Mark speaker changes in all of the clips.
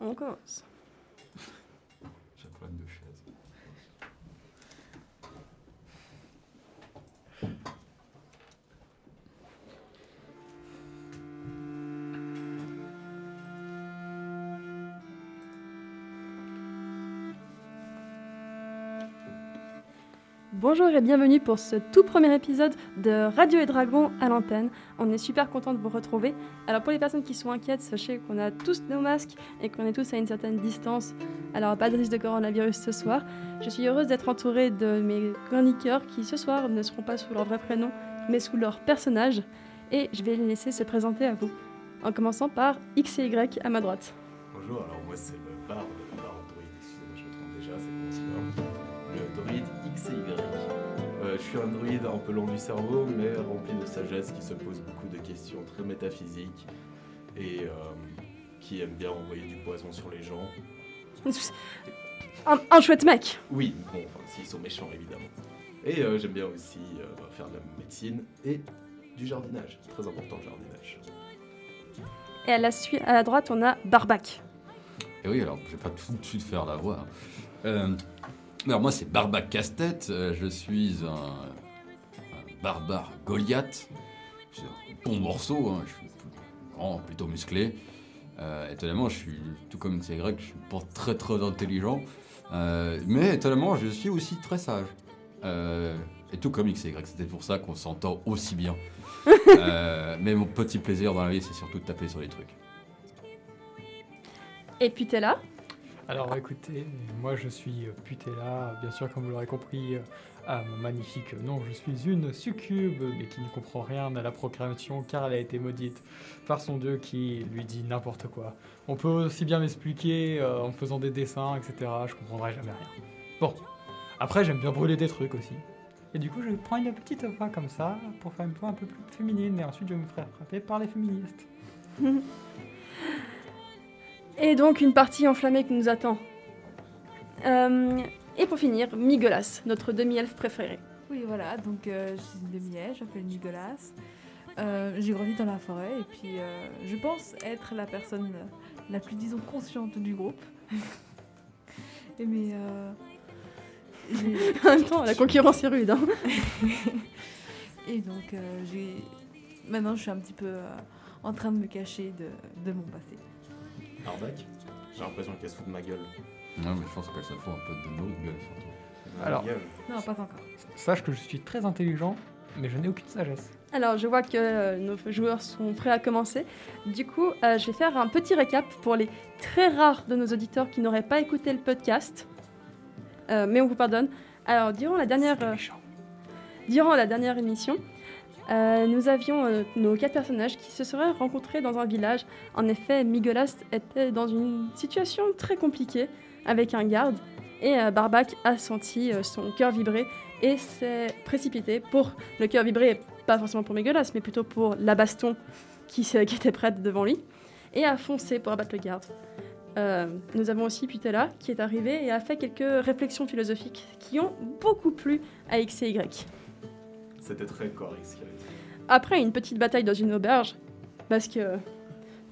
Speaker 1: on commence.
Speaker 2: J'ai un problème de chaise.
Speaker 1: Bonjour et bienvenue pour ce tout premier épisode de Radio et Dragon à l'antenne. On est super content de vous retrouver. Alors pour les personnes qui sont inquiètes, sachez qu'on a tous nos masques et qu'on est tous à une certaine distance. Alors pas de risque de coronavirus ce soir. Je suis heureuse d'être entourée de mes chroniqueurs qui ce soir ne seront pas sous leur vrai prénom mais sous leur personnage. Et je vais les laisser se présenter à vous. En commençant par X et Y à ma droite.
Speaker 2: Bonjour, alors moi c'est le barde, le barde druide, excusez-moi je me trompe déjà, c'est bon, c'est pas grave. Le druide X et Y. Euh, je suis un druide un peu long du cerveau, mais rempli de sagesse, qui se pose beaucoup de questions très métaphysiques et euh, qui aime bien envoyer du poison sur les gens.
Speaker 1: Un, un chouette mec
Speaker 2: Oui, bon, enfin, s'ils sont méchants évidemment. Et euh, j'aime bien aussi euh, faire de la médecine et du jardinage, très important le jardinage.
Speaker 1: Et à la, sui- à la droite, on a Barbac.
Speaker 3: Et Eh oui, alors, je vais pas tout de suite faire la voix. Euh, alors, moi, c'est Barbac Casse-Tête. euh, je suis un, un barbare Goliath. Je suis un bon morceau. hein, je suis grand, plutôt musclé. Euh, étonnamment, je suis, tout comme c'est grec, je suis pas très très intelligent. Euh, mais étonnamment, je suis aussi très sage. Euh, et tout comme XY, c'était pour ça qu'on s'entend aussi bien. Euh, mais mon petit plaisir dans la vie, c'est surtout de taper sur les trucs.
Speaker 1: Et puis t'es là.
Speaker 4: Alors écoutez, moi je suis euh, Putella, bien sûr comme vous l'aurez compris euh, à mon magnifique nom, je suis une succube, mais qui ne comprend rien à la proclamation car elle a été maudite par son dieu qui lui dit n'importe quoi. On peut aussi bien m'expliquer euh, en faisant des dessins, etc. Je comprendrai jamais rien. Bon, après j'aime bien brûler des trucs aussi. Et du coup je prends une petite voix comme ça pour faire une voix un peu plus féminine et ensuite je me ferai frapper par les féministes.
Speaker 1: Et donc une partie enflammée qui nous attend. Euh, et pour finir, Migolas, notre demi-elfe préféré.
Speaker 5: Oui, voilà, donc euh, je suis une demi-aie, je m'appelle Nicolas. Euh, J'ai grandi dans la forêt et puis euh, je pense être la personne euh, la plus, disons, consciente du groupe. et mais. euh, j'ai-
Speaker 1: En même temps, la concurrence est rude. hein.
Speaker 5: et donc, euh, j'ai. Maintenant, je suis un petit peu euh, en train de me cacher de, de mon passé.
Speaker 2: Ardac J'ai l'impression qu'elle se fout de ma gueule.
Speaker 3: Non, mais je pense qu'elle se fout un peu de nos gueules, surtout.
Speaker 4: Alors.
Speaker 2: Ma gueule.
Speaker 5: Non, pas encore.
Speaker 4: Sache que je suis très intelligent, mais je n'ai aucune sagesse.
Speaker 1: Alors je vois que euh, nos joueurs sont prêts à commencer. Du coup, euh, je vais faire un petit récap pour les très rares de nos auditeurs qui n'auraient pas écouté le podcast. Euh, mais on vous pardonne. Alors durant la dernière... euh, Durant la dernière émission, euh, nous avions euh, nos quatre personnages qui se seraient rencontrés dans un village. En effet, Migolas était dans une situation très compliquée avec un garde et euh, Barbac a senti euh, son cœur vibrer et s'est précipité pour le cœur vibrer, pas forcément pour Migolas, mais plutôt pour la baston qui, se- qui était prête devant lui et a foncé pour abattre le garde. Euh, nous avons aussi Putella qui est arrivé et a fait quelques réflexions philosophiques qui ont beaucoup plu à X et Y.
Speaker 2: C'était très correct ce qu'elle a dit.
Speaker 1: Après une petite bataille dans une auberge, parce que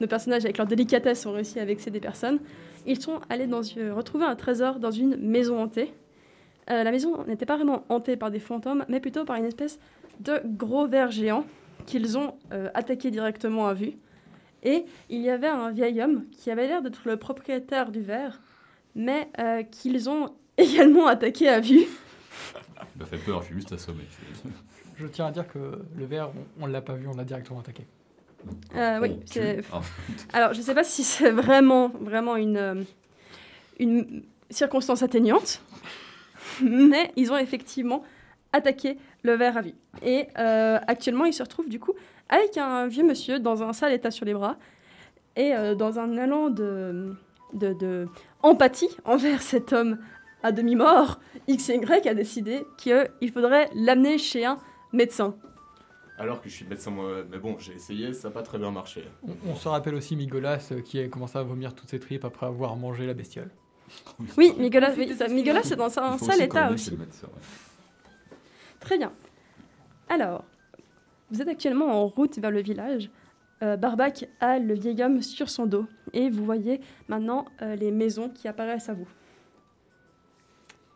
Speaker 1: nos personnages, avec leur délicatesse, ont réussi à vexer des personnes, ils sont allés dans, euh, retrouver un trésor dans une maison hantée. Euh, la maison n'était pas vraiment hantée par des fantômes, mais plutôt par une espèce de gros ver géant qu'ils ont euh, attaqué directement à vue. Et il y avait un vieil homme qui avait l'air d'être le propriétaire du ver, mais euh, qu'ils ont également attaqué à vue.
Speaker 3: Il m'a fait peur, je suis juste assommé.
Speaker 4: Je tiens à dire que le verre, on, on l'a pas vu, on l'a directement attaqué.
Speaker 1: Euh, oui,
Speaker 3: On
Speaker 1: c'est-
Speaker 3: tue. Ah,
Speaker 1: Alors, je ne sais pas si c'est vraiment, vraiment une, euh, une circonstance atteignante, mais ils ont effectivement attaqué le verre à vue. Et euh, actuellement, ils se retrouvent du coup avec un vieux monsieur dans un sale état sur les bras et euh, dans un allant de, de, de empathie envers cet homme à demi-mort, X et Y a décidé qu'il faudrait l'amener chez un médecin.
Speaker 2: Alors que je suis médecin moi, mais bon, j'ai essayé, ça n'a pas très bien marché.
Speaker 4: On, on se rappelle aussi Migolas euh, qui a commencé à vomir toutes ses tripes après avoir mangé la bestiole.
Speaker 1: Oui, Migolas, oui, ça- Migolas est dans un
Speaker 3: faut
Speaker 1: sale
Speaker 3: aussi qu'on
Speaker 1: état
Speaker 3: dise
Speaker 1: aussi.
Speaker 3: le médecin, ouais.
Speaker 1: Très bien. Alors, vous êtes actuellement en route vers le village euh, Barbac a le vieil homme sur son dos. Et vous voyez maintenant euh, les maisons qui apparaissent à vous.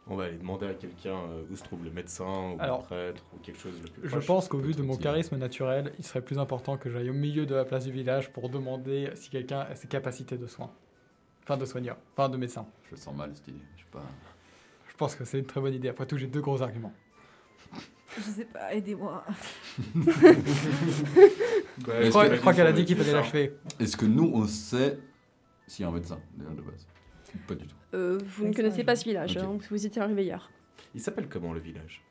Speaker 2: On va aller demander à quelqu'un euh, où se trouve le médecin, ou
Speaker 4: Alors,
Speaker 2: le prêtre, ou quelque chose le plus
Speaker 4: Je
Speaker 2: proche.
Speaker 4: pense qu'au vu de mon
Speaker 2: Tranquille.
Speaker 4: charisme naturel, il serait plus important que j'aille au milieu de la place du village pour demander si quelqu'un a ses capacités de soins. Enfin, de soigneur. Enfin, de médecin.
Speaker 3: Je sens mal cette idée. Je sais pas.
Speaker 4: Je pense que c'est une très bonne idée. Après tout, j'ai deux gros arguments.
Speaker 5: Je sais pas, aidez-moi.
Speaker 2: Bah,
Speaker 3: Je
Speaker 4: Je
Speaker 2: est-ce
Speaker 4: crois,
Speaker 2: qu'il
Speaker 4: je crois qu'elle a dit qu'il
Speaker 2: faut
Speaker 4: fallait
Speaker 2: faire
Speaker 4: l'achever.
Speaker 3: Est-ce que nous, on sait s'il y a un médecin, déjà de base Ou Pas du tout.
Speaker 1: Euh, vous ne
Speaker 5: Oui, ça,
Speaker 1: connaissez
Speaker 5: je-
Speaker 1: pas ce village,
Speaker 3: Ok.
Speaker 1: hein, vous étiez arrivé hier.
Speaker 2: Il s'appelle comment le village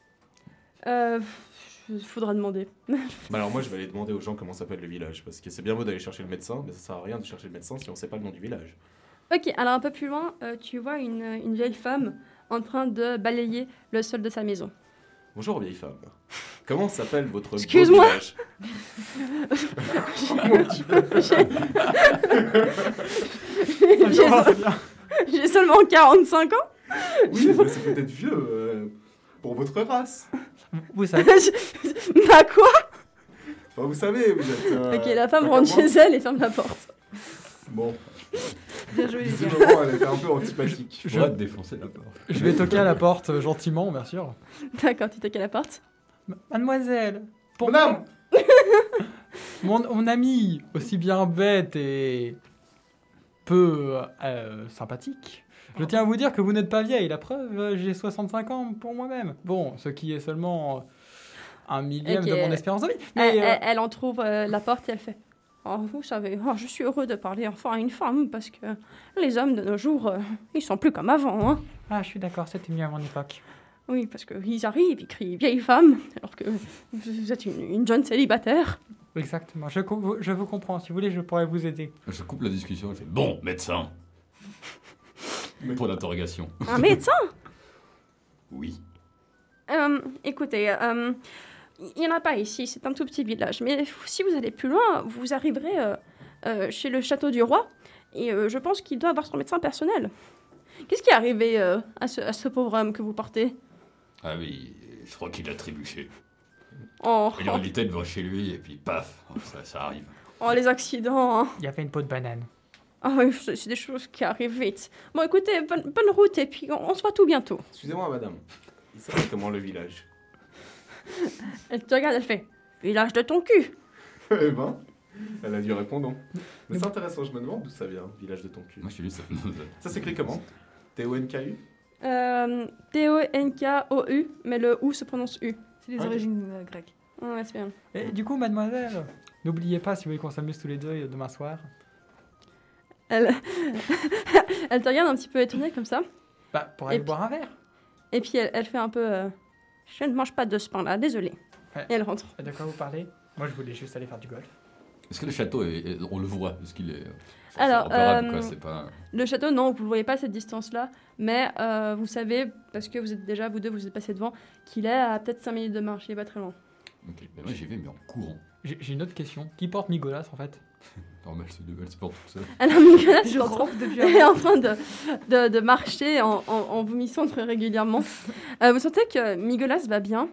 Speaker 1: Euh, il faudra demander.
Speaker 2: Bah alors moi je vais aller demander aux gens comment s'appelle le village parce que c'est bien beau d'aller chercher le médecin mais ça sert à rien de chercher le médecin si on sait pas le nom du village.
Speaker 1: Ok, alors un peu plus loin, euh, tu vois une, une vieille femme en train de balayer le sol de sa maison.
Speaker 2: Bonjour vieille femme. Comment s'appelle votre beau
Speaker 1: Excuse-moi.
Speaker 2: village
Speaker 1: J'ai j'ai seulement 45 ans.
Speaker 2: Oui mais c'est peut-être vieux euh, pour votre race.
Speaker 4: Vous savez.
Speaker 1: Je- bah quoi
Speaker 2: Enfin vous savez vous êtes. euh,
Speaker 1: Ok, la femme
Speaker 2: pas
Speaker 1: rentre
Speaker 2: comme
Speaker 1: chez elle et ferme la porte.
Speaker 2: moi. Bon.
Speaker 5: Bien joué, les gars.
Speaker 2: Visiblement elle était un peu antipathique.
Speaker 3: Je vais te défoncer la porte.
Speaker 4: Je vais toquer à la porte euh, gentiment, bien sûr.
Speaker 1: D'accord, tu toques à la porte.
Speaker 4: Mademoiselle
Speaker 2: Pour Madame
Speaker 4: Mon, mon ami, aussi bien bête et peu euh, sympathique, je tiens à vous dire que vous n'êtes pas vieille. La preuve, euh, j'ai 65 ans pour moi-même. Bon, ce qui est seulement euh, un millième
Speaker 1: Ok.
Speaker 4: de mon espérance de vie.
Speaker 1: Elle,
Speaker 4: Mais euh,
Speaker 1: elle- elle en trouve euh, la porte et elle fait Oh, vous savez, oh, je suis heureux de parler enfin à une femme parce que les hommes de nos jours, euh, ils sont plus comme avant. hein.
Speaker 4: ah, je suis d'accord, c'était mieux à mon époque.
Speaker 1: Oui, parce qu'ils arrivent, ils crient vieille femme, alors que vous êtes une, une jeune célibataire.
Speaker 4: Exactement. Je, com- je vous comprends. Si vous voulez, je pourrais vous aider.
Speaker 3: Je coupe la discussion et je fais Bon, médecin
Speaker 2: Mais-
Speaker 3: Pour l'interrogation.
Speaker 1: Un médecin
Speaker 3: Oui.
Speaker 1: Euh, Écoutez, euh, il n'y en a pas ici, c'est un tout petit village. Mais si vous allez plus loin, vous arriverez euh, euh, chez le château du roi. Et euh, je pense qu'il doit avoir son médecin personnel. Qu'est-ce qui est arrivé euh, à, ce, à ce pauvre homme que vous portez
Speaker 3: Ah oui, je crois qu'il a trébuché.
Speaker 1: Oh,
Speaker 3: Il est en était devant chez lui et puis paf, ça, ça arrive.
Speaker 1: oh, les accidents hein.
Speaker 4: Il y avait une peau de banane.
Speaker 1: Ah oui, c'est c'est des choses qui arrivent vite. Bon, écoutez, bonne, bonne route et puis on, on se voit tout bientôt.
Speaker 2: Excusez-moi madame. Il s'appelle comment le village
Speaker 1: Elle te regarde, elle fait Village de ton cul
Speaker 2: Eh ben elle a dû répondre. Mais c'est intéressant je me demande d'où ça vient village de ton cul.
Speaker 3: Moi, je suis juste.
Speaker 2: Ça s'écrit comment T-O-N-K-U
Speaker 1: Euh, T-O-N-K-O-U, mais le OU se prononce U.
Speaker 5: C'est les
Speaker 2: Ok.
Speaker 5: origines euh, grecques.
Speaker 1: Ouais, c'est bien.
Speaker 4: Et du coup, mademoiselle, n'oubliez pas, si vous voulez qu'on s'amuse tous les deux euh, demain soir.
Speaker 1: Elle... elle te regarde un petit peu étonnée comme ça.
Speaker 4: Bah, pour aller
Speaker 1: Et puis-
Speaker 4: boire un verre.
Speaker 1: Et puis elle, elle fait un peu. euh, je ne mange pas de ce pain-là, désolée.
Speaker 4: Ouais.
Speaker 1: Et elle rentre.
Speaker 4: Ah, De quoi vous parlez Moi, je voulais juste aller faire du golf.
Speaker 3: Est-ce que le château, est- est- on le voit Est-ce qu'il est. c'est
Speaker 1: Alors,
Speaker 3: repérable,
Speaker 1: euh,
Speaker 3: quoi, c'est pas.
Speaker 1: Le château, non, vous ne voyez pas à cette distance-là, mais euh, vous savez, parce que vous êtes déjà, vous deux, vous êtes passés devant, qu'il est à peut-être 5 minutes de marche, il est pas très loin.
Speaker 3: Ok, mais moi j'y vais, mais en courant.
Speaker 4: J'ai j'ai une autre question. Qui porte Nicolas en fait
Speaker 3: Normal, c'est de belles sports tout seul.
Speaker 1: Alors, Nicolas,
Speaker 5: Je
Speaker 1: est en train-
Speaker 5: rampe depuis
Speaker 1: elle est
Speaker 5: avant.
Speaker 1: en train de, de, de marcher en, en, en vomissant très régulièrement. Euh, vous sentez que Migolas va bien,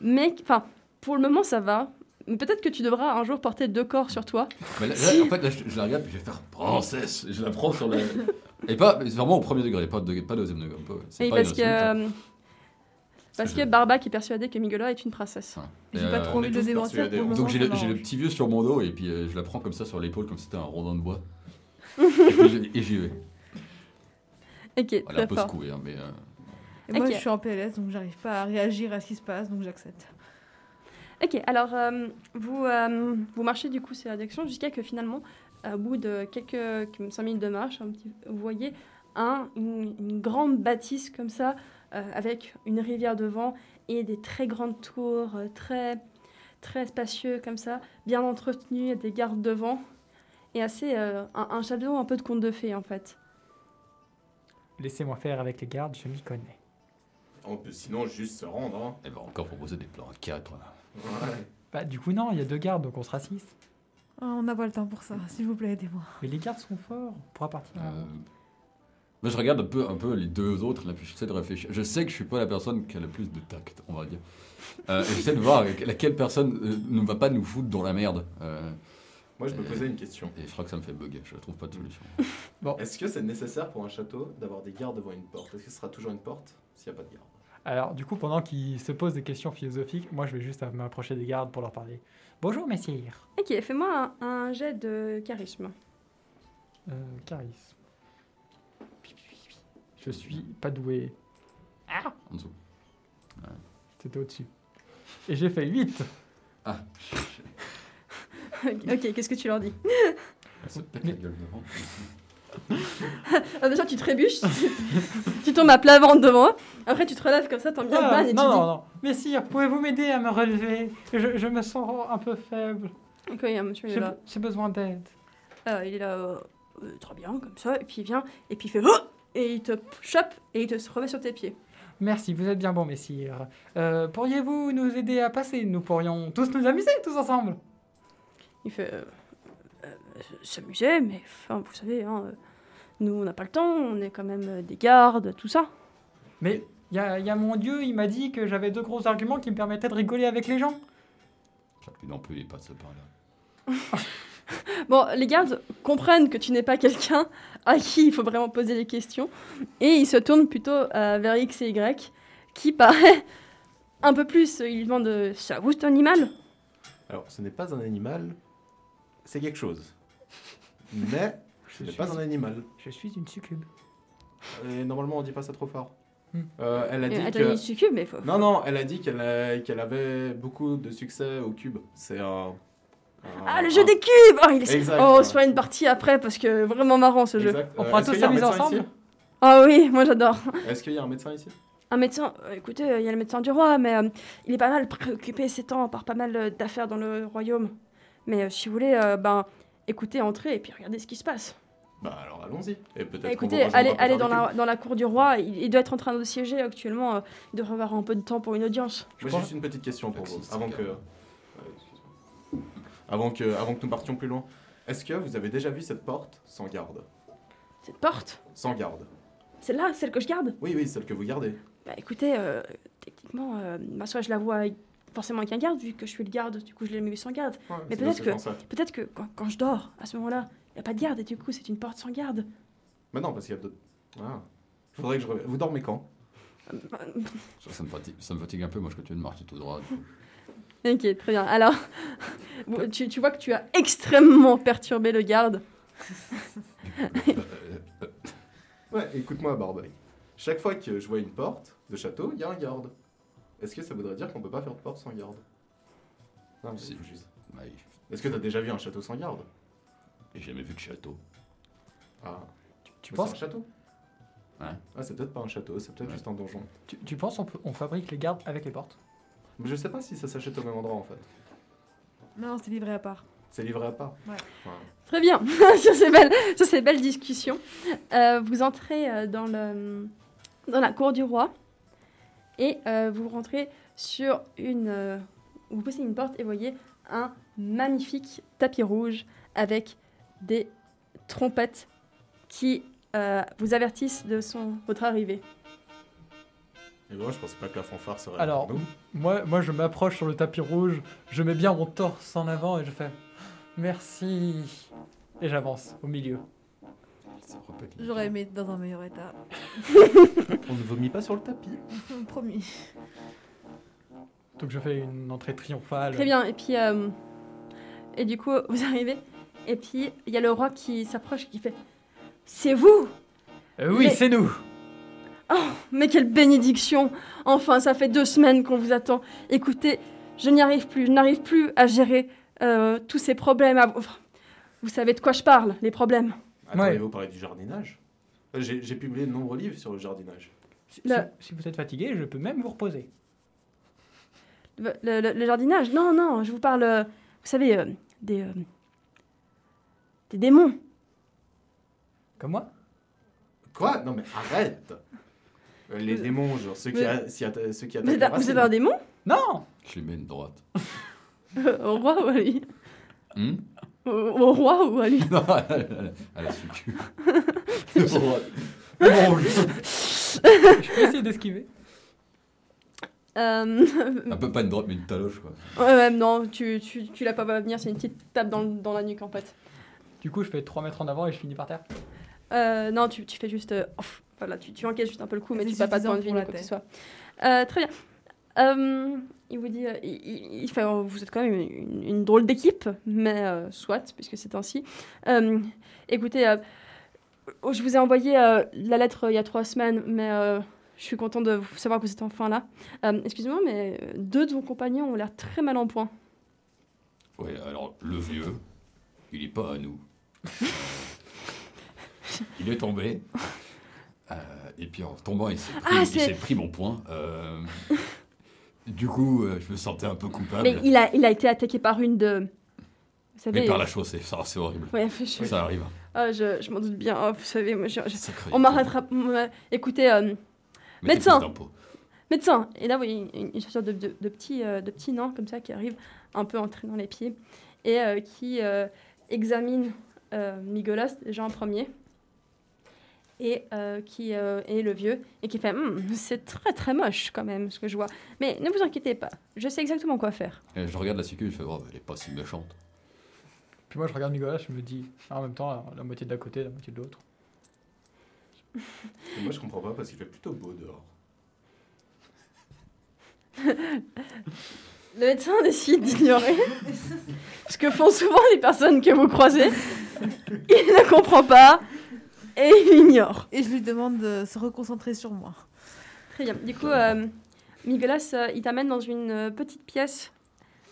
Speaker 1: mais enfin, pour le moment, ça va. Mais Peut-être que tu devras un jour porter deux corps sur toi.
Speaker 3: Mais là, là, en fait, là, je, je la regarde, puis je vais faire princesse. Et je la prends sur la. Et pas, mais c'est vraiment au premier degré, pas, de, pas deuxième degré. Pas, c'est
Speaker 1: Oui,
Speaker 3: pas
Speaker 1: parce
Speaker 3: une
Speaker 1: que, euh,
Speaker 3: insulte, hein.
Speaker 1: parce
Speaker 3: que
Speaker 1: que
Speaker 3: je-
Speaker 1: Barbac est persuadée que Migola est une princesse.
Speaker 5: J'ai
Speaker 3: Et,
Speaker 5: pas
Speaker 3: euh,
Speaker 5: trop
Speaker 2: on est
Speaker 5: envie de
Speaker 2: tous
Speaker 5: les émentir
Speaker 2: persuadés,
Speaker 1: euh,
Speaker 5: pour
Speaker 2: hein.
Speaker 5: le
Speaker 3: Donc
Speaker 5: moment,
Speaker 3: j'ai
Speaker 5: ça
Speaker 3: le, j'ai le
Speaker 5: m'arrange.
Speaker 3: petit vieux sur mon dos et puis euh, je la prends comme ça sur l'épaule comme si c'était un rondin de bois. et puis j'y- et j'y vais.
Speaker 1: Ok,
Speaker 3: Elle a Ah. un
Speaker 1: très
Speaker 3: peu
Speaker 1: fort.
Speaker 3: secouée, hein, mais. euh,
Speaker 5: Et moi,
Speaker 1: Ok.
Speaker 5: je suis en PLS, donc j'arrive pas à réagir à ce qui se passe, donc j'accepte.
Speaker 1: Ok, alors euh, vous, euh, vous marchez du coup ces direction jusqu'à que finalement, au bout de quelques 5 minutes de marche, un petit, vous voyez un, une, une grande bâtisse comme ça, euh, avec une rivière devant et des très grandes tours, euh, très, très spacieux comme ça, bien entretenues, il y a des gardes devant, et assez euh, un, un château un peu de conte de fées en fait.
Speaker 4: Laissez-moi faire avec les gardes, je m'y connais.
Speaker 2: On peut sinon juste se rendre. hein.
Speaker 3: Elle va encore proposer des plans à quatre. là.
Speaker 2: Ouais.
Speaker 4: Bah, du coup, non, il y a deux gardes, donc on sera six.
Speaker 5: Ah, on n'a pas le temps pour ça, s'il vous plaît, aidez-moi.
Speaker 4: Mais les gardes sont forts pour appartenir à
Speaker 3: Euh, Moi je regarde un peu, un peu les deux autres, là, puis j'essaie de réfléchir. Je sais que je suis pas la personne qui a le plus de tact, on va dire. Euh, et j'essaie de voir avec laquelle personne euh, ne va pas nous foutre dans la merde. Euh,
Speaker 2: Moi, je me posais une question.
Speaker 3: Et je crois que ça me fait bugger, je trouve pas de solution.
Speaker 2: Est-ce que c'est nécessaire pour un château d'avoir des gardes devant une porte Est-ce que ce sera toujours une porte s'il n'y a pas de garde
Speaker 4: Alors, du coup, pendant qu'ils se posent des questions philosophiques, moi, je vais juste m'approcher des gardes pour leur parler. Bonjour, messire.
Speaker 1: Ok, fais-moi un, un jet de charisme.
Speaker 4: Euh, charisme. Je suis pas doué.
Speaker 3: En dessous.
Speaker 4: C'était au-dessus. Et j'ai fait 8.
Speaker 3: Ah,
Speaker 1: ok, qu'est-ce que tu leur dis
Speaker 3: elle se pète la gueule devant.
Speaker 1: Ah, Déjà, tu trébuches, tu tombes à plat ventre devant eux. Après, tu te relèves comme ça, t'en bien
Speaker 4: Ah,
Speaker 1: bagne et
Speaker 4: non,
Speaker 1: tu
Speaker 4: non, non. Messire, pouvez-vous m'aider à me relever je, je me sens un peu faible.
Speaker 1: dis... Ok, il y a un monsieur, il est
Speaker 4: J'ai
Speaker 1: là.
Speaker 4: j'ai besoin d'aide.
Speaker 1: Euh, il est là, euh, euh, très bien, comme ça. Et puis il vient, et puis il fait... Oh et il te chope, et il te remet sur tes pieds.
Speaker 4: Merci, vous êtes bien bon, messire. Euh, Pourriez-vous nous aider à passer Nous pourrions tous nous amuser, tous ensemble.
Speaker 1: Il fait... euh, euh, S'amuser, mais enfin, vous savez, hein, euh, nous, on n'a pas le temps, on est quand même euh, des gardes, tout ça.
Speaker 4: Mais il y a, y a mon dieu, il m'a dit que j'avais deux gros arguments qui me permettaient de rigoler avec les gens.
Speaker 3: Jacques, lui non plus, il passe par là.
Speaker 1: Bon, les gardes comprennent que tu n'es pas quelqu'un à qui il faut vraiment poser des questions et ils se tournent plutôt euh, vers X et Y qui paraît un peu plus. Ils lui demandent euh, Ça vous c'est un animal
Speaker 2: Alors, ce n'est pas un animal, c'est quelque chose. Mais ce n'est pas un animal.
Speaker 4: Je suis une succube.
Speaker 2: Et normalement, on dit pas ça trop fort.
Speaker 4: Hmm.
Speaker 2: Euh, elle a
Speaker 1: Mais
Speaker 2: dit
Speaker 1: Attends,
Speaker 2: que...
Speaker 1: il succube, mais faut.
Speaker 2: Non, non, elle a dit qu'elle a- qu'elle avait beaucoup de succès au cube. C'est un... un-
Speaker 1: Ah, le jeu
Speaker 2: un-
Speaker 1: des cubes Oh, il est...
Speaker 2: Exact,
Speaker 1: oh on
Speaker 2: ouais.
Speaker 1: se fera une partie après parce que vraiment marrant ce jeu.
Speaker 2: Exact.
Speaker 4: On
Speaker 2: Euh,
Speaker 4: pourra
Speaker 2: est-ce
Speaker 4: tous
Speaker 2: qu'il y a un
Speaker 4: s'amuser
Speaker 2: médecin
Speaker 4: ensemble
Speaker 1: Ah oui, moi j'adore.
Speaker 2: ici Est-ce qu'il y a un médecin ici
Speaker 1: Un médecin, euh, écoutez, euh, il y a le médecin du roi, mais euh, il est pas mal préoccupé ces temps par pas mal euh, d'affaires dans le royaume. Mais euh, si vous voulez, euh, ben, écoutez, entrez et puis regardez ce qui se passe.
Speaker 2: Bah alors allons-y. Et peut-être qu'on
Speaker 1: Bah, Écoutez,
Speaker 2: vous rejoindra
Speaker 1: allez,
Speaker 2: pour
Speaker 1: allez
Speaker 2: faire
Speaker 1: dans,
Speaker 2: des cubes.
Speaker 1: la, dans la cour du roi, il, il doit être en train de siéger actuellement, euh, il devrait avoir un peu de temps pour une audience.
Speaker 2: Moi, j'ai
Speaker 4: crois-
Speaker 2: juste une petite question pour vous,
Speaker 3: Taxi,
Speaker 2: avant
Speaker 3: c'est
Speaker 2: que...
Speaker 3: grave.
Speaker 2: Ouais, excuse-moi. avant que, avant que nous partions plus loin. Est-ce que vous avez déjà vu cette porte sans garde
Speaker 1: Cette porte,
Speaker 2: Sans garde.
Speaker 1: c'est là, celle que je garde
Speaker 2: Oui, oui, celle que vous gardez.
Speaker 1: Bah écoutez, euh, techniquement, euh, bah, soit je la vois forcément avec un garde, vu que je suis le garde, du coup je l'ai mis sans garde.
Speaker 2: C'est
Speaker 1: peut-être
Speaker 2: ce
Speaker 1: que-
Speaker 2: je pensais.
Speaker 1: Peut-être que quand, quand je dors, à ce moment-là, il n'y a pas de garde, et du coup c'est une porte sans garde.
Speaker 2: Mais non, parce qu'il y a d'autres... Ah. Faudrait que je... revienne. Vous dormez quand
Speaker 1: Euh, bah,
Speaker 3: Ça, ça me fatigue, ça me fatigue un peu, moi je continue de marcher tout droit. du coup.
Speaker 1: ok, très bien. Alors, vous- tu, tu vois que tu as extrêmement perturbé le garde.
Speaker 2: Ouais, écoute-moi, Barbe. Chaque fois que je vois une porte de château, il y a un garde. Est-ce que ça voudrait dire qu'on peut pas faire de porte sans garde Non, mais
Speaker 3: Si.
Speaker 2: c'est juste.
Speaker 3: Ouais,
Speaker 2: Est-ce que t'as déjà vu un château sans garde
Speaker 3: J'ai jamais vu de château.
Speaker 2: Ah.
Speaker 4: Tu
Speaker 2: Mais
Speaker 4: penses,
Speaker 2: C'est un château
Speaker 3: Ouais.
Speaker 2: Ah, c'est peut-être pas un château, c'est peut-être
Speaker 3: Ouais.
Speaker 2: juste un donjon.
Speaker 4: tu, tu penses on, peut- on fabrique les gardes avec les portes
Speaker 2: Mais je sais pas si ça s'achète au même endroit en fait.
Speaker 5: Non, c'est livré à part.
Speaker 2: C'est livré à part.
Speaker 5: Ouais.
Speaker 1: Très bien, sur ces belles, sur ces belles discussions, euh, vous entrez euh, dans, le, dans la cour du roi et euh, vous rentrez sur une... euh, vous poussez une porte et voyez un magnifique tapis rouge avec des trompettes qui euh, vous avertissent de son, votre arrivée.
Speaker 2: Et moi, je pensais pas que la fanfare serait
Speaker 4: Alors,
Speaker 2: pour nous.
Speaker 4: moi, moi, je m'approche sur le tapis rouge, je mets bien mon torse en avant et je fais merci. Et j'avance au milieu.
Speaker 3: Ça repète les-
Speaker 5: J'aurais aimé être dans un meilleur état.
Speaker 2: On ne vomit pas sur le tapis.
Speaker 5: Promis.
Speaker 4: Donc je fais une entrée triomphale.
Speaker 1: Très bien, et puis... euh, et du coup, vous arrivez, et puis il y a le roi qui s'approche et qui fait « C'est vous !»
Speaker 4: Euh, oui,
Speaker 1: Mais-
Speaker 4: c'est nous.
Speaker 1: Mais quelle bénédiction Enfin, ça fait deux semaines qu'on vous attend. Écoutez, je n'y arrive plus, je n'arrive plus à gérer euh, tous ces problèmes. à- enfin, vous savez de quoi je parle, les problèmes.
Speaker 2: Attendez,
Speaker 4: Ouais.
Speaker 2: vous parlez du jardinage Euh, J'ai j'ai publié de nombreux livres sur le jardinage.
Speaker 4: Si,
Speaker 1: Le-
Speaker 4: si- si vous êtes fatigué, je peux même vous reposer.
Speaker 1: Le, le- le jardinage, non, non, je vous parle, euh, vous savez, euh, des, euh, des démons.
Speaker 4: Comme moi
Speaker 2: Quoi Non mais arrête Euh, Les
Speaker 1: Vous-
Speaker 2: démons, genre ceux qui,
Speaker 1: Vous-
Speaker 2: a- s'y atta- ceux qui
Speaker 1: Vous
Speaker 2: attaquent
Speaker 1: êtes,
Speaker 2: les
Speaker 1: un- vous êtes
Speaker 2: racines.
Speaker 1: un démon Euh,
Speaker 4: Non
Speaker 3: Je lui mets une droite.
Speaker 1: Au roi ou à lui
Speaker 3: Hum
Speaker 1: au, au roi ou à lui
Speaker 3: non, elle, elle- elle a su le cul.
Speaker 2: Bon,
Speaker 4: Je peux essayer d'esquiver.
Speaker 1: Euh,
Speaker 3: Un peu pas une droite, mais une taloche, quoi.
Speaker 1: ouais, ouais, non, tu, tu, tu la peux pas venir, c'est une petite tape dans, le- dans la nuque en fait.
Speaker 4: Du coup, je fais 3 mètres en avant et je finis par terre.
Speaker 1: Euh, non, tu, tu fais juste. euh, off. voilà, tu, tu encaisses juste un peu le coup, mais
Speaker 5: C'est
Speaker 1: tu vas pas de
Speaker 5: suffisant
Speaker 1: point de vie
Speaker 5: pour
Speaker 1: ni
Speaker 5: la
Speaker 1: quoi que ce
Speaker 5: tête.
Speaker 1: soit. Euh, très bien. Euh, il vous dit. euh, il, il- il fait, euh, vous êtes quand même une, une drôle d'équipe, mais euh, soit, puisque c'est ainsi. Euh, écoutez, euh, oh, je vous ai envoyé euh, la lettre euh, il y a trois semaines, mais euh, je suis content de vous savoir que vous êtes enfin là. Euh, Excusez-moi, mais euh, deux de vos compagnons ont l'air très mal en point.
Speaker 3: Ouais, alors le vieux, il est pas à nous. il est tombé. Euh, et puis en tombant, il s'est pris,
Speaker 1: Ah,
Speaker 3: il
Speaker 1: c'est-
Speaker 3: s'est pris mon poing. Euh, du coup, euh, je me sentais un peu coupable.
Speaker 1: Mais
Speaker 3: Mais,
Speaker 1: il a, il a été attaqué par une de. Vous savez. euh,
Speaker 3: par la chaussée, ça c'est horrible.
Speaker 1: Ouais, je,
Speaker 3: Ça arrive. hein.
Speaker 1: ah, je, je m'en doute bien. Ah, vous savez, moi, je- je-
Speaker 3: Sacré.
Speaker 1: on m'a rattrapé. ouais. Écoutez, euh,
Speaker 3: Mettez
Speaker 1: Médecin.
Speaker 3: plus d'impôts.
Speaker 1: médecin. Et là, vous voyez une, une sorte de, de, de petit, euh, de petit nain comme ça qui arrive, un peu en traînant les pieds, et euh, qui euh, examine euh, Migolas déjà en premier, et euh, qui euh, est le vieux, et qui fait Hum, C'est très très moche quand même ce que je vois. Mais ne vous inquiétez pas, je sais exactement quoi faire.
Speaker 3: Et je regarde la sécu, je fais, oh, elle est pas si méchante.
Speaker 4: Puis moi, je regarde Nicolas, je me dis, ah, en même temps, la, la moitié d'un côté, la moitié de l'autre.
Speaker 2: Et moi, je comprends pas parce qu'il fait plutôt beau dehors.
Speaker 1: Le médecin décide d'ignorer ce que font souvent les personnes que vous croisez. Il ne comprend pas et il ignore.
Speaker 5: Et je lui demande de se reconcentrer sur moi.
Speaker 1: Très bien. Du coup, euh, Migolas, euh, il t'amène dans une euh, petite pièce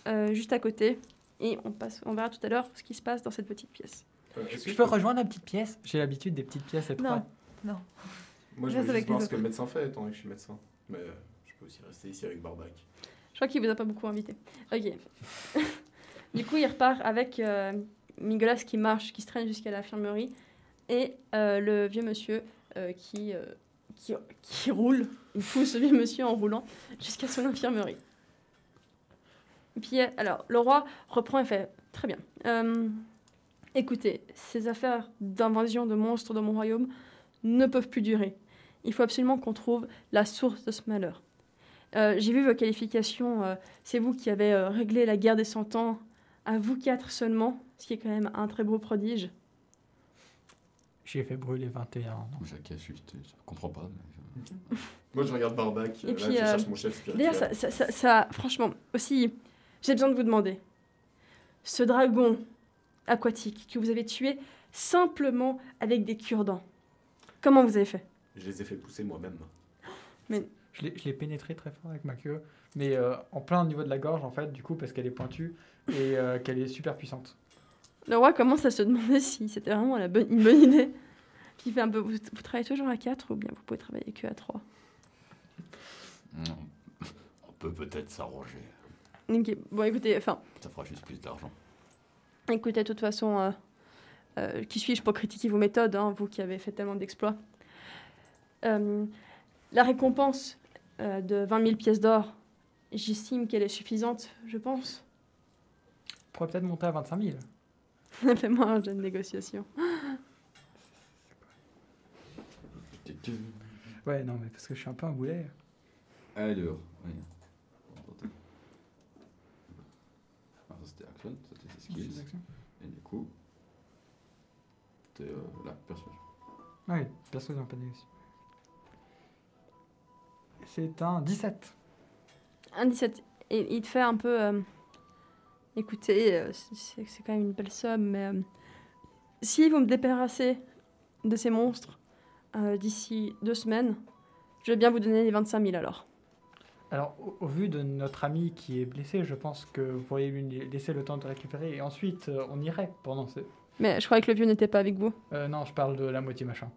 Speaker 1: euh, juste à côté. Et on, passe, on verra tout à l'heure ce qui se passe dans cette petite pièce.
Speaker 2: Euh, est-ce que
Speaker 4: Je peux rejoindre la petite pièce J'ai l'habitude des petites pièces étroites.
Speaker 5: Non, non.
Speaker 2: Moi, je
Speaker 5: Reste
Speaker 2: veux
Speaker 5: avec
Speaker 2: juste voir
Speaker 5: les
Speaker 2: ce que le médecin fait, étant donné que je suis médecin. Mais euh, je peux aussi rester ici avec Barbac.
Speaker 1: Je crois qu'il vous a pas beaucoup invité. Ok. du coup, il repart avec euh, Migolas qui marche, qui se traîne jusqu'à l'infirmerie. Et euh, le vieux monsieur euh, qui, euh, qui, qui roule. Il pousse le vieux monsieur en roulant jusqu'à son infirmerie. Et puis, euh, alors, le roi reprend et fait Très bien. Euh, écoutez, ces affaires d'invasion de monstres dans mon royaume ne peuvent plus durer. Il faut absolument qu'on trouve la source de ce malheur. Euh, J'ai vu vos qualifications. euh, C'est vous qui avez euh, réglé la guerre des cent ans à vous quatre seulement, ce qui est quand même un très beau prodige.
Speaker 4: J'ai fait brûler 21. ans.
Speaker 3: Je, je, suis- je comprends pas. mais je-
Speaker 2: Moi, je regarde Barbac.
Speaker 1: Et
Speaker 2: euh, là,
Speaker 1: puis,
Speaker 2: je
Speaker 1: euh,
Speaker 2: cherche mon chef spirituel.
Speaker 1: D'ailleurs, ça, ça- ça- ça- franchement, aussi, j'ai besoin de vous demander. Ce dragon aquatique que vous avez tué simplement avec des cure-dents, comment vous avez fait
Speaker 2: Je les ai fait pousser moi-même.
Speaker 4: Je l'ai je l'ai pénétré très fort avec ma queue, mais euh, en plein au niveau de la gorge, en fait, du coup, parce qu'elle est pointue et euh, qu'elle est super puissante.
Speaker 1: Le roi commence à se demander si c'était vraiment la bonne, une bonne idée. Puis il fait un peu, vous, vous travaillez toujours à 4 ou bien vous pouvez travailler que à 3
Speaker 3: On- Mm. On peut peut-être s'arranger.
Speaker 1: Bon, écoutez, enfin,
Speaker 3: Ça fera juste plus d'argent.
Speaker 1: Écoutez, de toute façon, euh, euh, qui suis-je pour critiquer vos méthodes, hein, vous qui avez fait tellement d'exploits Euh, La récompense euh, de 20 000 pièces d'or, j'estime qu'elle est suffisante, je pense.
Speaker 4: On pourrait peut-être monter à 25 000.
Speaker 1: Fais-moi un jeu de négociation.
Speaker 4: Ouais, non, mais parce que je suis un peu un boulet.
Speaker 3: Alors, oui. Ah, ça, c'était action, ça c'était skills. Et du coup, c'était euh, la persuasion.
Speaker 4: Ouais, perso, j'ai un peu de négociation. C'est un 17.
Speaker 1: Un 17, et il te fait un peu... euh, écoutez, euh, c'est c'est quand même une belle somme, mais euh, si vous me débarrassez de ces monstres euh, d'ici deux semaines, je vais bien vous donner les 25 000 alors.
Speaker 4: Alors, au, au vu de notre ami qui est blessé, je pense que vous pourriez lui laisser le temps de récupérer et ensuite euh, on irait pendant ce.
Speaker 1: Mais je croyais que le vieux n'était pas avec vous.
Speaker 4: Euh, non, je parle de la moitié machin.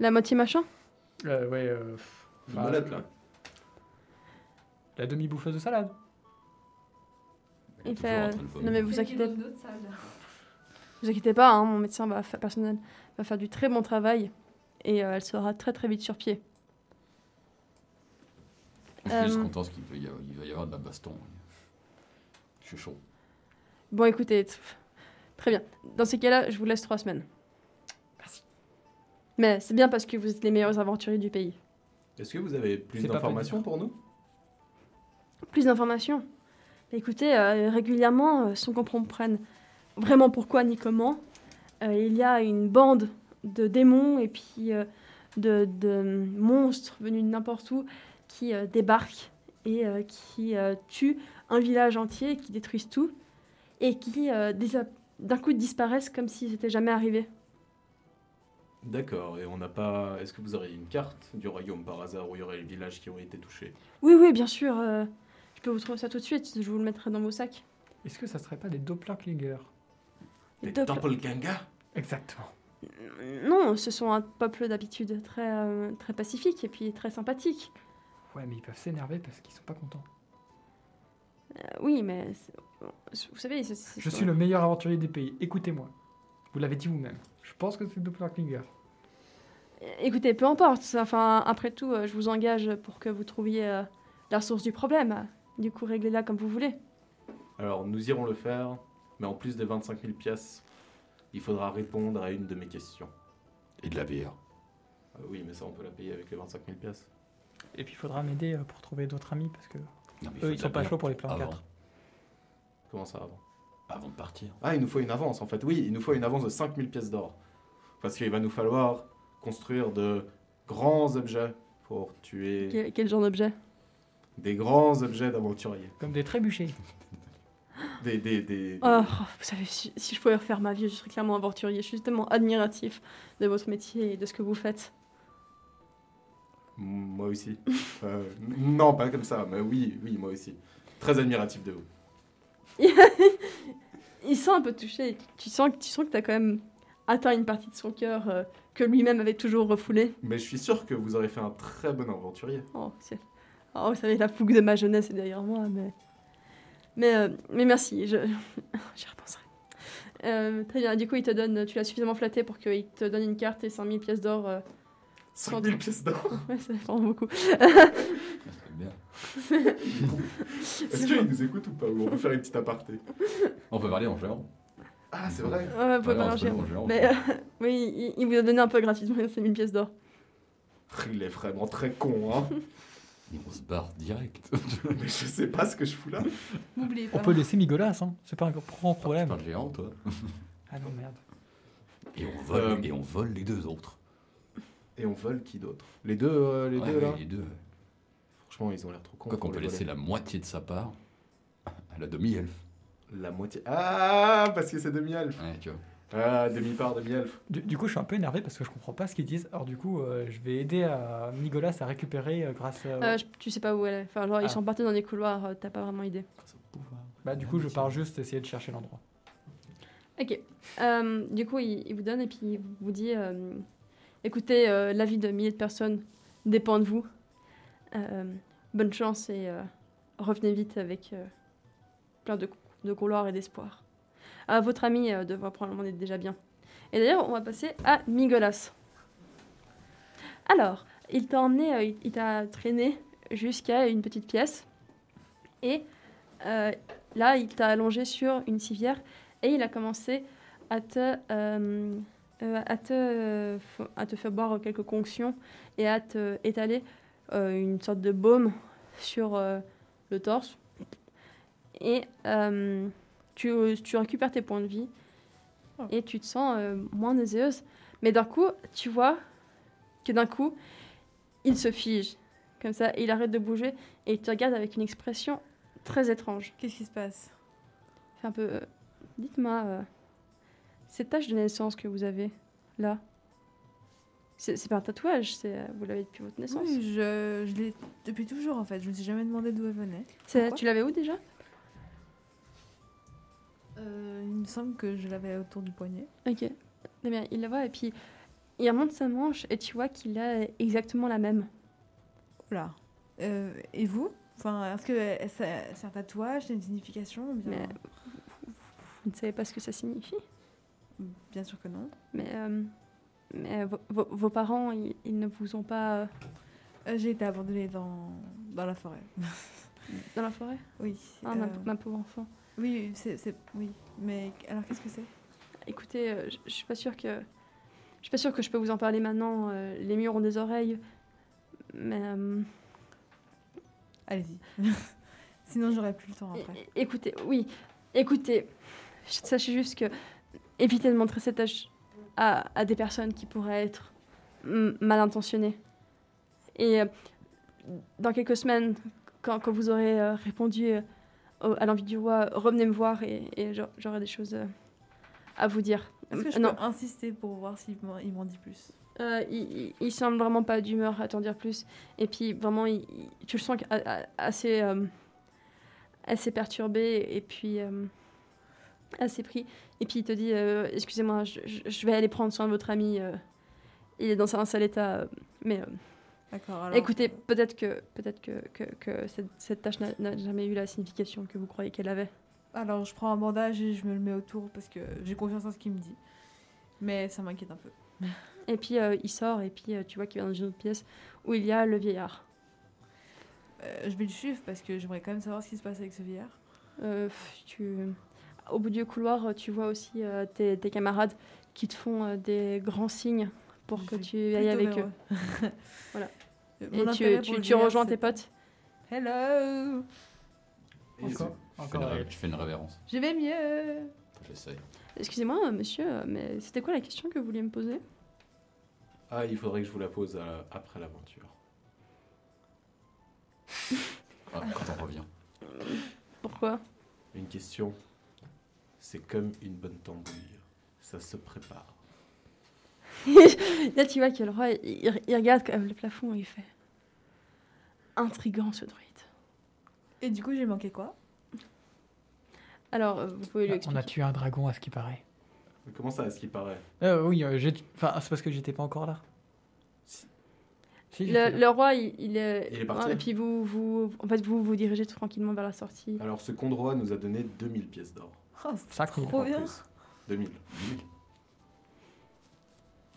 Speaker 1: La moitié machin
Speaker 4: Euh, ouais, euh, pff,
Speaker 2: Le
Speaker 4: enfin,
Speaker 2: malade, là.
Speaker 4: la demi-bouffeuse de salade.
Speaker 3: Elle est
Speaker 1: Il
Speaker 3: toujours
Speaker 1: fait,
Speaker 3: en
Speaker 1: euh,
Speaker 3: train de vomir.
Speaker 1: Non mais vous inquiétez, vous inquiétez pas, hein, mon médecin va fa- personnel va faire du très bon travail et euh, elle sera très très vite sur pied.
Speaker 3: Je suis juste
Speaker 1: euh,
Speaker 3: content parce qu'il va y avoir, il va y avoir de la baston. hein. Je suis chaud.
Speaker 1: Bon écoutez, pff, très bien. Dans ces cas-là, je vous laisse trois semaines.
Speaker 4: Merci.
Speaker 1: Mais c'est bien parce que vous êtes les meilleurs aventuriers du pays.
Speaker 2: Est-ce que vous avez plus
Speaker 4: C'est pas
Speaker 2: d'informations pour nous
Speaker 1: Plus d'informations. Bah, Écoutez, euh, régulièrement, euh, sans qu'on comprenne vraiment pourquoi ni comment, euh, il y a une bande de démons et puis euh, de, de monstres venus de n'importe où qui euh, débarquent et euh, qui euh, tuent un village entier, qui détruisent tout et qui euh, disa- d'un coup disparaissent comme si c'était jamais arrivé.
Speaker 2: D'accord, et on n'a pas. Est-ce que vous auriez une carte du royaume par hasard où il y aurait les villages qui ont été touchés
Speaker 1: Oui, oui, bien sûr. euh, je peux vous trouver ça tout de suite. Je vous le mettrai dans vos sacs.
Speaker 4: Est-ce que ça serait pas des Dopplerklingers
Speaker 1: Les
Speaker 2: Des
Speaker 1: Doppler-
Speaker 2: Doppelganger
Speaker 4: Exactement.
Speaker 1: Non, ce sont un peuple d'habitude très, euh, très pacifique et puis très sympathique.
Speaker 4: Ouais, mais ils peuvent s'énerver parce qu'ils sont pas contents.
Speaker 1: Euh, oui, mais c'est- euh, vous savez, c'est- c'est-
Speaker 4: Je suis le meilleur aventurier des pays, écoutez-moi. Vous l'avez dit vous-même. Je pense que c'est des Dopplerklingers.
Speaker 1: Euh, Écoutez, peu importe. Enfin, après tout, euh, je vous engage pour que vous trouviez euh, la source du problème. Du coup, réglez-la comme vous voulez.
Speaker 2: Alors nous irons le faire, mais en plus des 25 000 pièces, il faudra répondre à une de mes questions.
Speaker 3: Et de la bière.
Speaker 2: Euh, oui, mais ça on peut la payer avec les 25 000 pièces.
Speaker 4: Et puis il faudra m'aider euh, pour trouver d'autres amis parce que
Speaker 3: Non, mais il faut
Speaker 4: eux
Speaker 3: de
Speaker 4: ils
Speaker 3: la
Speaker 4: sont pas
Speaker 3: bière
Speaker 4: chauds pour les plans
Speaker 3: avant,
Speaker 4: 4.
Speaker 2: Comment ça avant
Speaker 3: avant de partir.
Speaker 2: Ah, il nous faut une avance en fait. Oui, il nous faut une avance de 5 000 pièces d'or. Parce qu'il va nous falloir construire de grands objets pour tuer
Speaker 1: Quel, quel genre d'objet
Speaker 2: des grands objets d'aventuriers.
Speaker 4: Comme des trébuchés.
Speaker 2: Des, des, des,
Speaker 1: Oh, Vous savez, si, si je pouvais refaire ma vie, je serais clairement aventurier. Je suis tellement admiratif de votre métier et de ce que vous faites.
Speaker 2: Moi aussi. Euh, n- non, pas comme ça, mais oui, oui, moi aussi. Très admiratif de vous.
Speaker 1: Il sent un peu touché. Tu sens, que- tu sens que t'as quand même atteint une partie de son cœur euh, que lui-même avait toujours refoulée.
Speaker 2: Mais je suis sûr que vous aurez fait un très bon aventurier.
Speaker 1: Oh, ciel. Oh, vous savez, la fougue de ma jeunesse est derrière moi, mais. Mais, euh, mais merci, je... j'y repenserai. Euh, très bien, du coup, il te donne. Tu l'as suffisamment flatté pour qu'il te donne une carte et 5000 pièces d'or. euh,
Speaker 2: 5000 pièces d'or
Speaker 1: Ouais, c'est vraiment beaucoup.
Speaker 3: Ah, C'est bien.
Speaker 2: Est-ce qu'il nous écoute ou pas Ou on peut faire une petite aparté
Speaker 3: On peut parler en géant.
Speaker 2: Ah, c'est vrai
Speaker 1: Ouais, vous pouvez pas
Speaker 3: Parler en
Speaker 1: manger.
Speaker 3: géant, en géant.
Speaker 1: Mais euh, oui, il, il vous a donné un peu gratuitement les 5000 pièces d'or.
Speaker 2: Il est vraiment très con, hein
Speaker 3: Et on se barre direct.
Speaker 2: Mais je sais pas ce que je fous là.
Speaker 5: N'oubliez pas.
Speaker 4: On peut laisser Migolas, hein. C'est pas un grand
Speaker 3: Tu
Speaker 4: problème.
Speaker 3: parles géant, toi.
Speaker 4: Ah non, merde.
Speaker 3: Et on vole,
Speaker 2: Euh,
Speaker 3: et on vole les deux autres.
Speaker 2: Et on vole qui d'autre Les deux, euh, les
Speaker 3: Ouais,
Speaker 2: deux
Speaker 3: ouais,
Speaker 2: là
Speaker 3: les deux.
Speaker 2: Franchement, ils ont l'air trop cons.
Speaker 3: Quoi qu'on
Speaker 2: pour
Speaker 3: peut
Speaker 2: les voler.
Speaker 3: laisser la moitié de sa part à la demi-elfe.
Speaker 2: La moitié. Ah, parce que c'est demi-elfe.
Speaker 3: Ouais, tu vois.
Speaker 2: Ah, demi-part, demi-elfe.
Speaker 4: Du, du coup, je suis un peu énervé parce que je comprends pas ce qu'ils disent. Alors, du coup, euh, je vais aider à Nicolas à récupérer euh, grâce à.
Speaker 1: Euh, je- tu sais pas où elle est. Enfin, genre,
Speaker 4: Ah.
Speaker 1: ils sont partis dans des couloirs, euh, t'as pas vraiment idée.
Speaker 4: bah, du coup, je pars juste essayer de chercher l'endroit.
Speaker 1: Ok. Euh, du coup, il, il vous donne et puis il vous dit euh, écoutez, euh, la vie de milliers de personnes dépend de vous. Euh, bonne chance et euh, revenez vite avec euh, plein de, cou- de couloirs et d'espoir. Ah, votre ami euh, devra probablement être déjà bien. Et d'ailleurs, on va passer à Migolas. Alors, il t'a emmené, euh, il- il t'a traîné jusqu'à une petite pièce. Et euh, là, il t'a allongé sur une civière et il a commencé à te, euh, euh, à te, euh, f- à te faire boire quelques conctions et à te étaler euh, une sorte de baume sur euh, le torse. Et euh, tu, tu récupères tes points de vie
Speaker 5: Oh.
Speaker 1: et tu te sens euh, moins nauséeuse. Mais d'un coup, tu vois que d'un coup, il se fige. Comme ça, et il arrête de bouger et il te regarde avec une expression très étrange.
Speaker 5: Qu'est-ce qui se passe
Speaker 1: Fait un peu. euh, Dites-moi, euh, cette tache de naissance que vous avez là, c'est c'est pas un tatouage, c'est euh, vous l'avez depuis votre naissance.
Speaker 5: Oui, je, je l'ai depuis toujours en fait. Je me suis jamais demandé d'où elle venait.
Speaker 1: C'est-
Speaker 5: pourquoi
Speaker 1: tu l'avais où déjà
Speaker 5: Euh, il me semble que je l'avais autour du poignet.
Speaker 1: Ok. Eh bien, il la voit et puis il remonte sa manche et tu vois qu'il a exactement la même.
Speaker 5: Voilà. Euh, et vous Enfin, est-ce que euh, c'est c'est un tatouage, c'est une signification ou bien...
Speaker 1: Mais- Vous ne savez pas ce que ça signifie,
Speaker 5: bien sûr que non.
Speaker 1: mais, euh, mais vo- vo- vos parents, ils, ils ne vous ont pas euh,
Speaker 5: Euh, J'ai été abandonnée dans, dans la forêt.
Speaker 1: dans la forêt
Speaker 5: Oui.
Speaker 1: Ah, ma,
Speaker 5: euh,
Speaker 1: ma pauvre enfant.
Speaker 5: Oui, c'est, c'est- oui. Mais alors qu'est-ce que c'est
Speaker 1: Écoutez, euh, je- je suis pas sûre que je suis pas sûre que je peux vous en parler maintenant. euh, les murs ont des oreilles, Mais euh,
Speaker 5: Allez-y. Sinon, j'aurai plus le temps après.
Speaker 1: é- écoutez, oui, écoutez, ch- sachez juste que évitez de montrer cet âge à, à des personnes qui pourraient être mm, mal intentionnées. Et euh, dans quelques semaines, quand, quand vous aurez euh, répondu euh, au- à l'envie du roi, revenez me voir et, et j'a- j'aurai des choses euh, à vous dire. Euh,
Speaker 5: Est-ce que je
Speaker 1: non,
Speaker 5: peux insister pour voir s'il m'en- il m'en dit plus
Speaker 1: Euh, il, il- il semble vraiment pas d'humeur à t'en dire plus. Et puis vraiment, il- il- tu le sens qu'a- a- a- assez, euh, assez perturbé et puis euh, assez pris. Et puis il te dit, euh, excusez-moi, je, je- je vais aller prendre soin de votre ami. euh, il est dans un sale état. euh, mais euh,
Speaker 5: D'accord. alors-
Speaker 1: écoutez, peut-être que, peut-être que, que, que cette, cette tâche n'a- n'a jamais eu la signification que vous croyez qu'elle avait.
Speaker 5: Alors, je prends un bandage et je me le mets autour parce que j'ai confiance en ce qu'il me dit. Mais ça m'inquiète un peu.
Speaker 1: Et puis euh, il sort et puis euh, tu vois qu'il va dans une autre pièce où il y a le vieillard.
Speaker 5: Euh, je vais le suivre parce que j'aimerais quand même savoir ce qui se passe avec ce vieillard.
Speaker 1: Euh, pff, tu... Au bout du couloir, euh, tu vois aussi euh, tes, tes camarades qui te font euh, des grands signes pour
Speaker 5: Je
Speaker 1: que
Speaker 5: suis
Speaker 1: tu ailles avec eux. Voilà.
Speaker 5: voilà. Euh,
Speaker 1: Et tu, tu, tu rejoins tes potes.
Speaker 5: Hello
Speaker 2: Et ils-
Speaker 4: Encore,
Speaker 3: Je fais, une
Speaker 4: encore.
Speaker 3: ré- je fais une révérence.
Speaker 5: Je vais mieux
Speaker 3: J'essaye.
Speaker 1: Excusez-moi, euh, monsieur, euh, mais c'était quoi la question que vous vouliez me poser
Speaker 2: Ah, il faudrait que je vous la pose euh, après l'aventure.
Speaker 3: Ah, quand on revient.
Speaker 1: Pourquoi
Speaker 2: Une question, c'est comme une bonne tambouille. Ça se prépare.
Speaker 1: Là, tu vois que le roi, il, il- il regarde quand même le plafond et il fait intrigant ce druide.
Speaker 5: Et du coup, j'ai manqué quoi
Speaker 1: Alors, euh, vous pouvez lui
Speaker 4: On
Speaker 2: Ah,
Speaker 1: expliquer.
Speaker 4: a tué un dragon à ce qui paraît.
Speaker 2: Mais Comment ça, à ce qui paraît
Speaker 4: Euh, oui, euh, j'ai. Enfin, c'est parce que j'étais pas encore là. Si,
Speaker 1: Le,
Speaker 4: j'étais là.
Speaker 1: le roi, il, il est. hein,
Speaker 2: Il est parti.
Speaker 1: et puis vous, vous, en fait, vous vous dirigez tout tranquillement vers la sortie.
Speaker 2: Alors, ce con de roi nous a donné 2000 pièces d'or.
Speaker 5: Oh, c'est
Speaker 4: Sacre.
Speaker 5: trop
Speaker 2: En
Speaker 5: bien
Speaker 2: plus. 2000.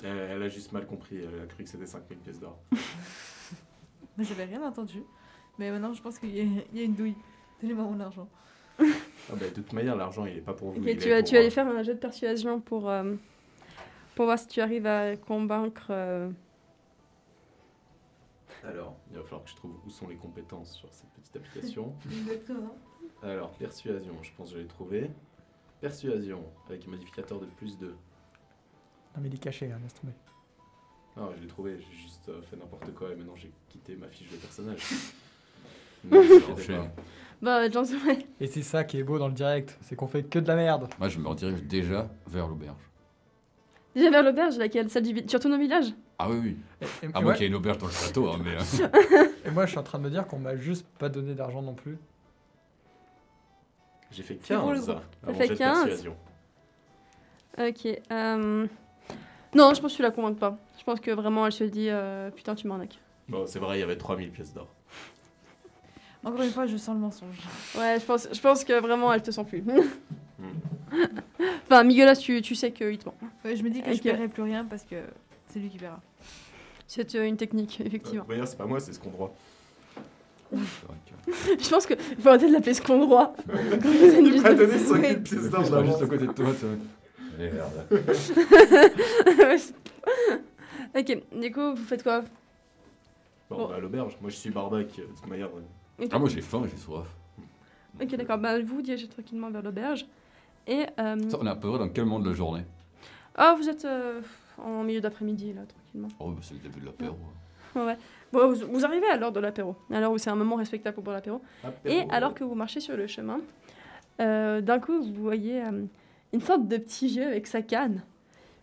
Speaker 2: Elle, elle a juste mal compris, elle a cru que c'était 5000 pièces d'or.
Speaker 5: Mais J'avais rien entendu. Mais maintenant, je pense qu'il y, a- il y a une douille. Donnez-moi mon argent.
Speaker 2: Ah bah, de toute manière, l'argent, il est pas pour vous.
Speaker 1: Ok,
Speaker 2: il
Speaker 1: tu,
Speaker 2: est
Speaker 1: vas,
Speaker 2: pour,
Speaker 1: tu vas
Speaker 2: euh,
Speaker 1: aller faire un jet de persuasion pour, euh, pour voir si tu arrives à convaincre. euh,
Speaker 2: Alors, il va falloir que je trouve où sont les compétences sur cette petite application.
Speaker 5: Exactement.
Speaker 2: Alors, persuasion, je pense que je l'ai trouvé. Persuasion, avec un modificateur de plus 2.
Speaker 4: Non, mais il est caché, hein, laisse tomber.
Speaker 2: Non, je l'ai trouvé, j'ai juste euh, fait n'importe quoi et maintenant j'ai quitté ma fiche de personnage. Non, je l'ai
Speaker 3: Enchaîne.
Speaker 2: pas.
Speaker 1: Bah, j'en sais ouais.
Speaker 4: Et c'est ça qui est beau dans le direct, c'est qu'on fait que de la merde.
Speaker 3: Moi, je me redirige déjà vers l'auberge.
Speaker 1: Déjà vers l'auberge, laquelle Celle du village. Tu retournes au village
Speaker 3: Ah oui, oui.
Speaker 4: Et, et-
Speaker 3: À
Speaker 4: et
Speaker 3: moins
Speaker 4: ouais,
Speaker 3: qu'il y ait une auberge dans le château, hein, mais. euh,
Speaker 4: et moi, je suis en train de me dire qu'on m'a juste pas donné d'argent non plus.
Speaker 2: J'ai fait
Speaker 5: C'est pour le
Speaker 2: 15.
Speaker 5: groupe.
Speaker 1: Ça
Speaker 2: avant
Speaker 1: fait
Speaker 2: jet de
Speaker 1: 15.
Speaker 2: persuasion.
Speaker 1: Ok. euh, Non, je pense que tu la convaincs pas. Je pense que vraiment, elle se dit euh, Putain, tu m'arnaques.
Speaker 2: Bon, c'est vrai, il y avait 3000 pièces d'or.
Speaker 5: Encore une fois, je sens le mensonge.
Speaker 1: Ouais, je pense, je pense que vraiment, elle te sent plus.
Speaker 2: Hmm.
Speaker 1: enfin, Miguelas, tu, tu sais qu'il te ment.
Speaker 5: Ouais, je me dis que
Speaker 1: Ok.
Speaker 5: je paierai plus rien parce que c'est lui qui verra.
Speaker 1: C'est euh, une technique,
Speaker 2: Euh,
Speaker 1: effectivement.
Speaker 2: D'ailleurs, c'est pas moi, c'est ce qu'on droit.
Speaker 3: c'est vrai que-
Speaker 1: je pense qu'il faut arrêter de l'appeler ce qu'on droit.
Speaker 2: Il m'a donné 5000 pièces
Speaker 3: Je
Speaker 2: d'or
Speaker 3: serai juste
Speaker 2: d'avance.
Speaker 3: à côté de toi, tu vois. Allez, merde.
Speaker 1: Ouais, c'est- ok, du coup, vous faites quoi
Speaker 2: Bon, bah, à l'auberge, moi je suis barbac, euh, de toute manière. euh,
Speaker 1: Ok.
Speaker 3: Ah, moi, j'ai faim, j'ai soif.
Speaker 1: Ok, d'accord. Bah, vous dirigez tranquillement vers l'auberge. Et. euh,
Speaker 3: Ça, on est à peu près dans quel moment de la journée
Speaker 1: Ah, vous êtes euh, en milieu d'après-midi, là, tranquillement.
Speaker 3: Oh, bah, c'est le début de l'apéro.
Speaker 1: Ouais. Bon, vous, vous arrivez à l'heure de l'apéro, à l'heure où c'est un moment respectable pour l'apéro. Et
Speaker 2: apéro.
Speaker 1: alors que vous marchez sur le chemin, euh, d'un coup, vous voyez euh, une sorte de petit vieux avec sa canne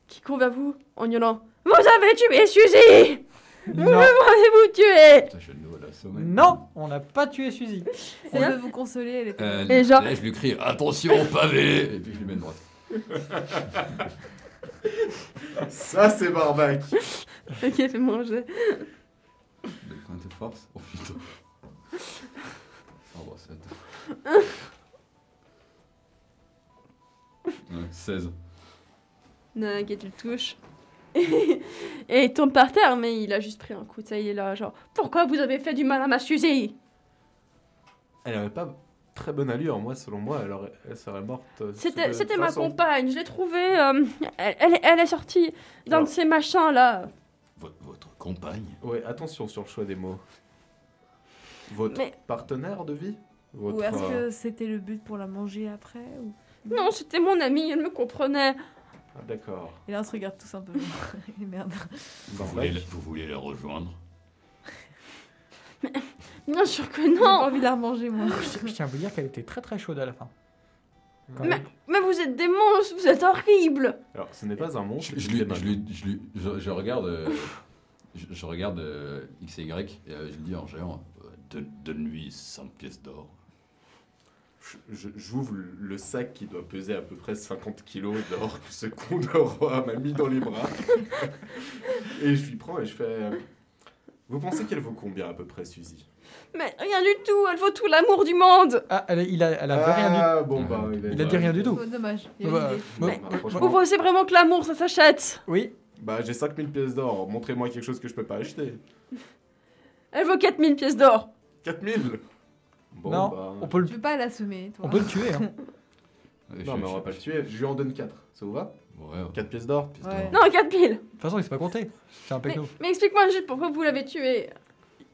Speaker 1: qui court vers vous en hurlant Vous avez tué Suzy
Speaker 4: Non,
Speaker 1: Vous avez-vous tué
Speaker 3: Putain, je suis de nouveau à la sommeil.
Speaker 4: non, on n'a pas tué Suzy.
Speaker 5: On
Speaker 1: bien.
Speaker 5: veut vous consoler, elle est
Speaker 3: Euh,
Speaker 1: Et genre-
Speaker 3: Là, je lui crie Attention, pavé Et puis je lui mets une droite.
Speaker 2: Ça, c'est barbac
Speaker 1: Ok, fais manger.
Speaker 3: Le point de force Oh putain. Oh, bah, ça te- Ouais, 16.
Speaker 1: Non, ok, tu le touches. et il tombe par terre, mais il a juste pris un coup, tu sais, il est là, genre Pourquoi vous avez fait du mal à ma Suzy
Speaker 2: Elle avait pas très bonne allure, moi, selon moi, elle, aurait- elle serait morte. euh, sous
Speaker 1: C'était
Speaker 2: de
Speaker 1: c'était ma
Speaker 2: façon.
Speaker 1: compagne, je l'ai trouvée. euh, elle, elle, elle est sortie d'un
Speaker 2: Non.
Speaker 1: de ces machins là.
Speaker 3: Votre, votre Compagne.
Speaker 2: Ouais, attention sur le choix des mots. Votre
Speaker 1: Mais-
Speaker 2: partenaire de vie Votre,
Speaker 5: Ou est-ce
Speaker 2: euh,
Speaker 5: que c'était le but pour la manger après ou...
Speaker 1: Non, c'était mon amie, elle me comprenait.
Speaker 2: ah, D'accord.
Speaker 5: Et là, on se regarde tous un peu. Et merde.
Speaker 3: Vous voulez, la, vous voulez la rejoindre
Speaker 1: Bien sûr que
Speaker 5: J'ai pas
Speaker 1: non.
Speaker 5: envie de la manger, moi.
Speaker 4: Je tiens à vous dire qu'elle était très très chaude à la fin. Quand
Speaker 1: Mais,
Speaker 4: même.
Speaker 1: mais vous êtes des monstres, vous êtes horribles.
Speaker 2: Alors, ce n'est pas un monstre. c'est
Speaker 3: je, je
Speaker 2: une
Speaker 3: lui,
Speaker 2: démon.
Speaker 3: je, lui- je lui- je- je regarde, euh, je, je regarde euh, X et Y et euh, je lui dis en géant, euh, Donne- donne-lui 5 pièces d'or.
Speaker 2: Je- je- J'ouvre le- le sac qui doit peser à peu près 50 kilos d'or que ce con de roi m'a mis dans les bras. et je lui prends et je fais... euh, Vous pensez qu'elle vaut combien à peu près, Suzy
Speaker 1: Mais rien du tout, elle vaut tout l'amour du monde.
Speaker 4: Ah, elle, il a, elle avait rien
Speaker 2: Ah, bon, bah,
Speaker 4: dit. Il a dit rien du tout.
Speaker 5: Oh, dommage. Il y
Speaker 4: Bah,
Speaker 5: avait une idée.
Speaker 4: bah,
Speaker 2: Mais-
Speaker 4: bah,
Speaker 2: franchement.
Speaker 1: Vous
Speaker 4: bah,
Speaker 1: pensez vraiment que l'amour, ça s'achète
Speaker 4: oui,
Speaker 2: Bah, j'ai 5000 pièces d'or. Montrez-moi quelque chose que je peux pas acheter.
Speaker 1: Elle vaut 4000 pièces d'or.
Speaker 2: 4000 Bon,
Speaker 4: non,
Speaker 2: bah...
Speaker 4: on, peut le,
Speaker 5: Tu veux pas l'assommer, toi.
Speaker 4: on peut le tuer. Hein.
Speaker 3: Et
Speaker 2: Non,
Speaker 3: je-
Speaker 2: mais on va
Speaker 3: je-
Speaker 2: pas le tuer. Je lui en donne 4. Ça vous va
Speaker 3: Ouais, ouais.
Speaker 2: 4 pièces d'or
Speaker 3: pièces
Speaker 5: Ouais.
Speaker 3: d'or.
Speaker 1: Non, 4000.
Speaker 4: De toute façon, il s'est pas compté. C'est un
Speaker 1: Mais,
Speaker 4: pecno.
Speaker 1: mais explique-moi juste pourquoi vous l'avez tué.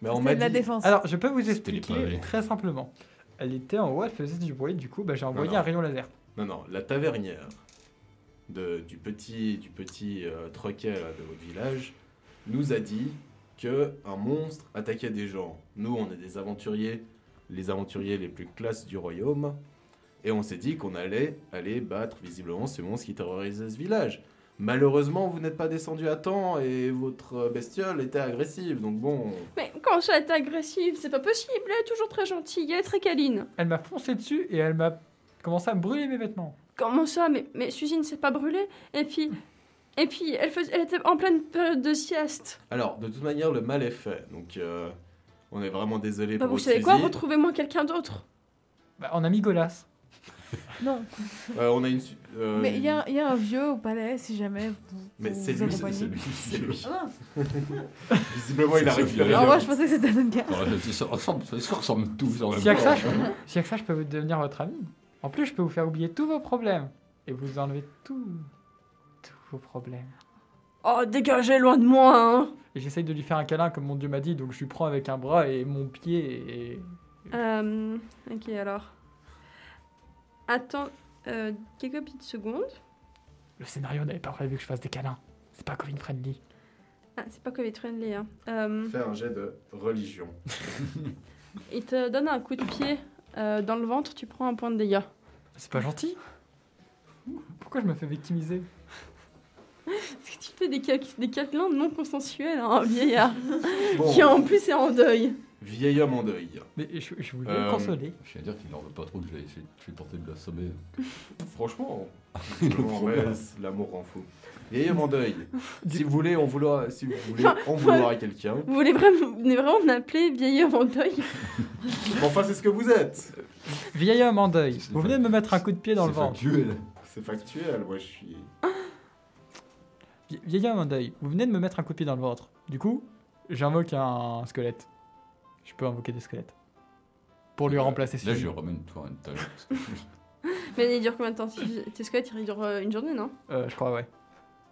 Speaker 2: Mais on
Speaker 5: C'était
Speaker 2: m'a
Speaker 5: de la
Speaker 2: dit...
Speaker 5: défense.
Speaker 4: Alors, je peux vous
Speaker 3: C'était les
Speaker 4: expliquer
Speaker 3: pavés.
Speaker 4: très simplement. Elle était en haut, elle faisait du bruit, du coup, bah, j'ai envoyé
Speaker 2: non.
Speaker 4: un rayon laser.
Speaker 2: Non, non, la tavernière de, du petit, du petit euh, troquet là, de votre village nous a dit que un monstre attaquait des gens. Nous, on est des aventuriers, les aventuriers les plus classes du royaume, et on s'est dit qu'on allait aller battre visiblement ce monstre qui terrorisait ce village. Malheureusement, vous n'êtes pas descendu à temps et votre euh, bestiole était agressive, donc bon.
Speaker 1: Mais quand ça est agressive, c'est pas possible. Elle est toujours très gentille, elle est très câline.
Speaker 4: Elle m'a foncé dessus et elle m'a commencé à me brûler mes vêtements.
Speaker 1: Comment ça Mais, mais Suzy ne s'est pas brûlée. Et puis, et puis elle, faisait, elle était en pleine période de sieste.
Speaker 2: Alors, de toute manière, le mal est fait, donc euh, on est vraiment désolé
Speaker 1: Bah,
Speaker 2: pour
Speaker 1: vous
Speaker 2: votre
Speaker 1: savez quoi
Speaker 2: fusil.
Speaker 1: Retrouvez-moi quelqu'un d'autre.
Speaker 4: Bah, on a mis Golas.
Speaker 5: Non.
Speaker 2: Euh, on a une. su- euh,
Speaker 5: Mais il y, a il y a un vieux au palais, si jamais vous.
Speaker 2: Mais
Speaker 5: vous
Speaker 2: c'est
Speaker 5: vous
Speaker 2: lui,
Speaker 5: accompagnez.
Speaker 2: c'est lui, c'est lui.
Speaker 5: Ah,
Speaker 2: Visiblement, il a
Speaker 3: C'est
Speaker 2: récupéré.
Speaker 5: Alors,
Speaker 3: D'ailleurs-
Speaker 5: moi, je pensais que c'était un autre gars.
Speaker 3: Ouais, ils se ressemblent- ils se ressemblent tous en même
Speaker 4: S'il y a que ça,
Speaker 3: temps.
Speaker 4: je peux, s'il y a que ça, je peux vous devenir votre ami. En plus, je peux vous faire oublier tous vos problèmes. Et vous enlever tous, tous vos problèmes.
Speaker 1: Oh, dégagez loin de moi. hein.
Speaker 4: Et j'essaye de lui faire un câlin, comme mon dieu m'a dit, donc je lui prends avec un bras et mon pied et...
Speaker 1: Euh, ok, alors. Attends euh, quelques petites secondes.
Speaker 4: Le scénario n'avait pas prévu que je fasse des câlins. C'est pas Covid friendly.
Speaker 1: Ah, c'est pas que les Trendly. Hein. Euh,
Speaker 2: Fais un jet de religion.
Speaker 1: il te donne un coup de pied euh, dans le ventre, tu prends un point de dégâts.
Speaker 4: C'est pas gentil Pourquoi je me fais victimiser
Speaker 1: Parce que tu fais des, cal- des câlins non consensuels à un vieillard
Speaker 2: Bon,
Speaker 1: qui en plus est en deuil.
Speaker 2: vieil homme en deuil.
Speaker 4: Mais je, je voulais
Speaker 2: Euh,
Speaker 4: le consoler.
Speaker 3: Je tiens à dire qu'il n'en veut pas trop que j'ai j'ai- j'ai tenté de l'assommer.
Speaker 2: Franchement, vraiment, ouais, c'est- l'amour en fou. Vieil homme en deuil. Si vous voulez, on vouloir, si vous voulez, on vouloir à quelqu'un.
Speaker 1: Vous voulez vraiment, vous venez vraiment m'appeler vieil homme en deuil
Speaker 2: Mais Enfin, c'est ce que vous êtes.
Speaker 4: Vieil homme en deuil,
Speaker 3: C'est
Speaker 4: vous
Speaker 3: pas-
Speaker 4: venez de me mettre un coup de pied dans le
Speaker 3: C'est
Speaker 4: ventre.
Speaker 3: factuel.
Speaker 2: C'est factuel. Moi, je suis.
Speaker 4: Vie- Vieil homme en deuil, vous venez de me mettre un coup de pied dans le ventre. Du coup, j'invoque un squelette. Je peux invoquer des squelettes. Pour lui
Speaker 3: Euh,
Speaker 4: remplacer
Speaker 3: Là,
Speaker 4: celui
Speaker 3: je lui remets une fois une table. parce que-
Speaker 1: Mais il dure combien de temps Tes squelettes, ils durent euh, une journée, non
Speaker 4: Euh, je crois, ouais.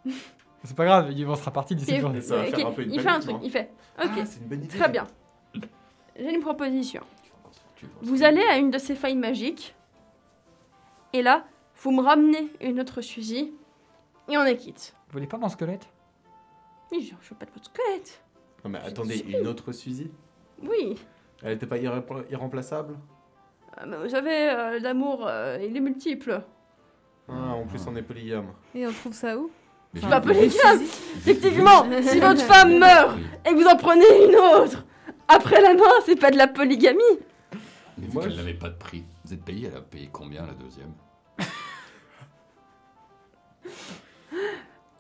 Speaker 4: C'est pas grave, il sera parti d'ici une
Speaker 1: Et-
Speaker 4: journée.
Speaker 2: Ça va faire
Speaker 1: ok,
Speaker 2: un peu une
Speaker 1: Il fait un
Speaker 2: panique,
Speaker 1: truc,
Speaker 2: non
Speaker 1: il fait. Ok,
Speaker 2: Ah, c'est une bonne idée.
Speaker 1: très bien. J'ai une proposition.
Speaker 3: tu vois,
Speaker 1: Vous
Speaker 3: c'est-
Speaker 1: allez à une de ces failles magiques, et là, vous me ramenez une autre Suzy, et on est quitte.
Speaker 4: Vous voulez pas mon squelette
Speaker 1: Mais je je veux pas de votre squelette.
Speaker 2: Non, mais attendez, une autre Suzy
Speaker 1: Oui,
Speaker 2: Elle n'était pas irrépla- irremplaçable
Speaker 1: Euh, mais vous savez, euh, l'amour, euh, il est multiple.
Speaker 2: ah, En plus, on est polygame.
Speaker 5: Et on trouve ça où
Speaker 3: Mais
Speaker 5: Tu
Speaker 1: vas
Speaker 3: je lui-
Speaker 1: appeler- Effectivement, si votre femme meurt
Speaker 3: Oui.
Speaker 1: et que vous en prenez une autre, après la mort, c'est pas de la polygamie.
Speaker 3: Mais
Speaker 2: Moi,
Speaker 3: vu qu'elle
Speaker 2: je-
Speaker 3: n'avait pas de prix, vous êtes payé, elle a payé combien la deuxième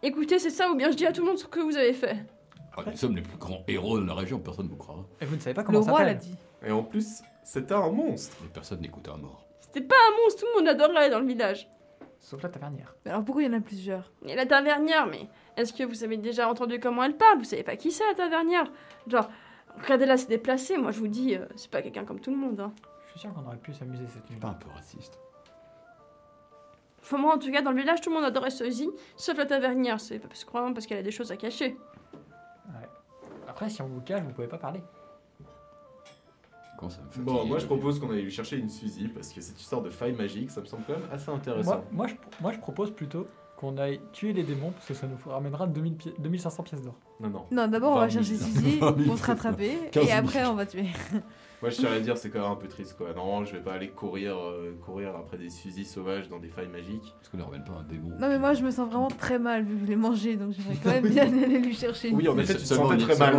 Speaker 1: Écoutez, c'est ça, ou bien je dis à tout le monde ce que vous avez fait.
Speaker 3: Ah, Nous sommes les plus grands héros de la région, personne ne vous croira.
Speaker 4: Et vous ne savez pas
Speaker 5: Le
Speaker 4: comment ça
Speaker 5: roi l'a
Speaker 4: s'appelle
Speaker 5: dit.
Speaker 2: Et en plus, c'était un monstre.
Speaker 3: Mais personne n'écoute un mort.
Speaker 1: C'était pas un monstre, tout le monde adorait dans le village.
Speaker 4: Sauf la tavernière.
Speaker 5: Mais Alors pourquoi il y en a plusieurs
Speaker 1: Et la tavernière, mais est-ce que vous avez déjà entendu comment elle parle Vous savez pas qui c'est la tavernière Genre, regardez-la se déplacer, moi je vous dis, euh, c'est pas quelqu'un comme tout le monde. Hein.
Speaker 4: Je suis sûr qu'on aurait pu s'amuser cette nuit.
Speaker 3: Pas un peu raciste.
Speaker 1: Enfin, moi en tout cas, dans le village, tout le monde adorait Suzy, sauf la tavernière, c'est pas parce- probablement parce qu'elle a des choses à cacher.
Speaker 4: Après, si on vous cache, vous pouvez pas parler.
Speaker 3: Comment ça me fait
Speaker 2: Bon, moi je propose qu'on aille lui chercher une Suzy parce que cette histoire de faille magique, ça me semble quand même assez intéressant.
Speaker 4: Moi, moi, je, moi, je propose plutôt qu'on aille tuer les démons parce que ça nous ramènera 2000 pi- 2500 pièces d'or.
Speaker 2: Non, non.
Speaker 5: Non, d'abord on va
Speaker 2: 20 000.
Speaker 5: chercher Suzy
Speaker 3: Vingt mille.
Speaker 5: pour se rattraper
Speaker 3: 15
Speaker 5: et
Speaker 3: 000.
Speaker 5: après on va tuer.
Speaker 2: Moi je tiens à dire, c'est quand même un peu triste quoi. Non, je vais pas aller courir, euh, courir après des Suzy sauvages dans des failles magiques.
Speaker 3: Est-ce qu'on leur ramène pas un démon
Speaker 5: Non mais moi je me sens vraiment très mal vu que je l'ai mangé donc j'aimerais quand même bien aller lui chercher. une
Speaker 2: Oui, en
Speaker 3: Mais
Speaker 2: effet, tu te
Speaker 3: seulement
Speaker 2: sentais
Speaker 3: une-
Speaker 2: très mal.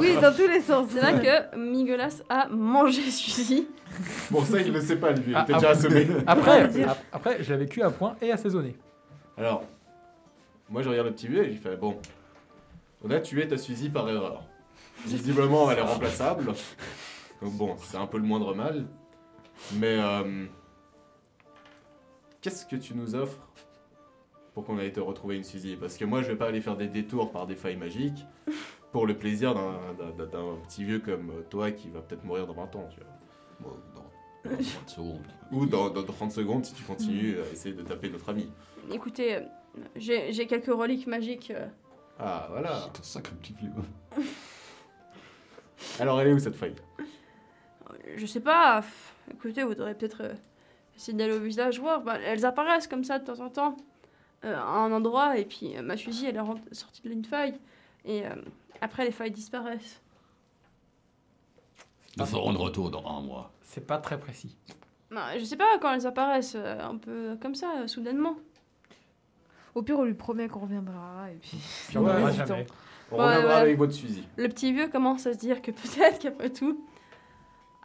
Speaker 5: Oui, dans tous les sens.
Speaker 1: C'est là que Migolas a mangé Suzy.
Speaker 2: bon, ça il le sait pas lui, il
Speaker 4: Ah,
Speaker 2: était
Speaker 4: ah,
Speaker 2: déjà assommé.
Speaker 4: Après,
Speaker 5: Dire.
Speaker 4: ap- après, je l'avais cuit à point et assaisonné.
Speaker 2: Alors, moi je regarde le petit vieux et je lui fais Bon, on a tué ta Suzy par erreur. Visiblement, elle est remplaçable. Donc bon, c'est un peu le moindre mal. Mais euh, qu'est-ce que tu nous offres pour qu'on aille te retrouver une Suzy Parce que moi je vais pas aller faire des détours par des failles magiques pour le plaisir d'un d'un- d'un petit vieux comme toi qui va peut-être mourir dans 20 ans, tu vois.
Speaker 3: Bon, dans- dans 30 secondes.
Speaker 2: Ou dans, dans 30 secondes si tu continues à essayer de taper notre ami.
Speaker 1: Écoutez, euh, j'ai j'ai quelques reliques magiques. euh,
Speaker 2: Ah voilà. Ah.
Speaker 3: C'est un sacré petit vieux.
Speaker 2: Alors elle est où cette faille
Speaker 1: Je sais pas. pff, Écoutez, vous devriez peut-être euh, essayer d'aller au village voir. Bah, elles apparaissent comme ça de temps en temps euh, à un endroit. Et puis euh, ma Suzy, elle est rent- sortie de l'une faille. Et euh, après, les failles disparaissent.
Speaker 3: Nous ferons de retour dans un mois.
Speaker 4: C'est pas très précis.
Speaker 1: Bah, je sais pas quand elles apparaissent, euh, un peu comme ça, euh, soudainement.
Speaker 5: Au pire on lui promet qu'on reviendra et puis.
Speaker 4: Puis on
Speaker 2: Ouais,
Speaker 4: verra
Speaker 2: ouais.
Speaker 4: jamais.
Speaker 2: On
Speaker 1: Ouais,
Speaker 2: reviendra
Speaker 1: ouais.
Speaker 2: avec votre Suzy.
Speaker 1: Le petit vieux commence à se dire que peut-être qu'après tout,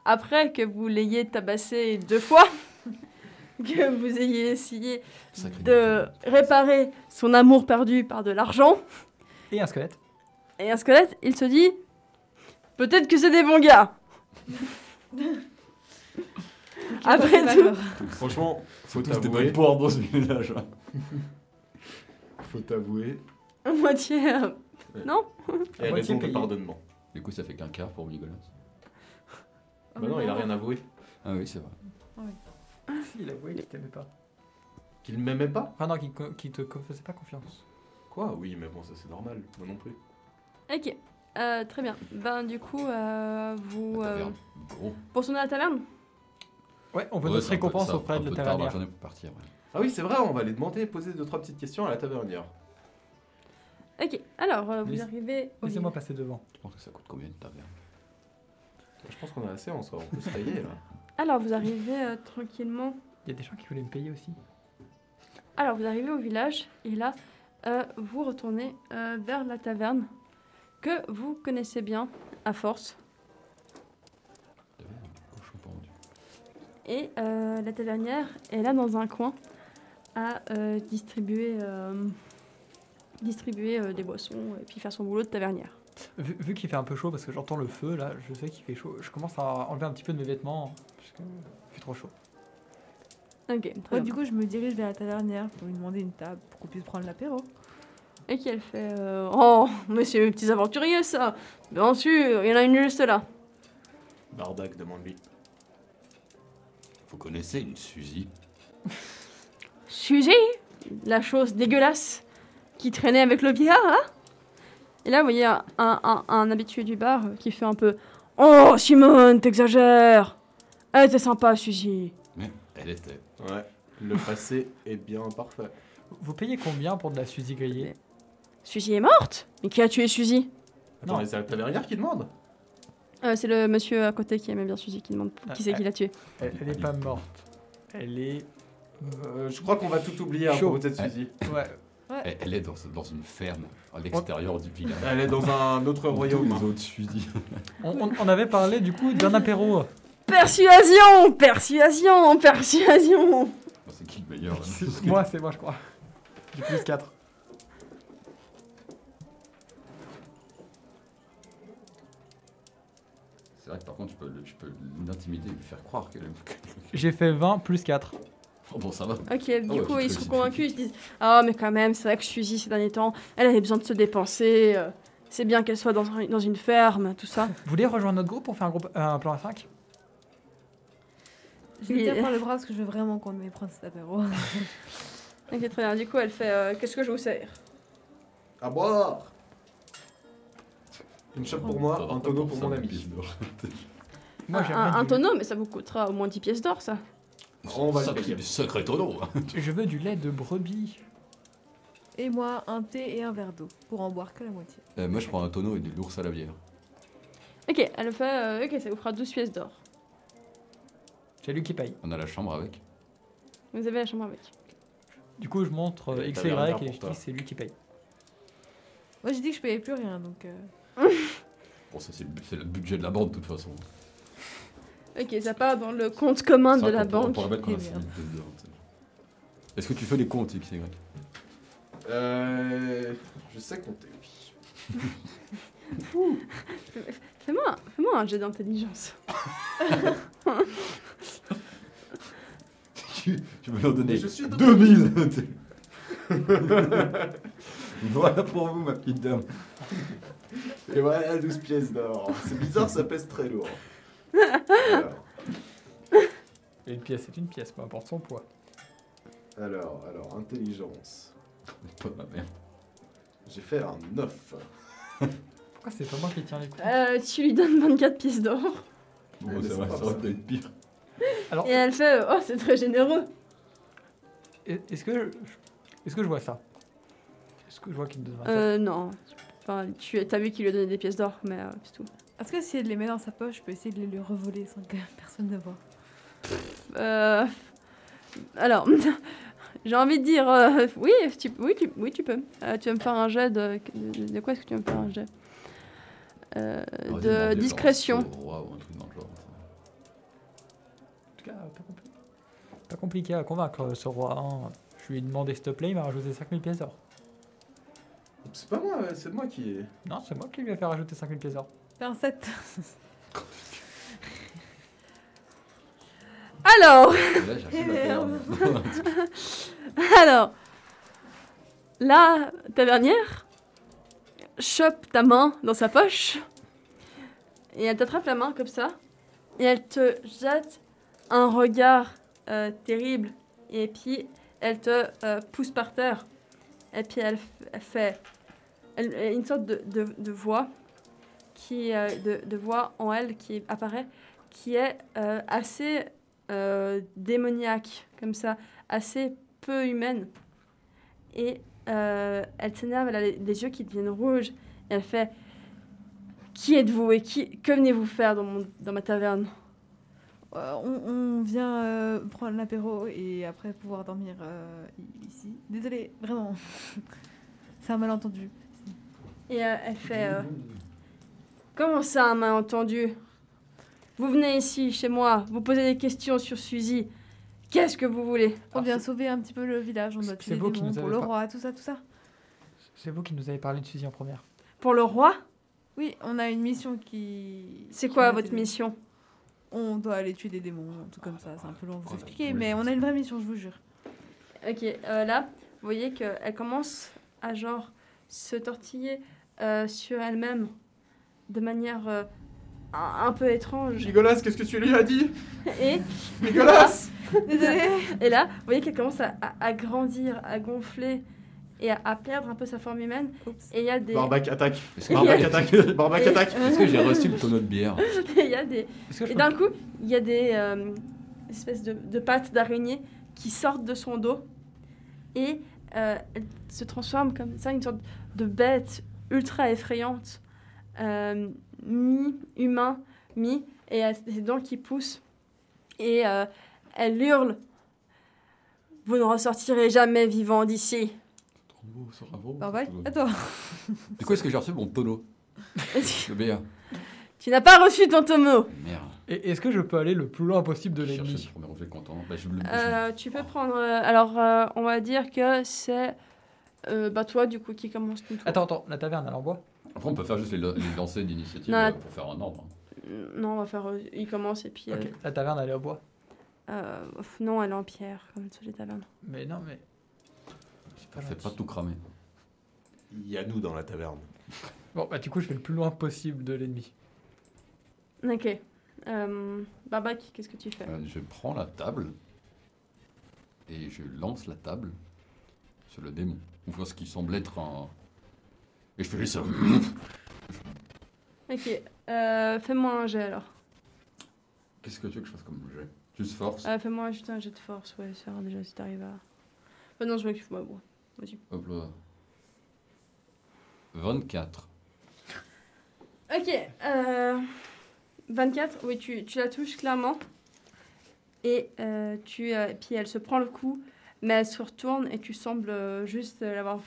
Speaker 1: après que vous l'ayez tabassé deux fois, que vous ayez essayé
Speaker 3: Sacré
Speaker 1: de réparer son amour perdu par de l'argent
Speaker 4: Et un squelette.
Speaker 1: et un squelette, il se dit peut-être que c'est des bons gars. Après
Speaker 5: Pas
Speaker 1: tout,
Speaker 5: peur.
Speaker 2: Franchement, faut
Speaker 3: Tous des
Speaker 2: t'avouer,
Speaker 3: boards dans ce village. hein.
Speaker 2: faut t'avouer,
Speaker 1: moitié. euh,
Speaker 2: elle a
Speaker 4: moitié
Speaker 2: raison de
Speaker 4: payé.
Speaker 2: pardonnement.
Speaker 3: Du coup, ça fait qu'un quart pour Nicolas.
Speaker 5: Oh,
Speaker 2: bah non,
Speaker 5: mais
Speaker 2: il a rien avoué.
Speaker 3: Ah oui, c'est vrai.
Speaker 4: Il avouait qu'il t'aimait pas.
Speaker 2: Qu'il m'aimait pas
Speaker 4: Enfin, non, qu'il co- qu'il te co- faisait pas confiance.
Speaker 2: Quoi Oui, mais bon, ça c'est normal, moi non plus.
Speaker 1: Ok, Euh, très bien. Ben du coup, euh, vous
Speaker 3: La
Speaker 1: euh,
Speaker 3: taverne. Gros.
Speaker 1: pour tourner à la taverne.
Speaker 4: Ouais, on veut
Speaker 3: Ouais,
Speaker 4: notre
Speaker 3: c'est un peu-
Speaker 4: récompense
Speaker 3: ça,
Speaker 4: auprès
Speaker 3: un
Speaker 4: de
Speaker 3: peu
Speaker 4: la
Speaker 3: tard dans la
Speaker 4: tavernière.
Speaker 3: journée pour partir. ouais.
Speaker 2: Ah oui, c'est vrai, on va aller demander, poser deux, trois petites questions à la tavernière.
Speaker 1: Ok, alors euh, vous
Speaker 4: Laisse-
Speaker 1: arrivez. au
Speaker 4: Laissez-moi passer devant.
Speaker 3: Je pense que ça coûte combien une taverne
Speaker 2: Je pense qu'on a assez en soi, on peut se tailler là.
Speaker 1: Alors vous arrivez euh, tranquillement.
Speaker 4: Il y a des gens qui voulaient me payer aussi.
Speaker 1: Alors vous arrivez au village et là euh, vous retournez euh, vers la taverne que vous connaissez bien à force.
Speaker 3: Taverne, cochon pendu.
Speaker 1: Et euh, la tavernière est là dans un coin à euh, distribuer, euh, distribuer euh, des boissons et puis faire son boulot de tavernière.
Speaker 4: Vu, vu qu'il fait un peu chaud, parce que j'entends le feu là, je sais qu'il fait chaud. Je commence à enlever un petit peu de mes vêtements, parce que il fait trop chaud.
Speaker 1: Ok,
Speaker 5: Ouais,
Speaker 1: très
Speaker 5: du
Speaker 1: bien.
Speaker 5: coup, je me dirige vers la tavernière pour lui demander une table pour qu'on puisse prendre l'apéro.
Speaker 1: Et qu'elle fait euh, Oh, mais c'est mes petits aventuriers ça Bien sûr, il y en a une juste là.
Speaker 2: Barbac, demande-lui.
Speaker 3: Vous connaissez une Suzy
Speaker 1: Suzy, la chose dégueulasse qui traînait avec le billard, hein Et là, vous voyez un, un- un habitué du bar euh, qui fait un peu « Oh, Simone, t'exagères Elle était sympa, Suzy
Speaker 3: Mais elle était.
Speaker 2: Ouais, le passé est bien parfait.
Speaker 4: Vous payez combien pour de la Suzy grillée
Speaker 1: Suzy est morte Mais qui a tué Suzy
Speaker 4: Non.
Speaker 2: Attends, mais c'est la tavernière qui demande
Speaker 1: Euh, C'est le monsieur à côté qui aimait bien Suzy qui demande
Speaker 4: Ah,
Speaker 1: qui c'est
Speaker 4: ah.
Speaker 1: qui l'a tué.
Speaker 4: elle, elle est pas morte. Elle est.
Speaker 2: Euh, Je crois qu'on va tout oublier à
Speaker 4: Chaud.
Speaker 2: propos de cette Suzy.
Speaker 4: Ouais,
Speaker 3: Elle, elle est dans, dans une ferme à l'extérieur du village.
Speaker 2: Elle est dans un autre royaume.
Speaker 3: Tous les autres Suzy.
Speaker 4: On, on- on avait parlé du coup d'un apéro.
Speaker 1: Persuasion Persuasion Persuasion
Speaker 3: Bon, c'est qui le meilleur hein? là
Speaker 4: moi, c'est moi, je crois. J'ai plus 4.
Speaker 3: C'est vrai que par contre, je peux, le- je peux l'intimider et lui faire croire qu'elle est.
Speaker 4: J'ai fait 20 plus 4.
Speaker 3: Oh, bon, ça va.
Speaker 1: Ok, du
Speaker 3: ouais,
Speaker 1: coup,
Speaker 3: j'ai
Speaker 1: ils
Speaker 3: cru
Speaker 1: sont
Speaker 3: que
Speaker 1: convaincus, ils se disent « Ah, mais quand même, c'est vrai que Suzy, ces derniers temps, elle avait besoin de se dépenser, euh, c'est bien qu'elle soit dans, un- dans une ferme, tout ça. »
Speaker 4: Vous voulez rejoindre notre groupe pour faire un, groupe, euh, un plan à 5
Speaker 5: Je vais
Speaker 1: Il-
Speaker 5: dire par le bras parce que je veux vraiment qu'on aille prendre cet apéro.
Speaker 1: Ok, très bien. Du coup, elle fait euh, Qu'est-ce que je vous sers
Speaker 2: À boire Une chope pour moi, un tonneau pour mon ami.
Speaker 4: Moi,
Speaker 1: un,
Speaker 4: j'aimerais
Speaker 1: un- un
Speaker 4: du-
Speaker 1: tonneau, mais ça vous coûtera au moins 10 pièces d'or, ça.
Speaker 2: On va le
Speaker 3: Sacré-
Speaker 2: payer.
Speaker 3: du sacré tonneau. hein.
Speaker 4: Je veux du lait de brebis.
Speaker 5: Et moi, un thé et un verre d'eau, pour en boire que la moitié.
Speaker 3: Euh, moi, je prends un tonneau et de l'ours à la bière.
Speaker 1: Ok, elle fait, euh, ok, ça vous fera 12 pièces d'or.
Speaker 4: C'est lui qui paye.
Speaker 3: On a la chambre avec.
Speaker 1: Vous avez la chambre avec.
Speaker 4: Du coup, je montre euh,
Speaker 2: Et
Speaker 4: X
Speaker 2: t'avais un verre
Speaker 4: et
Speaker 2: pour
Speaker 4: je
Speaker 2: toi.
Speaker 4: dis c'est lui qui paye.
Speaker 5: Moi, j'ai dit que je payais plus rien, donc. euh,
Speaker 3: Bon, ça, c'est le bu- c'est le budget de la bande, de toute façon.
Speaker 1: Ok, ça part dans le compte commun
Speaker 3: C'est
Speaker 1: de la
Speaker 3: vrai qu'on pourra- on
Speaker 1: banque.
Speaker 3: pourra mettre qu'on a
Speaker 5: Eh bien.
Speaker 3: 6 pièces d'or, tu sais. Est-ce que tu fais les comptes, XY
Speaker 2: Euh, je sais compter, oui.
Speaker 1: Fais-moi un- fais-moi un jet d'intelligence.
Speaker 3: tu, tu veux leur donner
Speaker 2: Mais je suis
Speaker 3: 2000 Voilà pour vous, ma petite dame.
Speaker 2: Et voilà, 12 pièces d'or. C'est bizarre, ça pèse très lourd. Alors,
Speaker 4: Et une pièce, c'est une pièce, peu importe son poids.
Speaker 2: alors, alors, intelligence. Eh,
Speaker 3: Pas ma mère.
Speaker 2: J'ai fait un 9.
Speaker 4: Pourquoi c'est pas moi qui tiens les coups
Speaker 1: Euh, tu lui donnes 24 pièces d'or.
Speaker 3: Bon, ça va, ça aurait pu être pire.
Speaker 1: Euh,
Speaker 4: Alors,
Speaker 1: Et elle fait, euh, oh, c'est très généreux.
Speaker 4: est- est-ce que, est que je vois ça Est-ce que je vois qu'il me donne un
Speaker 1: Euh, non. Enfin, tu as vu qu'il lui a donné des pièces d'or, mais euh, c'est tout.
Speaker 5: Est-ce que si elle les met dans sa poche, je peux essayer de les lui revoler sans que personne ne voit
Speaker 1: Euh, alors, j'ai envie de dire, euh, oui, tu, oui, tu, oui, tu peux. Euh, tu vas me faire un jet de... De, de quoi est-ce que tu vas me faire un jet Euh,
Speaker 3: Aurait dû demander,
Speaker 1: De
Speaker 3: genre,
Speaker 1: discrétion.
Speaker 3: au roi ou un truc dans le genre.
Speaker 4: En tout cas, pas compliqué. Pas compliqué à convaincre euh, ce roi. hein. Je lui ai demandé s'il te plaît, il m'a rajouté 5000 pièces d'or.
Speaker 2: C'est pas moi, c'est moi qui.
Speaker 4: Non, c'est moi qui lui ai fait rajouter 5000 pièces d'or.
Speaker 5: Fais un 7
Speaker 1: Alors,
Speaker 3: Et
Speaker 1: Eh
Speaker 3: Là, j'arrive à perdre.
Speaker 1: alors, la tavernière chope ta main dans sa poche et elle t'attrape la main comme ça et elle te jette un regard euh, terrible et puis elle te euh, pousse par terre et puis elle, f- elle fait elle- elle- une sorte de, de- de voix qui euh, de, de voix en elle qui apparaît qui est euh, assez euh, démoniaque comme ça assez peu humaine. Et euh, elle s'énerve, elle a les, les yeux qui deviennent rouges. Et elle fait Qui êtes-vous et qui, que venez-vous faire dans, mon, dans ma taverne
Speaker 5: Euh, on, on vient euh, prendre l'apéro et après pouvoir dormir euh, i- ici. Désolée, vraiment. C'est un malentendu.
Speaker 1: Et euh, elle fait euh, Comment ça, un malentendu Vous venez ici, chez moi, vous posez des questions sur Suzy. Qu'est-ce que vous voulez
Speaker 5: On
Speaker 4: Alors,
Speaker 5: vient
Speaker 4: c'est-
Speaker 5: sauver un petit peu le village, on
Speaker 4: C'est-
Speaker 5: doit
Speaker 4: c'est
Speaker 5: tuer
Speaker 4: vous
Speaker 5: des
Speaker 4: qui
Speaker 5: démons
Speaker 4: nous
Speaker 5: pour
Speaker 4: avez
Speaker 5: le
Speaker 4: pas-
Speaker 5: roi, tout ça, tout ça.
Speaker 4: C'est vous qui nous avez parlé de Suzy en première.
Speaker 1: Pour le roi
Speaker 5: Oui, on a une mission qui...
Speaker 1: C'est
Speaker 5: qui
Speaker 1: quoi
Speaker 5: nous
Speaker 1: votre
Speaker 5: était-
Speaker 1: mission
Speaker 5: On doit aller tuer des démons, tout comme ça. C'est un peu long à vous
Speaker 3: Oh,
Speaker 5: expliquer,
Speaker 3: oui.
Speaker 5: mais on a une vraie mission, je vous jure.
Speaker 1: Ok, euh, là, vous voyez qu'elle commence à genre se tortiller euh, sur elle-même de manière euh, un, un peu étrange.
Speaker 2: Nicolas, qu'est-ce que tu lui as dit
Speaker 1: Et,
Speaker 2: Nicolas
Speaker 5: Désolée
Speaker 1: et là, vous voyez qu'elle commence à, à- à grandir, à gonfler et à, à perdre un peu sa forme humaine.
Speaker 5: Oups.
Speaker 1: Et il y a des.
Speaker 2: Barbac attaque.
Speaker 3: Est-ce
Speaker 2: Barbac
Speaker 3: que-
Speaker 2: attaque. Barbac
Speaker 1: Et-
Speaker 2: attaque.
Speaker 3: Est-ce que j'ai reçu le tonneau de bière
Speaker 1: et il y a des.
Speaker 4: Est-ce que je
Speaker 1: Et
Speaker 4: peux-
Speaker 1: d'un coup, il y a des euh, espèces de, de pattes d'araignée qui sortent de son dos et euh, elle se transforme comme ça, une sorte de bête ultra effrayante, euh, mi-humain, mi, et elle a des dents qui poussent. Et euh, elle hurle Vous ne ressortirez jamais vivant d'ici. Bah
Speaker 5: Barbac, attends.
Speaker 3: Du coup, est-ce que j'ai reçu mon tonneau de bière Ah,
Speaker 1: tu n'as pas reçu ton tomo.
Speaker 3: Merde.
Speaker 4: Et est-ce que je peux aller le plus loin possible de
Speaker 3: Je cherchais
Speaker 4: l'ennemi
Speaker 3: le premier objet content. Bah, je le
Speaker 1: Euh, tu peux prendre. euh, alors, euh, on va dire que c'est. euh, bah, toi, du coup, qui commence tout.
Speaker 4: Attends, attends, la taverne, elle en bois
Speaker 3: Après, on peut faire juste les, les lancers d'initiative
Speaker 1: Non,
Speaker 3: euh,
Speaker 1: la-
Speaker 3: pour faire un ordre.
Speaker 1: Non, on va faire. euh, Il commence et puis. euh,
Speaker 4: Ok, la taverne, elle est en bois.
Speaker 1: euh, pff, non, elle est en pierre, comme tous les tavernes.
Speaker 4: Mais non, mais. C'est
Speaker 3: On
Speaker 4: pas
Speaker 3: fait
Speaker 4: gentil.
Speaker 3: pas tout cramer.
Speaker 2: Il y a nous dans la taverne.
Speaker 4: Bon, bah, du coup, je vais le plus loin possible de l'ennemi.
Speaker 1: Ok. Euh, Barbac, qu'est-ce que tu fais
Speaker 3: Euh, je prends la table et je lance la table sur le démon. On voit ce qui semble être un. Et je fais juste ça.
Speaker 1: Ok, euh, fais-moi un jet alors.
Speaker 3: Qu'est-ce que tu veux que je fasse comme jet Juste force
Speaker 1: Euh, fais-moi juste un jet de force, ouais, ça va déjà si t'arrives à. Bah non, je m'occupe, moi, bon.
Speaker 3: Hop là. 24.
Speaker 1: Ok, euh, 24, oui, tu, tu la touches clairement. Et euh, tu, euh, puis elle se prend le coup, mais elle se retourne et tu sembles euh, juste euh, l'avoir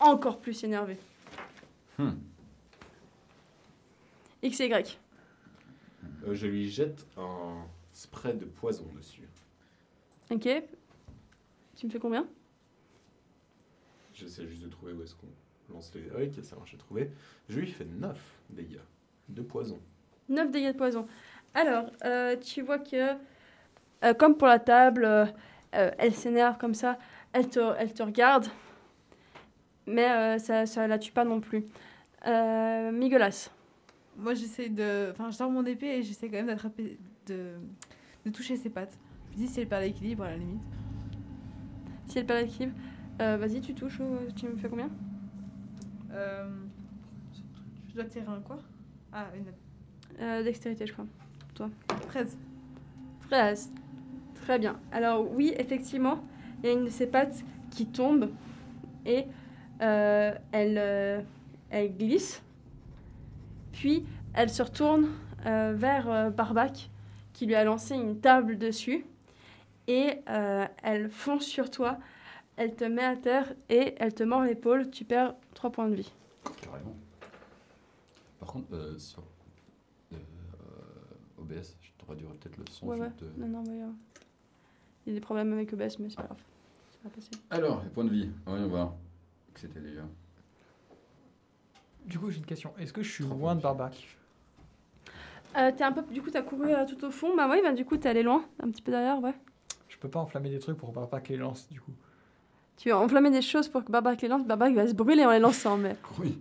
Speaker 1: encore plus énervée.
Speaker 3: Hmm.
Speaker 1: X et Y.
Speaker 2: Euh, je lui jette un spray de poison dessus.
Speaker 1: Ok. Tu me fais combien
Speaker 2: J'essaie juste de trouver où est-ce qu'on lance les. Ah, ok, ça marche, j'ai trouvé. Je lui fais 9 dégâts de poison.
Speaker 1: 9 dégâts de poison. Alors, euh, tu vois que, euh, comme pour la table, euh, euh, elle s'énerve comme ça, elle te, elle te regarde, mais euh, ça, ça la tue pas non plus. Euh, Migolas.
Speaker 5: Moi, j'essaie de. Enfin, je sors mon épée et j'essaie quand même d'attraper. De... de toucher ses pattes. Je me dis si elle perd l'équilibre à la limite.
Speaker 1: Si elle perd l'équilibre, euh, vas-y, tu touches, ou tu me fais combien
Speaker 5: Euh, Je dois tirer un quoi Ah, une
Speaker 1: Euh, Dextérité, je crois.
Speaker 5: 13.
Speaker 1: 13. Très bien. Alors oui, effectivement, il y a une de ses pattes qui tombe et euh, elle, euh, elle glisse. Puis elle se retourne euh, vers euh, Barbac qui lui a lancé une table dessus et euh, elle fonce sur toi. Elle te met à terre et elle te mord l'épaule. Tu perds 3 points de vie.
Speaker 3: Carrément. Par contre, euh, sur euh, OBS, je t'aurais dû peut-être le son.
Speaker 1: Ouais,
Speaker 3: je
Speaker 1: ouais.
Speaker 3: te-
Speaker 1: Non, non, mais, euh, il y a des problèmes avec OBS, mais c'est pas grave. C'est pas possible.
Speaker 3: Alors, les points de vie. Voyons voir. Que c'était déjà.
Speaker 4: Du coup, j'ai une question. Est-ce que je suis
Speaker 3: Trop
Speaker 4: loin de
Speaker 3: bien.
Speaker 4: Barbac
Speaker 1: Euh, t'es un peu, du coup, t'as couru euh, tout au fond. Bah oui, bah du coup, t'es allé loin, un petit peu derrière, ouais.
Speaker 4: Je peux pas enflammer des trucs pour Barbac les lance, du coup.
Speaker 1: Tu as enflammé des choses pour que Barbac les lance. Barbac va se brûler en les lançant, mais.
Speaker 3: Oui.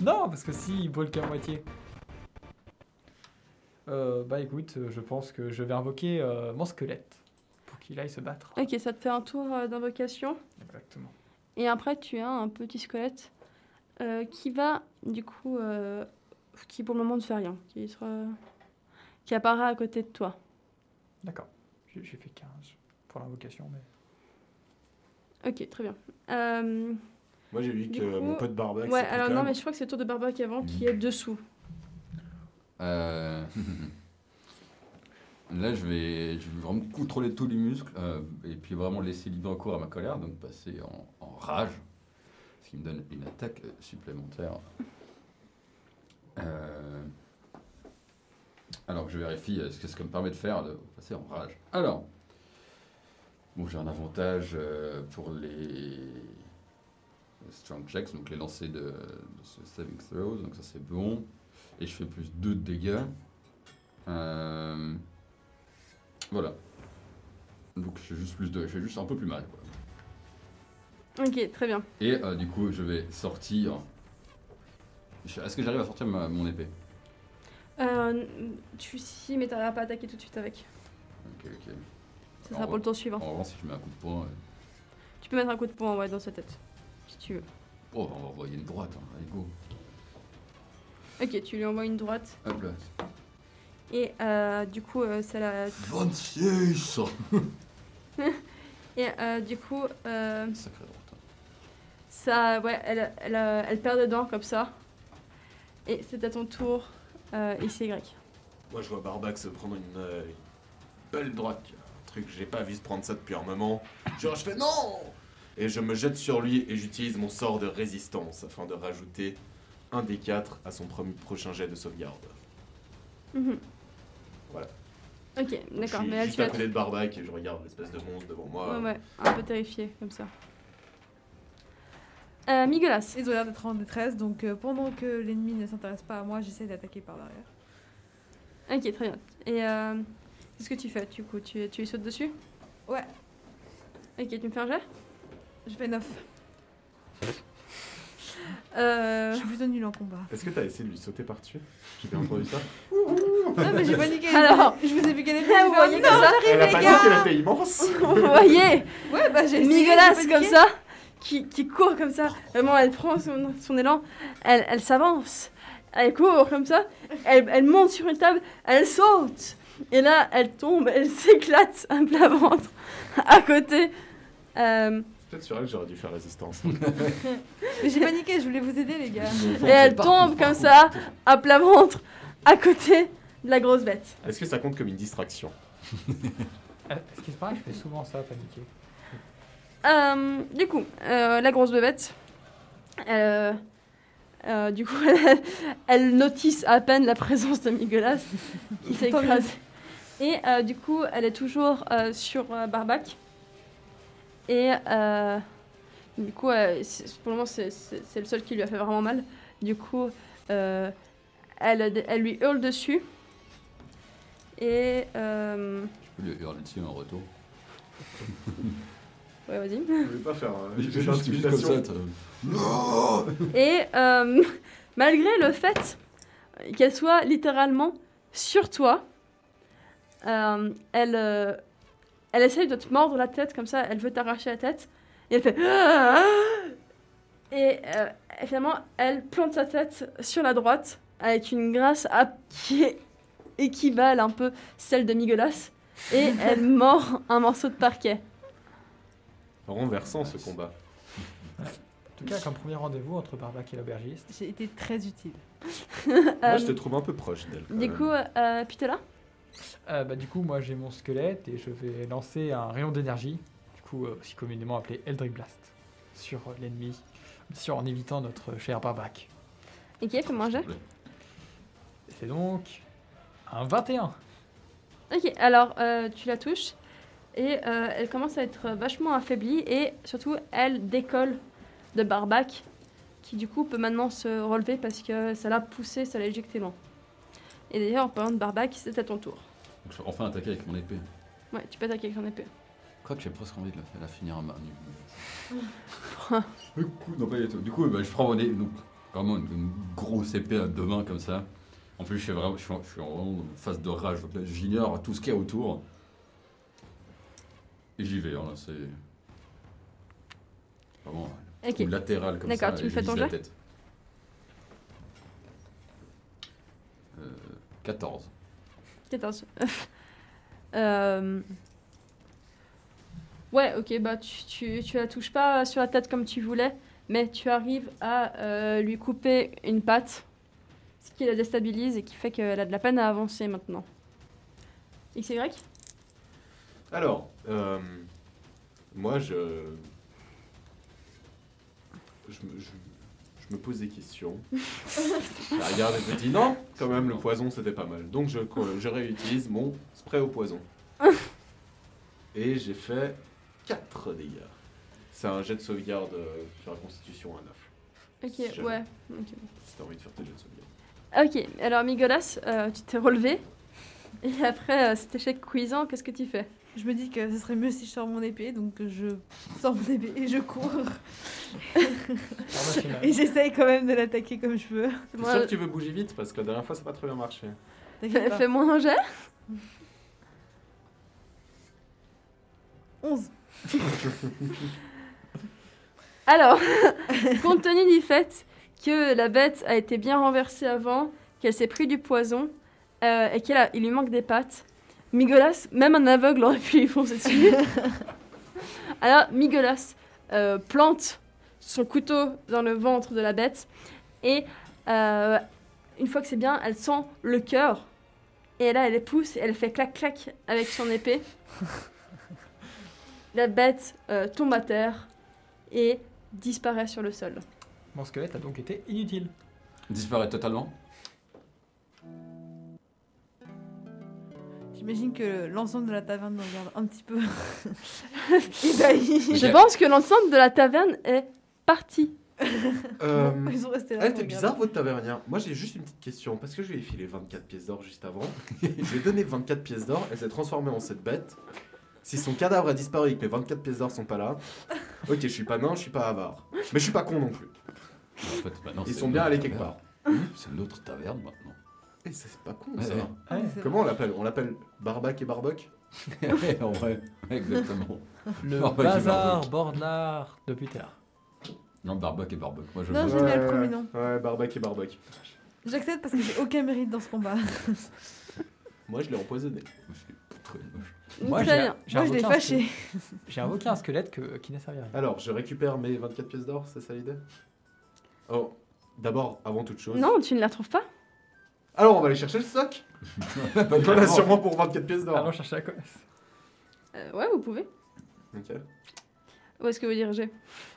Speaker 4: non, parce que si, il brûle qu'à moitié. Euh, bah écoute, euh, je pense que je vais invoquer euh, mon squelette pour qu'il aille se battre.
Speaker 1: Ok, ça te fait un tour euh, d'invocation.
Speaker 4: Exactement.
Speaker 1: Et après, tu as un petit squelette euh, qui va, du coup, euh, qui pour le moment ne fait rien. Qui, sera... qui apparaît à côté de toi.
Speaker 4: D'accord. J'ai j'ai fait 15 pour l'invocation, mais.
Speaker 1: Ok, très bien. Euh,
Speaker 2: Moi, j'ai vu
Speaker 1: Du
Speaker 2: que euh,
Speaker 1: coup,
Speaker 2: mon pote Barbac.
Speaker 1: ouais,
Speaker 2: s'est pris
Speaker 1: alors
Speaker 2: quand
Speaker 1: non,
Speaker 2: même-
Speaker 1: mais je crois que c'est le tour de Barbac avant qui est dessous.
Speaker 3: Euh, Là, je vais, je vais vraiment contrôler tout les muscles euh, et puis vraiment laisser libre cours à ma colère, donc passer en, en rage, ce qui me donne une attaque euh, supplémentaire. Euh, Alors, je vérifie euh, ce que ça me permet de faire, de passer en rage. Alors, bon, j'ai un avantage euh, pour les strong checks, donc les lancers de, de ce saving throws, donc ça c'est bon et je fais plus 2 de dégâts. Euh, Voilà. Donc je fais juste plus 2, je fais juste un peu plus mal. quoi.
Speaker 1: Ok, très bien.
Speaker 3: Et euh, du coup, je vais sortir. Je- Est-ce que j'arrive à sortir ma- mon épée
Speaker 1: Euh, tu si, mais t'arriveras pas à attaquer tout de suite avec.
Speaker 3: Ok, ok.
Speaker 1: Ça sera pour le tour suivant.
Speaker 3: En revanche, si je mets un coup de poing, euh,
Speaker 1: Tu peux mettre un coup de poing ouais, dans sa tête, si tu veux.
Speaker 3: oh, on va envoyer une droite. hein. Allez, go.
Speaker 1: Ok, tu lui envoies une droite.
Speaker 3: Hop là.
Speaker 1: Et euh, du coup, euh, ça la...
Speaker 3: 26
Speaker 1: Et euh, du coup, euh,
Speaker 3: Sacré droite. hein.
Speaker 1: ça... Ouais, elle, elle, euh, elle perd dedans, comme ça. Et c'est à ton tour, euh, ici, Y.
Speaker 2: Moi, je vois Barbac se prendre une, euh, une belle droite. tu vois, Un truc, j'ai pas vu se prendre ça depuis un moment. Genre, je fais non Et je me jette sur lui et j'utilise mon sort de résistance afin de rajouter un des quatre à son premier- prochain jet de sauvegarde.
Speaker 1: Mhm.
Speaker 2: Voilà.
Speaker 1: Ok,
Speaker 2: Donc,
Speaker 1: d'accord,
Speaker 2: je suis
Speaker 1: mais là,
Speaker 2: juste
Speaker 1: tu
Speaker 2: à
Speaker 1: vas...
Speaker 2: côté de Barbac et je regarde l'espèce de monstre devant moi.
Speaker 1: Ouais, ouais, un peu terrifié, comme ça.
Speaker 5: Ah,
Speaker 1: Euh, Migolas.
Speaker 5: Ils ont l'air d'être en détresse, donc euh, pendant que l'ennemi ne s'intéresse pas à moi, j'essaie d'attaquer par derrière.
Speaker 1: Ok, très bien. Et euh, qu'est-ce que tu fais, du coup tu, tu lui sautes dessus
Speaker 5: Ouais.
Speaker 1: Ok, tu me fais un jet
Speaker 5: Je fais 9.
Speaker 1: euh...
Speaker 5: Je suis plutôt nulle en combat.
Speaker 2: Est-ce que t'as essayé de lui sauter par-dessus J'ai bien entendu ça.
Speaker 5: Non, Ah, mais j'ai paniqué.
Speaker 1: Alors.
Speaker 5: je vous ai vu galérer.
Speaker 1: Ah,
Speaker 5: j'ai
Speaker 1: vous voyez
Speaker 5: fait, oh non,
Speaker 1: comme ça
Speaker 2: Elle a
Speaker 5: les
Speaker 2: pas dit
Speaker 5: gars
Speaker 2: qu'elle était immense
Speaker 1: Vous voyez
Speaker 5: Ouais, bah j'ai essayé,
Speaker 1: Migolas
Speaker 5: j'ai
Speaker 1: comme
Speaker 5: paniqué.
Speaker 1: ça, qui, qui court comme ça. Vraiment, elle prend son, son élan, elle, elle s'avance. elle court comme ça, elle, elle monte sur une table, elle saute. Et là, elle tombe, elle s'éclate un plat ventre à côté. Euh,
Speaker 2: C'est peut-être sur elle que j'aurais dû faire résistance.
Speaker 5: J'ai paniqué, je voulais vous aider, les gars.
Speaker 1: et Eh, elle tombe comme ça à plat ventre à côté de la grosse bête.
Speaker 2: Est-ce que ça compte comme une distraction
Speaker 4: Euh, Est-ce qu'il se paraît que je fais souvent ça, paniquer
Speaker 1: Euh, du coup, euh, la grosse bébête, elle, euh, euh, du coup, elle, elle notice à peine la présence de Migolas qui
Speaker 5: Tant mieux.
Speaker 1: s'écrase. Et euh, du coup, elle est toujours euh, sur euh, Barbac. Et euh, du coup, euh, c'est- pour le moment, c'est- c'est c'est le seul qui lui a fait vraiment mal. Du coup, euh, elle, elle lui hurle dessus. Et. euh,
Speaker 3: Je peux lui hurler dessus en retour.
Speaker 1: ouais, vas-y.
Speaker 2: Je voulais pas faire un
Speaker 3: Juste- juste comme ça, t'as-
Speaker 1: Et euh, malgré le fait qu'elle soit littéralement sur toi, euh, elle, euh, elle essaye de te mordre la tête comme ça, elle veut t'arracher la tête, et elle fait... Et euh, et finalement, elle plante sa tête sur la droite avec une grâce à- qui est équivale un peu celle de Migolas, et elle mord un morceau de parquet.
Speaker 2: Renversant ce combat.
Speaker 4: En tout cas, comme premier rendez-vous entre Barbac et l'aubergiste.
Speaker 5: J'ai été très utile.
Speaker 2: Moi, je
Speaker 1: Euh,
Speaker 2: te trouve un peu proche d'elle. quand
Speaker 1: du
Speaker 2: même.
Speaker 1: coup, euh, puis t'es là
Speaker 4: Euh, bah, du coup, moi j'ai mon squelette et je vais lancer un rayon d'énergie, du coup euh, aussi communément appelé Eldritch Blast, sur euh, l'ennemi, sur en évitant notre cher Barbac.
Speaker 1: Et qui est comment j'ai
Speaker 4: C'est donc un 21.
Speaker 1: Ok, alors euh, tu la touches et euh, elle commence à être vachement affaiblie et surtout elle décolle de Barbac qui du coup peut maintenant se relever parce que ça l'a poussé, ça l'a éjecté loin. Et d'ailleurs, en parlant de Barbac, c'est à ton tour.
Speaker 3: Donc, je vais enfin attaquer avec mon épée.
Speaker 1: Ouais, tu peux attaquer avec ton épée.
Speaker 3: Quoique j'ai presque envie de la, faire- la finir en main nue. du coup, non, pas du tout. Du coup, bah, je prends mon é- donc, vraiment une, une grosse épée à deux mains comme ça. En plus, je suis vraiment, je suis en, je suis en vraiment phase de rage. Donc là, j'ignore tout ce qu'il y a autour. Et j'y vais. hein, là, c'est vraiment
Speaker 1: Ok,
Speaker 3: ou latéral comme ça.
Speaker 1: D'accord, tu
Speaker 3: et
Speaker 1: me
Speaker 3: je
Speaker 1: fais
Speaker 3: vise
Speaker 1: ton
Speaker 3: la
Speaker 1: jet.
Speaker 3: tête. Euh, 14.
Speaker 1: 14. Euh, Ouais, ok, bah tu, tu, tu la touches pas sur la tête comme tu voulais, mais tu arrives à euh, lui couper une patte, ce qui la déstabilise et qui fait qu'elle a de la peine à avancer maintenant. XY
Speaker 2: Alors, euh, moi, je... Je me, je, je me pose des questions. je la regarde et je me dis non, quand même, le poison, c'était pas mal. Donc, je, je réutilise mon spray au poison. Et j'ai fait 4 dégâts. C'est un jet de sauvegarde euh, sur la constitution à 9. Si
Speaker 1: Ok,
Speaker 2: jamais.
Speaker 1: ouais. ok.
Speaker 2: Si t'as envie de faire tes jets de sauvegarde.
Speaker 1: Ok, alors Migolas, euh, tu t'es relevé, et après euh, cet échec cuisant, qu'est-ce que tu fais
Speaker 5: Je me dis que ce serait mieux si je sors mon épée, donc je sors mon épée et je cours.
Speaker 4: Barbac, il m'a-
Speaker 5: Et j'essaye quand même de l'attaquer comme je veux.
Speaker 2: T'es
Speaker 1: Moi,
Speaker 2: sûr que tu veux bouger vite Parce que la dernière fois, ça n'a pas très bien marché.
Speaker 5: T'inquiète
Speaker 1: Fais-
Speaker 5: pas.
Speaker 1: Fais-moi un jet
Speaker 5: 11.
Speaker 1: Alors, compte tenu du fait que la bête a été bien renversée avant, qu'elle s'est pris du poison euh, et qu'il lui manque des pattes, Migolas, même un aveugle aurait pu lui foncer dessus. Alors, Migolas euh, plante son couteau dans le ventre de la bête et euh, une fois que c'est bien, elle sent le cœur. Et là, elle les pousse et elle fait clac-clac avec son épée. La bête euh, tombe à terre et disparaît sur le sol.
Speaker 4: Mon squelette a donc été inutile.
Speaker 3: Disparaît totalement.
Speaker 5: J'imagine que l'ensemble de la taverne nous regarde un petit peu ébahi.
Speaker 1: Je pense que l'ensemble de la taverne est parti.
Speaker 2: Euh,
Speaker 5: Ils sont restés là.
Speaker 2: Elle était Ah,
Speaker 5: pour regarder.
Speaker 2: Eh, bizarre votre tavernière. Moi j'ai juste une petite question parce que je lui ai filé 24 pièces d'or juste avant. je lui ai donné 24 pièces d'or, elle s'est transformée en cette bête. Si son cadavre a disparu et que mes 24 pièces d'or sont pas là, ok je suis pas nain, je suis pas avare. Mais je suis pas con non plus.
Speaker 3: En fait, maintenant,
Speaker 2: Ils
Speaker 3: c'est
Speaker 2: sont
Speaker 3: une
Speaker 2: bien
Speaker 3: autre
Speaker 2: allés quelque
Speaker 3: taverne. Hmm
Speaker 2: part.
Speaker 3: C'est une autre taverne maintenant.
Speaker 2: Et Eh, ça, c'est pas con
Speaker 3: Ouais,
Speaker 2: ça.
Speaker 3: ouais.
Speaker 5: Ah,
Speaker 4: Euh,
Speaker 5: mais c'est
Speaker 2: Comment on l'appelle On l'appelle Barbac et Barboc
Speaker 3: Ouais, en vrai, exactement.
Speaker 4: Le
Speaker 3: Barbac et
Speaker 4: bazar
Speaker 3: Barbac.
Speaker 4: borde l'art depuis tard.
Speaker 3: Non, Barbuck et Barbuck. Moi, je
Speaker 5: Non,
Speaker 3: vois.
Speaker 5: j'aimais le premier nom.
Speaker 2: Ouais, Barbac et Barboc.
Speaker 5: J'accepte parce que j'ai aucun mérite dans ce combat.
Speaker 2: Moi, je l'ai empoisonné.
Speaker 4: Moi,
Speaker 1: Très
Speaker 4: j'ai-
Speaker 1: bien.
Speaker 4: j'ai
Speaker 5: Moi, je l'ai
Speaker 4: invoqué un squelette-
Speaker 5: fâché.
Speaker 4: J'ai invoqué un squelette que- qui n'a servi à rien.
Speaker 2: Alors, je récupère mes 24 pièces d'or, c'est ça l'idée Oh, d'abord, avant toute chose.
Speaker 1: Non, tu ne la trouves pas
Speaker 2: Alors, on va aller chercher le stock
Speaker 3: Pas
Speaker 2: Donc, on a
Speaker 3: vraiment.
Speaker 2: sûrement pour 24 pièces
Speaker 4: Allons
Speaker 2: d'or.
Speaker 4: chercher la connasse.
Speaker 1: Euh, Ouais, vous pouvez.
Speaker 2: Ok.
Speaker 1: Où est-ce que vous dirigez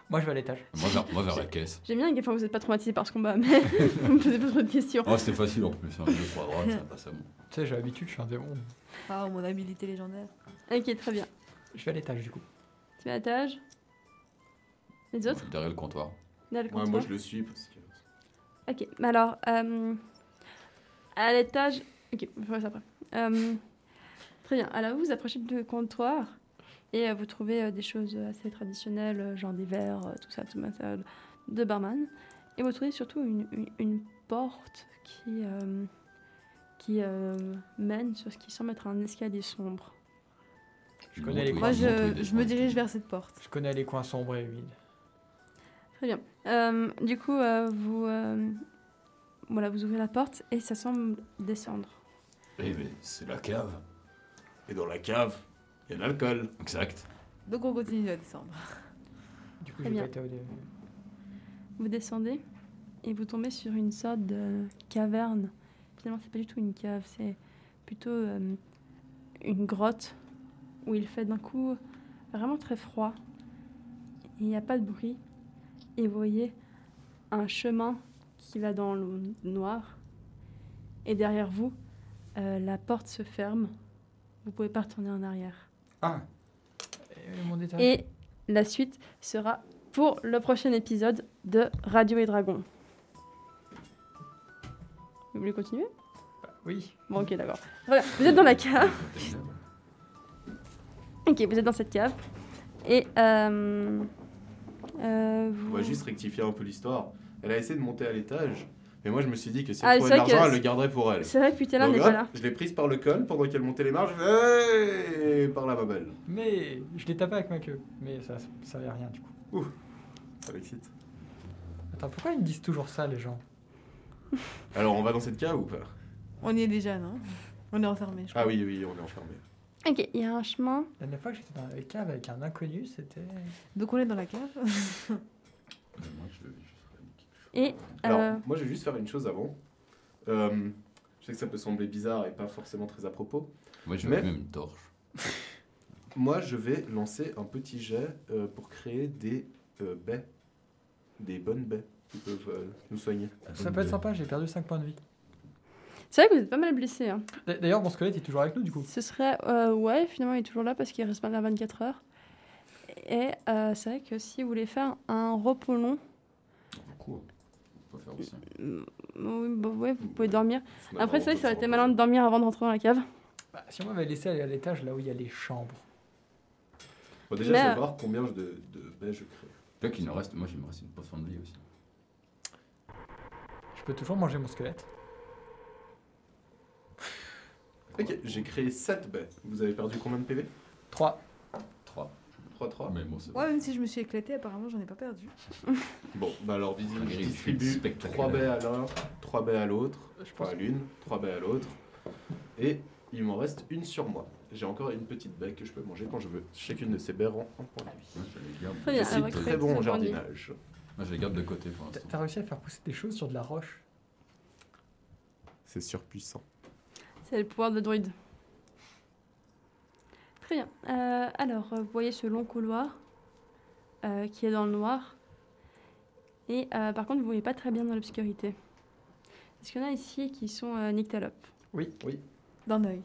Speaker 4: Moi, je vais à l'étage.
Speaker 3: Moi vers, moi, vers la caisse.
Speaker 1: J'aime bien, enfin, vous n'êtes pas traumatisé par ce combat, mais vous me posez pas trop de questions.
Speaker 3: Oh, c'était facile en plus. Hein. Deux, trois droites, ça passe à moi.
Speaker 4: Tu sais, j'ai l'habitude, je suis un démon.
Speaker 5: Ah, mon habilité légendaire.
Speaker 1: Ok, très bien.
Speaker 4: Je vais à l'étage, du coup.
Speaker 1: Tu m'attaches Les autres
Speaker 3: Derrière le comptoir.
Speaker 1: Là, le
Speaker 2: Ouais,
Speaker 1: comptoir.
Speaker 2: moi, je le suis parce que.
Speaker 1: Ok, mais alors, euh, à l'étage... Ok, on fera ça après. Euh, très bien, alors vous vous approchez du comptoir et euh, vous trouvez euh, des choses assez traditionnelles, euh, genre des verres, euh, tout ça, tout matériel de barman. Et vous trouvez surtout une, une- une porte qui, euh, qui euh, mène sur ce qui semble être un escalier sombre.
Speaker 4: Je connais les
Speaker 3: Oui,
Speaker 5: Moi,
Speaker 4: coins.
Speaker 3: coups. non, on
Speaker 5: je,
Speaker 3: peut
Speaker 5: je me
Speaker 3: descendre.
Speaker 5: dirige vers cette porte.
Speaker 4: Je connais les coins sombres et humides.
Speaker 1: Euh, du coup, euh, vous, euh, voilà, vous ouvrez la porte et ça semble descendre.
Speaker 3: Eh, mais c'est la cave.
Speaker 2: Et dans la cave, il y a de l'alcool.
Speaker 3: Exact.
Speaker 5: Donc, on continue de descendre.
Speaker 4: Du coup,
Speaker 1: Très
Speaker 4: j'ai
Speaker 1: bien.
Speaker 4: pas été au dé-
Speaker 1: Vous descendez et vous tombez sur une sorte de caverne. Finalement, c'est pas du tout une cave, c'est plutôt euh, une grotte où il fait d'un coup vraiment très froid. Il n'y a pas de bruit. Et vous voyez un chemin qui va dans le noir. Et derrière vous, euh, la porte se ferme. Vous pouvez pas retourner en arrière.
Speaker 3: Ah,
Speaker 4: Et mon étage.
Speaker 1: Et la suite sera pour le prochain épisode de Radio et Dragon. Vous voulez continuer
Speaker 4: Oui.
Speaker 1: Bon, ok, d'accord. Voilà, vous êtes dans la cave. Ok, vous êtes dans cette cave. Et. Euh, euh, vous...
Speaker 2: On va juste rectifier un peu l'histoire. Elle a essayé de monter à l'étage, mais moi, je me suis dit que si
Speaker 1: Ah,
Speaker 2: elle
Speaker 1: c'est
Speaker 2: trouvait de
Speaker 1: vrai que
Speaker 2: l'argent, elle
Speaker 1: c'est-
Speaker 2: le garderait pour elle.
Speaker 1: C'est vrai que Putella
Speaker 2: Donc,
Speaker 1: n'est
Speaker 2: hop,
Speaker 1: pas là.
Speaker 2: Je l'ai prise par le col pendant qu'elle montait les marches. je- Hey par la babelle.
Speaker 4: Mais je l'ai tapé avec ma queue. Mais ça ça servait à rien, du coup.
Speaker 2: Ça l'excite.
Speaker 4: Attends, pourquoi ils me disent toujours ça, les gens
Speaker 2: Alors, on va dans cette cave ou pas
Speaker 5: On y est déjà, non On est enfermé. je crois.
Speaker 2: Ah oui, oui, on est enfermé.
Speaker 1: Euh. Ok, il y a un chemin.
Speaker 4: La dernière fois que j'étais dans la cave avec un inconnu, c'était.
Speaker 5: Donc, on est dans la cave.
Speaker 3: Moi, je- je-
Speaker 1: Et.
Speaker 2: Alors,
Speaker 1: euh,
Speaker 2: moi, je vais juste faire une chose avant. Euh, je sais que ça peut sembler bizarre et pas forcément très à propos.
Speaker 3: Moi, je
Speaker 2: Mais-
Speaker 3: veux même une torche.
Speaker 2: Moi, je vais lancer un petit jet euh, pour créer des euh, baies. Des bonnes baies qui peuvent euh, nous soigner.
Speaker 4: Ça peut être sympa, j'ai perdu 5 points de vie.
Speaker 1: C'est vrai que vous êtes pas mal blessé. hein.
Speaker 4: D'a- D'ailleurs, mon squelette est toujours avec nous, du coup.
Speaker 1: Ce serait. euh, ouais, finalement, il est toujours là parce qu'il reste pas là 24 heures. Et euh, c'est vrai que si vous voulez faire un repos long,
Speaker 3: Beaucoup. On peut faire aussi.
Speaker 1: euh, oui, bah ouais, vous pouvez dormir.
Speaker 2: Maintenant,
Speaker 1: Après, c'est vrai que ça
Speaker 2: on
Speaker 1: aurait
Speaker 2: peut
Speaker 1: été
Speaker 2: s'en
Speaker 1: malin de dormir avant de rentrer dans la cave.
Speaker 4: Bah, si on m'avait laissé aller à l'étage là où il y a les chambres.
Speaker 2: Bon, déjà,
Speaker 1: Mais,
Speaker 2: je
Speaker 1: euh,
Speaker 2: vais voir combien je- de, de baies je crée.
Speaker 3: Là, qu'il nous reste, moi, il me reste une potion de vie aussi.
Speaker 4: Je peux toujours manger mon squelette.
Speaker 2: Ok, j'ai créé 7 baies. Vous avez perdu combien de PV
Speaker 4: 3.
Speaker 3: 3.
Speaker 2: 3-3
Speaker 3: Ah, Mais bon, c'est
Speaker 5: Ouais, même si je me suis éclatée, apparemment, j'en ai pas perdu.
Speaker 2: Bon, bah alors, visiblement, je
Speaker 3: J'ai
Speaker 2: distribue
Speaker 3: une spectaculaire.
Speaker 2: 3 baies à l'un, 3 baies à l'autre,
Speaker 4: Je pense.
Speaker 2: 3 à l'une, 3 baies à l'autre. Et il m'en reste une sur moi. J'ai encore une petite baie que je peux manger quand je veux. Chacune de ces baies rend un point de vie.
Speaker 3: Moi, je les garde.
Speaker 1: Très
Speaker 2: Je
Speaker 1: bien,
Speaker 2: suis
Speaker 1: alors,
Speaker 2: très
Speaker 1: crête,
Speaker 2: bon en
Speaker 1: c'est point de vie.
Speaker 2: jardinage.
Speaker 3: Moi, je les garde de côté pour
Speaker 4: T'as-
Speaker 3: l'instant.
Speaker 4: T'as réussi à faire pousser des choses sur de la roche.
Speaker 2: C'est surpuissant.
Speaker 1: C'est le pouvoir de druide. Très bien. Euh, alors, euh, vous voyez ce long couloir euh, qui est dans le noir. Et euh, par contre, vous ne voyez pas très bien dans l'obscurité. Est-ce qu'il y en a ici qui sont euh, nyctalopes
Speaker 4: Oui.
Speaker 2: Oui.
Speaker 5: D'un œil.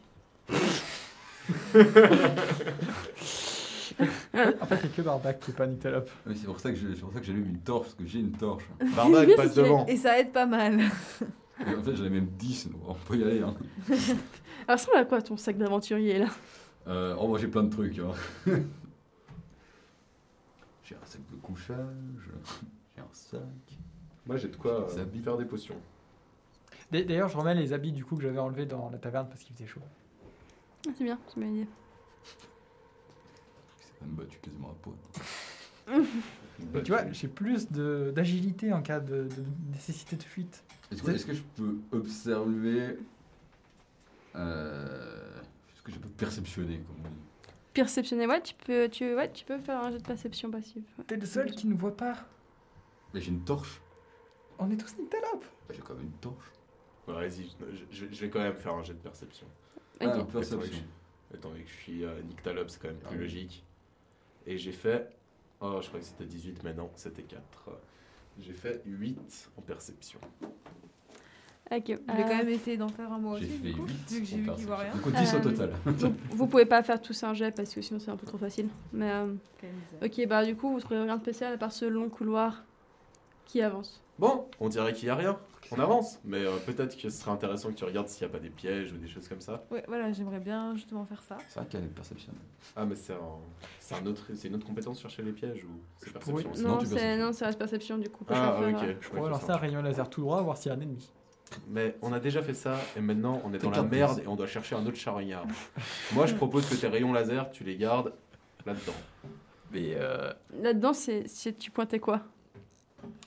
Speaker 4: En fait, c'est que Barbac qui est pas Nyctalope.
Speaker 3: Ah Oui, c'est pour ça que je- c'est pour ça que j'allume une torche, parce que j'ai une torche.
Speaker 2: Barbac passe
Speaker 1: C'est-
Speaker 3: Oh.
Speaker 2: devant.
Speaker 5: Et ça aide pas mal.
Speaker 3: Et en fait, j'en ai même 10, donc on peut y aller. Hein.
Speaker 1: Alors, Ah, ça ressemble à quoi ton sac d'aventurier là
Speaker 3: Euh, oh, moi, j'ai plein de trucs. hein. j'ai un sac de couchage, j'ai un sac.
Speaker 2: Moi, j'ai de quoi
Speaker 3: Des
Speaker 2: euh,
Speaker 3: habits.
Speaker 2: faire des potions.
Speaker 4: D'a- D'ailleurs, je remets les habits du coup que j'avais enlevés dans la taverne parce qu'il faisait chaud.
Speaker 1: Ah, C'est bien, c'est une bonne idée.
Speaker 3: C'est même battu quasiment à poil.
Speaker 4: Mais tu vois, j'ai plus de- d'agilité en cas de, de nécessité de fuite.
Speaker 3: Est-ce que, est-ce que je peux observer. euh, Est-ce que je peux perceptionner, comme on dit
Speaker 1: Perceptionner, ouais, tu peux, tu, ouais, tu peux faire un jeu de perception passive. ouais.
Speaker 4: T'es le seul qui ne voit pas.
Speaker 3: Mais j'ai une torche.
Speaker 4: On est tous Nyctalope.
Speaker 3: Bah, j'ai quand même une torche.
Speaker 2: Bon, Bah, Vas-y, je, je- je vais quand même faire un jet de perception.
Speaker 1: Ok.
Speaker 3: Ah, perception.
Speaker 2: Étant donné que je suis euh, nyctalope, c'est quand même
Speaker 3: Ah
Speaker 2: plus
Speaker 3: oui.
Speaker 2: logique. Et j'ai fait. Oh, je crois que c'était 18, mais non, c'était 4. J'ai fait 8 en perception.
Speaker 1: Ok,
Speaker 5: Je vais
Speaker 1: euh,
Speaker 5: quand même essayer d'en faire un mot
Speaker 3: J'ai
Speaker 5: aussi,
Speaker 3: fait
Speaker 5: du coup,
Speaker 3: 8.
Speaker 5: vu que j'ai vu qu'il voit rien.
Speaker 3: Donc 10 au
Speaker 1: Euh,
Speaker 3: total.
Speaker 1: vous, vous pouvez pas faire tous un jet parce que sinon c'est un peu trop facile. Mais euh,
Speaker 5: Quelle misère.
Speaker 1: ok, bah du coup vous trouvez rien de spécial à part ce long couloir qui avance.
Speaker 2: Bon, on dirait qu'il n'y a rien. On avance. Mais euh, peut-être que ce serait intéressant que tu regardes s'il n'y a pas des pièges ou des choses comme ça.
Speaker 5: Ouais, voilà, j'aimerais bien justement faire ça.
Speaker 3: C'est vrai qu'elle est perception.
Speaker 2: Ah, mais c'est un, c'est un autre, c'est une autre compétence chercher les pièges ou c'est
Speaker 4: Je
Speaker 2: perception
Speaker 4: pourrais-
Speaker 2: aussi
Speaker 3: Sinon,
Speaker 1: Non,
Speaker 3: tu
Speaker 1: c'est
Speaker 3: perception.
Speaker 1: non, c'est la perception du coup.
Speaker 2: Ah,
Speaker 1: Faut faire,
Speaker 2: ok.
Speaker 1: euh,
Speaker 4: Je
Speaker 2: Ouais,
Speaker 4: pourrais
Speaker 2: c'est
Speaker 4: lancer
Speaker 2: ça.
Speaker 4: un rayon laser tout droit, voir s'il y a un ennemi.
Speaker 2: Mais on a déjà fait ça et maintenant on est dans la
Speaker 3: T'écartes.
Speaker 2: merde et on doit chercher un autre charognard. Moi je propose que tes rayons laser, tu les gardes là-dedans.
Speaker 3: Mais euh...
Speaker 1: Là-dedans, c'est c'est- tu pointais quoi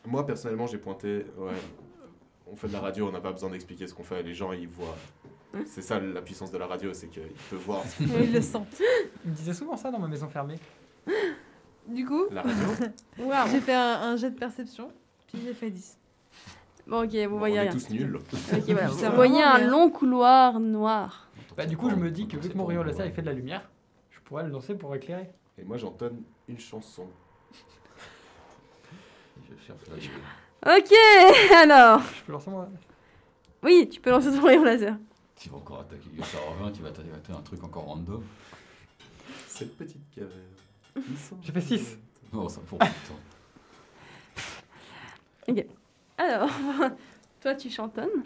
Speaker 2: Moi personnellement j'ai pointé. Ouais. On fait de la radio, on n'a pas besoin d'expliquer ce qu'on fait, les gens ils voient.
Speaker 1: Hein
Speaker 2: C'est ça la puissance de la radio, c'est qu'ils peuvent voir
Speaker 5: il le sent.
Speaker 4: Il me disait souvent ça dans ma maison fermée.
Speaker 5: Du coup,
Speaker 2: la radio.
Speaker 1: Waouh
Speaker 5: j'ai fait un, un jet de perception, puis j'ai fait 10.
Speaker 1: Bon, ok, vous
Speaker 2: on
Speaker 1: voyez
Speaker 2: est
Speaker 1: rien.
Speaker 2: tous nuls.
Speaker 1: Ok, voilà.
Speaker 5: C'est
Speaker 1: Vous voyez
Speaker 5: vraiment
Speaker 1: un
Speaker 5: euh,
Speaker 2: euh,
Speaker 5: bien.
Speaker 1: long couloir noir.
Speaker 4: Bah, du coup, je me dis que vu que mon rayon laser il fait de la lumière, je pourrais le lancer pour éclairer.
Speaker 2: Et moi j'entonne une chanson.
Speaker 3: Je cherche la
Speaker 1: Ok, alors.
Speaker 4: Je peux lancer moi.
Speaker 1: Oui, tu peux lancer ton rayon laser.
Speaker 3: Tu vas encore attaquer Yoshar Orvin, tu vas attaquer un truc encore random.
Speaker 2: Cette petite caverne.
Speaker 4: J'ai fait six.
Speaker 3: Non, ça pour putain.
Speaker 1: Alors, toi, tu chantonnes.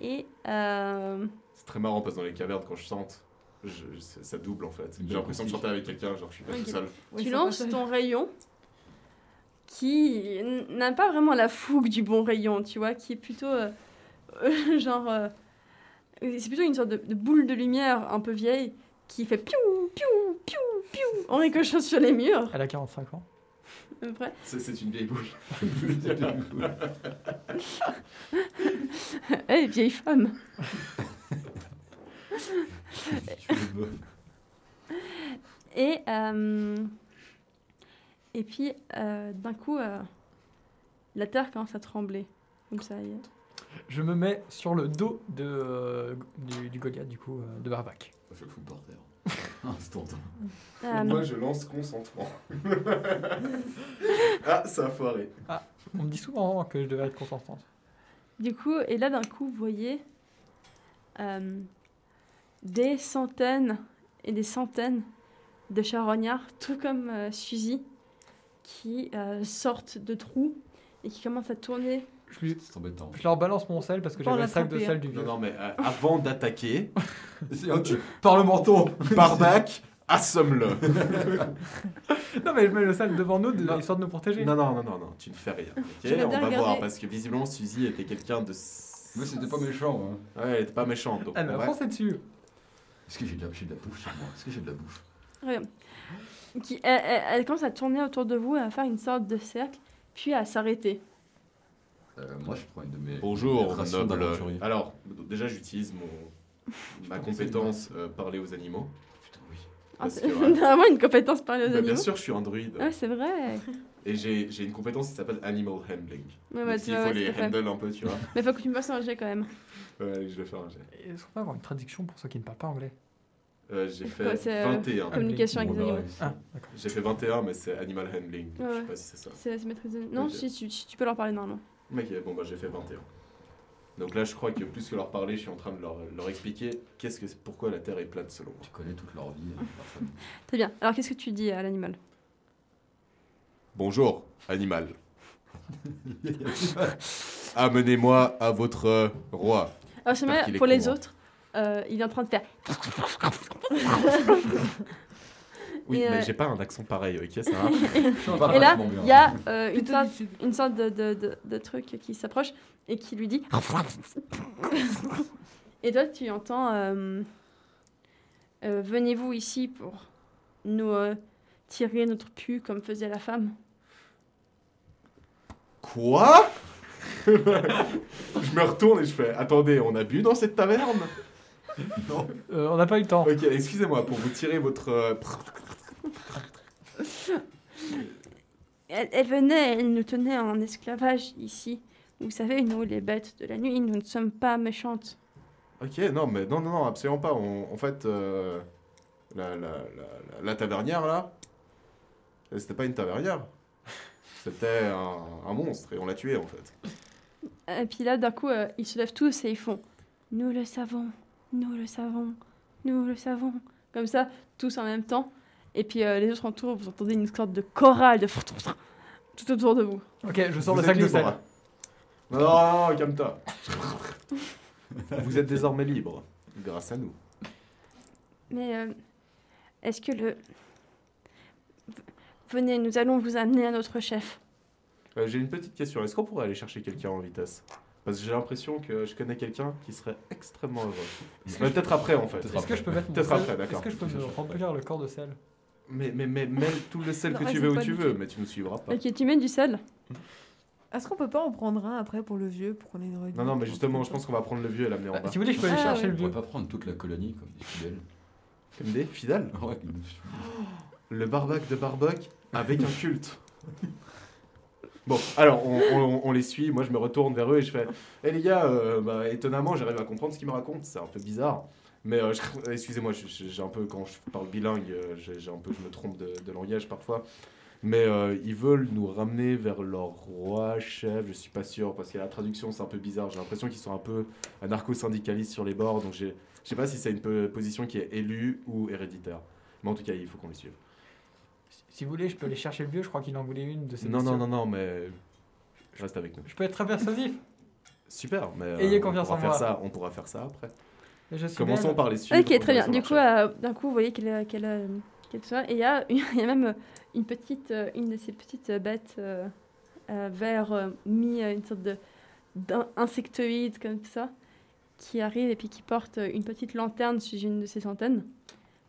Speaker 1: Et. Euh...
Speaker 2: C'est très marrant parce que dans les cavernes quand je chante, je- je- ça double en fait. J'ai l'impression de chanter avec quelqu'un, genre je suis pas
Speaker 1: Ok.
Speaker 2: tout seul.
Speaker 5: Ouais,
Speaker 1: tu
Speaker 5: c'est
Speaker 1: lances
Speaker 5: pas ça.
Speaker 1: ton rayon qui n- n'a pas vraiment la fougue du bon rayon, tu vois, qui est plutôt euh, genre... euh, c'est plutôt une sorte de, de boule de lumière un peu vieille qui fait piou, piou, piou, piou en ricochant sur les murs,
Speaker 4: Elle a 45 ans.
Speaker 1: à peu près.
Speaker 2: C'est- C'est une vieille bouche.
Speaker 1: Hé, vieille femme Et, euh, et puis, euh, d'un coup, euh, la terre commence à trembler. Comme ça, et-
Speaker 4: Je me mets sur le dos de, euh, du, du Goliath, du coup, euh, de Barbac.
Speaker 3: Je fous par terre. Ah, Instantané.
Speaker 1: Euh,
Speaker 2: Moi, je lance consentement. ah, ça a foiré.
Speaker 4: On me dit souvent que je devais être consentante.
Speaker 1: Du coup, et là d'un coup, vous voyez euh, des centaines et des centaines de charognards, tout comme euh, Suzy, qui euh, sortent de trous et qui commencent à tourner.
Speaker 4: Je, lui-
Speaker 3: C'est embêtant.
Speaker 4: je leur balance mon sel parce que
Speaker 5: Pour
Speaker 4: j'avais le sac de
Speaker 5: l'attraper,
Speaker 4: sel
Speaker 5: hein.
Speaker 4: du vieux.
Speaker 2: Non, non, mais euh, avant d'attaquer,
Speaker 3: C'est un tu- Par le menton
Speaker 2: Barbac, assomme-le.
Speaker 4: Non, mais je mets le sel devant nous de-
Speaker 2: Non.
Speaker 4: histoire de nous protéger.
Speaker 2: Non, non, non, non, non, tu ne fais rien. ok
Speaker 5: Je vais
Speaker 2: On va
Speaker 5: bien
Speaker 2: voir,
Speaker 5: regarder.
Speaker 2: parce que visiblement, Suzy était quelqu'un de.
Speaker 3: Moi, c'était pas méchant. Hein.
Speaker 2: Ouais, elle était pas méchante. Donc,
Speaker 4: Elle
Speaker 2: on
Speaker 4: m'a
Speaker 2: va-
Speaker 4: foncé dessus.
Speaker 3: Est-ce que j'ai de, la... j'ai de la bouffe chez moi Est-ce que j'ai de la bouffe
Speaker 1: Qui, elle, elle- elle commence à tourner autour de vous, à faire une sorte de cercle, puis à s'arrêter.
Speaker 3: euh, Moi, je prends une de mes.
Speaker 2: Bonjour,
Speaker 3: rations d'aventurier.
Speaker 2: noble. Alors, donc, déjà, j'utilise mon... ma compétence euh, parler aux animaux.
Speaker 3: Putain, oui.
Speaker 1: Ah,
Speaker 2: Parce
Speaker 1: C'est
Speaker 2: que, ouais.
Speaker 1: vraiment une compétence parler aux
Speaker 2: Bah, bien
Speaker 1: animaux.
Speaker 2: sûr, je suis un druide.
Speaker 1: Ah, c'est vrai.
Speaker 2: Et j'ai j'ai une compétence qui s'appelle Animal Handling.
Speaker 1: Ouais,
Speaker 2: Donc,
Speaker 1: ouais,
Speaker 2: S'il
Speaker 1: ouais,
Speaker 2: faut
Speaker 1: ouais,
Speaker 2: les
Speaker 1: tout à fait.
Speaker 2: handle un peu, tu vois.
Speaker 1: Mais faut que tu me passes un jet quand même.
Speaker 2: Ouais, allez, je vais faire un jet.
Speaker 4: Est-ce qu'on peut avoir une traduction pour ceux qui ne parlent pas anglais
Speaker 2: Euh, j'ai
Speaker 1: Quoi,
Speaker 2: fait
Speaker 1: c'est, euh,
Speaker 2: 21.
Speaker 1: Communication avec
Speaker 3: Bon,
Speaker 1: les
Speaker 3: bah,
Speaker 1: animaux.
Speaker 3: réussi.
Speaker 4: Ah, d'accord.
Speaker 2: J'ai fait 21, mais c'est Animal Handling.
Speaker 1: Ouais,
Speaker 2: Je
Speaker 1: ouais.
Speaker 2: sais pas si c'est ça.
Speaker 1: C'est c'est maîtrise de- Non,
Speaker 2: Ok.
Speaker 1: si, tu, tu peux leur parler normalement.
Speaker 2: Ok, bon, bah j'ai fait 21. Donc là, je crois que plus que leur parler, je suis en train de leur, leur expliquer qu'est-ce que, pourquoi la Terre est plate selon moi.
Speaker 3: Tu connais toute leur vie. hein, leur famille.
Speaker 1: Très bien. Alors, qu'est-ce que tu dis à l'animal
Speaker 2: Bonjour, animal. Amenez-moi à votre euh, roi.
Speaker 1: Alors, Ah, c'est
Speaker 2: J'espère
Speaker 1: vrai,
Speaker 2: qu'il est
Speaker 1: pour les
Speaker 2: con, hein.
Speaker 1: autres, euh, il est en train de faire.
Speaker 2: Oui,
Speaker 1: Et,
Speaker 2: mais
Speaker 1: euh,
Speaker 2: j'ai pas un accent pareil, ok, ça va
Speaker 3: Ça va
Speaker 1: Et là,
Speaker 3: vachement bien.
Speaker 1: il y a euh, une,
Speaker 5: Plutôt
Speaker 1: sorte,
Speaker 5: du sud.
Speaker 1: une sorte de, de, de- de truc qui s'approche et qui lui dit. et toi, tu entends. euh, euh, Venez-vous ici pour nous euh, tirer notre pu comme faisait la femme.
Speaker 2: Quoi Je me retourne et je fais Attendez, on a bu dans cette taverne Non.
Speaker 4: Euh, on n'a pas eu le temps.
Speaker 2: Ok, excusez-moi pour vous tirer votre. euh,
Speaker 1: Elle, elle venait, elle nous tenait en esclavage ici. Vous savez, nous, les bêtes de la nuit, nous ne sommes pas méchantes.
Speaker 2: Ok, non, mais non, non, non, absolument pas. On- en fait, euh, la, la, la- la- la tavernière, là, euh, c'était pas une tavernière. C'était un, un monstre et on l'a tué, en fait.
Speaker 1: Et puis là, d'un coup, euh, ils se lèvent tous et ils font Nous le savons, nous le savons, nous le savons. Comme ça, tous en même temps. Et puis euh, les autres entours, vous entendez une sorte de chorale de tout autour de vous.
Speaker 4: Ok, je sors
Speaker 2: Vous
Speaker 4: le
Speaker 2: êtes
Speaker 4: sac de
Speaker 2: libre. hein.
Speaker 4: sel.
Speaker 2: Non, non, non, calme-toi. Vous êtes désormais libre, grâce à nous.
Speaker 1: Mais euh, est-ce que le. V- Venez, nous allons vous amener à notre chef.
Speaker 2: Euh, j'ai une petite question. Est-ce qu'on pourrait aller chercher quelqu'un en vitesse Parce que j'ai l'impression que je connais quelqu'un qui serait extrêmement heureux. Mais peut-être après, en fait.
Speaker 3: Peut-être
Speaker 4: Est-ce que je peux mettre mon
Speaker 2: Peut-être
Speaker 4: sel-
Speaker 2: après, d'accord.
Speaker 4: Est-ce que je peux me remplir le corps de sel
Speaker 2: Mais, mais, mais, mais tout le sel
Speaker 5: Non,
Speaker 2: que tu
Speaker 5: vas-y,
Speaker 2: veux où
Speaker 5: pas
Speaker 2: tu
Speaker 5: du
Speaker 2: veux,
Speaker 5: tout.
Speaker 2: mais tu ne suivras pas.
Speaker 1: Ok, tu mets du sel
Speaker 5: Est-ce qu'on peut pas en prendre un après pour le vieux, pour qu'on ait une
Speaker 2: Non, non, mais justement, je pense qu'on va prendre le vieux et l'amener en
Speaker 4: Bah,
Speaker 2: bas.
Speaker 4: Si vous voulez, je peux
Speaker 5: Ah,
Speaker 4: aller chercher
Speaker 5: ouais.
Speaker 4: le
Speaker 3: On va
Speaker 4: vieux.
Speaker 3: pas prendre toute la colonie comme des fidèles.
Speaker 2: MD, fidèle
Speaker 3: Ouais,
Speaker 2: Le barbac de barbac avec un culte. Bon, alors on, on- on les suit, moi je me retourne vers eux et je fais Eh les gars, euh, bah, étonnamment j'arrive à comprendre ce qu'ils me racontent, c'est un peu bizarre. Mais euh, je- excusez-moi, je- je- j'ai un peu, quand je parle bilingue, euh, j'ai j'ai un peu, je me trompe de, de langage parfois. Mais euh, ils veulent nous ramener vers leur roi, chef, je suis pas sûr, parce que la traduction c'est un peu bizarre. J'ai l'impression qu'ils sont un peu anarcho-syndicalistes sur les bords, donc j'ai- je sais pas si c'est une peu- position qui est élue ou héréditaire. Mais en tout cas, il faut qu'on les suive.
Speaker 4: Si vous voulez, je peux aller chercher le vieux. Je crois qu'il en voulait une de ces
Speaker 2: Non, non,
Speaker 4: bestioles.
Speaker 2: non, non, mais reste avec nous.
Speaker 4: Je peux être très persuasif.
Speaker 2: Super, mais euh,
Speaker 4: Ayez
Speaker 2: on
Speaker 4: confiance
Speaker 2: pourra
Speaker 4: en
Speaker 2: faire
Speaker 4: moi.
Speaker 2: ça, on pourra faire ça après.
Speaker 4: Mais Je suis
Speaker 2: Commençons
Speaker 4: belle.
Speaker 2: par les suivre.
Speaker 1: Ok, très bien.
Speaker 2: Ça
Speaker 1: Du
Speaker 2: marche.
Speaker 1: coup, euh, d'un coup, vous voyez qu'elle euh, qu'elle euh, qu'elle se- Et il y, a il y a même euh, une petite, euh, une de ces petites euh, bêtes euh, euh, vert euh, mis euh, une sorte de d'un- insectoïde comme ça qui arrive et puis qui porte euh, une petite lanterne sur une de ses antennes.